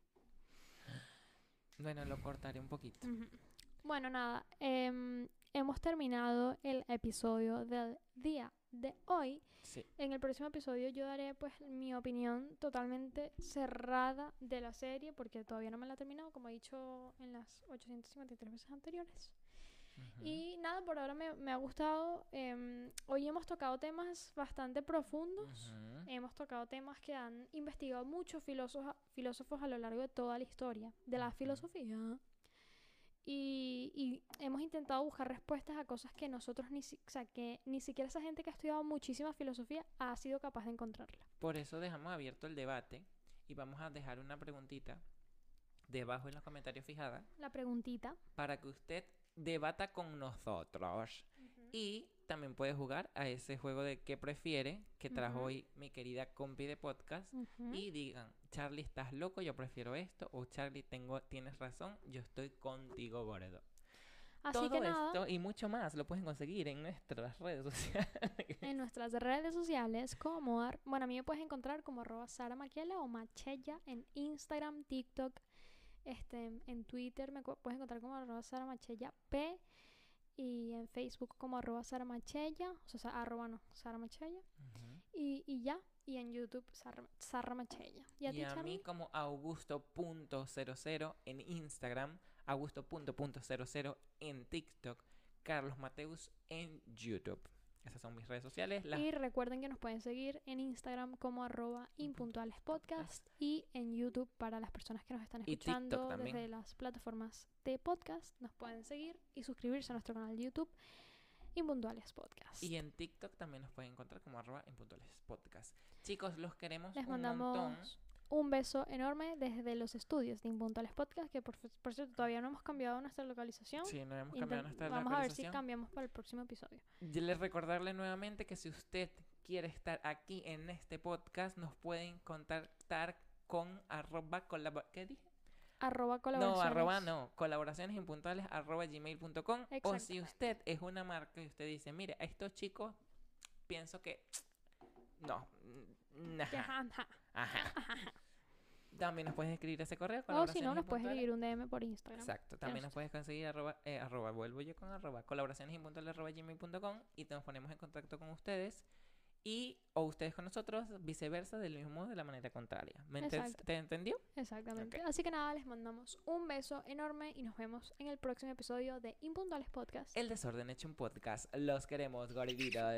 [SPEAKER 2] Bueno, lo cortaré un poquito.
[SPEAKER 1] Mm. Bueno, nada. em, hemos terminado el episodio del día de hoy.
[SPEAKER 2] Sí.
[SPEAKER 1] En el próximo episodio yo daré pues mi opinión totalmente cerrada de la serie porque todavía no me la he terminado, como he dicho en las 853 veces anteriores.
[SPEAKER 2] Ujú.
[SPEAKER 1] Y nada, por ahora me, me ha gustado. em, hoy hemos tocado temas bastante profundos.
[SPEAKER 2] Ujú.
[SPEAKER 1] Hemos tocado temas que han investigado muchos filósofos, filósofos a lo largo de toda la historia de la
[SPEAKER 2] Ujú.
[SPEAKER 1] filosofía. Y, y hemos intentado buscar respuestas a cosas que nosotros ni, si- o sea, que ni siquiera esa gente que ha estudiado muchísima filosofía ha sido capaz de encontrarla.
[SPEAKER 2] Por eso dejamos abierto el debate y vamos a dejar una preguntita debajo en los comentarios fijada
[SPEAKER 1] La preguntita.
[SPEAKER 2] para que usted debata con nosotros. Y también puede jugar a ese juego de qué prefiere que trajo
[SPEAKER 1] Ujú.
[SPEAKER 2] hoy mi querida compi de podcast.
[SPEAKER 1] Ujú.
[SPEAKER 2] Y digan, Charlie, estás loco, yo prefiero esto. O Charlie, tengo, tienes razón, yo estoy contigo, Bordo.
[SPEAKER 1] Así
[SPEAKER 2] Todo
[SPEAKER 1] que nada,
[SPEAKER 2] esto y mucho más lo pueden conseguir en nuestras redes sociales.
[SPEAKER 1] en nuestras redes sociales, como ar- bueno, a mí me puedes encontrar como arroba Sara Maquiela o Machella en Instagram, TikTok, este, en Twitter me cu- puedes encontrar como arroba Sara Machella P y en Facebook como arroba Sara Machella, o sea, sa- arroba no, Sara Machella,
[SPEAKER 2] Ujú.
[SPEAKER 1] y, y ya, y en YouTube Sara, Sara Machella. ¿Y a
[SPEAKER 2] Y
[SPEAKER 1] ti,
[SPEAKER 2] a mí
[SPEAKER 1] Charlie?
[SPEAKER 2] como Augusto.00 en Instagram, Augusto.00 en TikTok, Carlos Mateus en YouTube. Esas son mis redes sociales. Las
[SPEAKER 1] Y recuerden que nos pueden seguir en Instagram como arroba impuntualespodcast y en YouTube para las personas que nos están
[SPEAKER 2] Y TikTok
[SPEAKER 1] escuchando
[SPEAKER 2] también.
[SPEAKER 1] desde las plataformas de podcast. Nos pueden seguir y suscribirse a nuestro canal de YouTube Impuntuales Podcast.
[SPEAKER 2] Y en TikTok también nos pueden encontrar como arroba impuntuales podcast. Chicos, los queremos
[SPEAKER 1] Les
[SPEAKER 2] un montón.
[SPEAKER 1] mandamos un beso enorme desde los estudios de Impuntuales Podcast, que por, por cierto todavía no hemos cambiado nuestra localización.
[SPEAKER 2] Sí, no hemos
[SPEAKER 1] Inten-
[SPEAKER 2] cambiado nuestra
[SPEAKER 1] Vamos a ver si
[SPEAKER 2] localización.
[SPEAKER 1] cambiamos para el próximo episodio.
[SPEAKER 2] Y les recordarle nuevamente que si usted quiere estar aquí en este podcast, nos pueden contactar con arroba colabora- ¿Qué dije?
[SPEAKER 1] Arroba
[SPEAKER 2] No,
[SPEAKER 1] colaboraciones.
[SPEAKER 2] arroba no, colaboraciones impuntuales arroba gmail.com o si
[SPEAKER 1] Exactamente.
[SPEAKER 2] usted es una marca y usted dice, mire, a estos chicos pienso que no, mm, *laughs*
[SPEAKER 1] Ya,
[SPEAKER 2] ajá,
[SPEAKER 1] ajá. *laughs*
[SPEAKER 2] ajá. También nos puedes escribir ese correo.
[SPEAKER 1] O si no,
[SPEAKER 2] colaboraciones
[SPEAKER 1] nos puedes
[SPEAKER 2] impuntuales-
[SPEAKER 1] escribir un DM por Instagram.
[SPEAKER 2] Exacto, también
[SPEAKER 1] no
[SPEAKER 2] nos puedes conseguir arroba, eh, arroba, vuelvo yo con arroba, colaboraciones impuntuales arroba gmail.com y nos ponemos en contacto con ustedes y o ustedes con nosotros, viceversa, del mismo modo, de la manera contraria. ¿Me entes-
[SPEAKER 1] Exacto.
[SPEAKER 2] ¿Te entendió?
[SPEAKER 1] Exactamente. Así que nada, les mandamos un beso enorme y nos vemos en el próximo episodio de Impuntuales Podcast.
[SPEAKER 2] El desorden hecho un podcast. Los queremos, gorditos.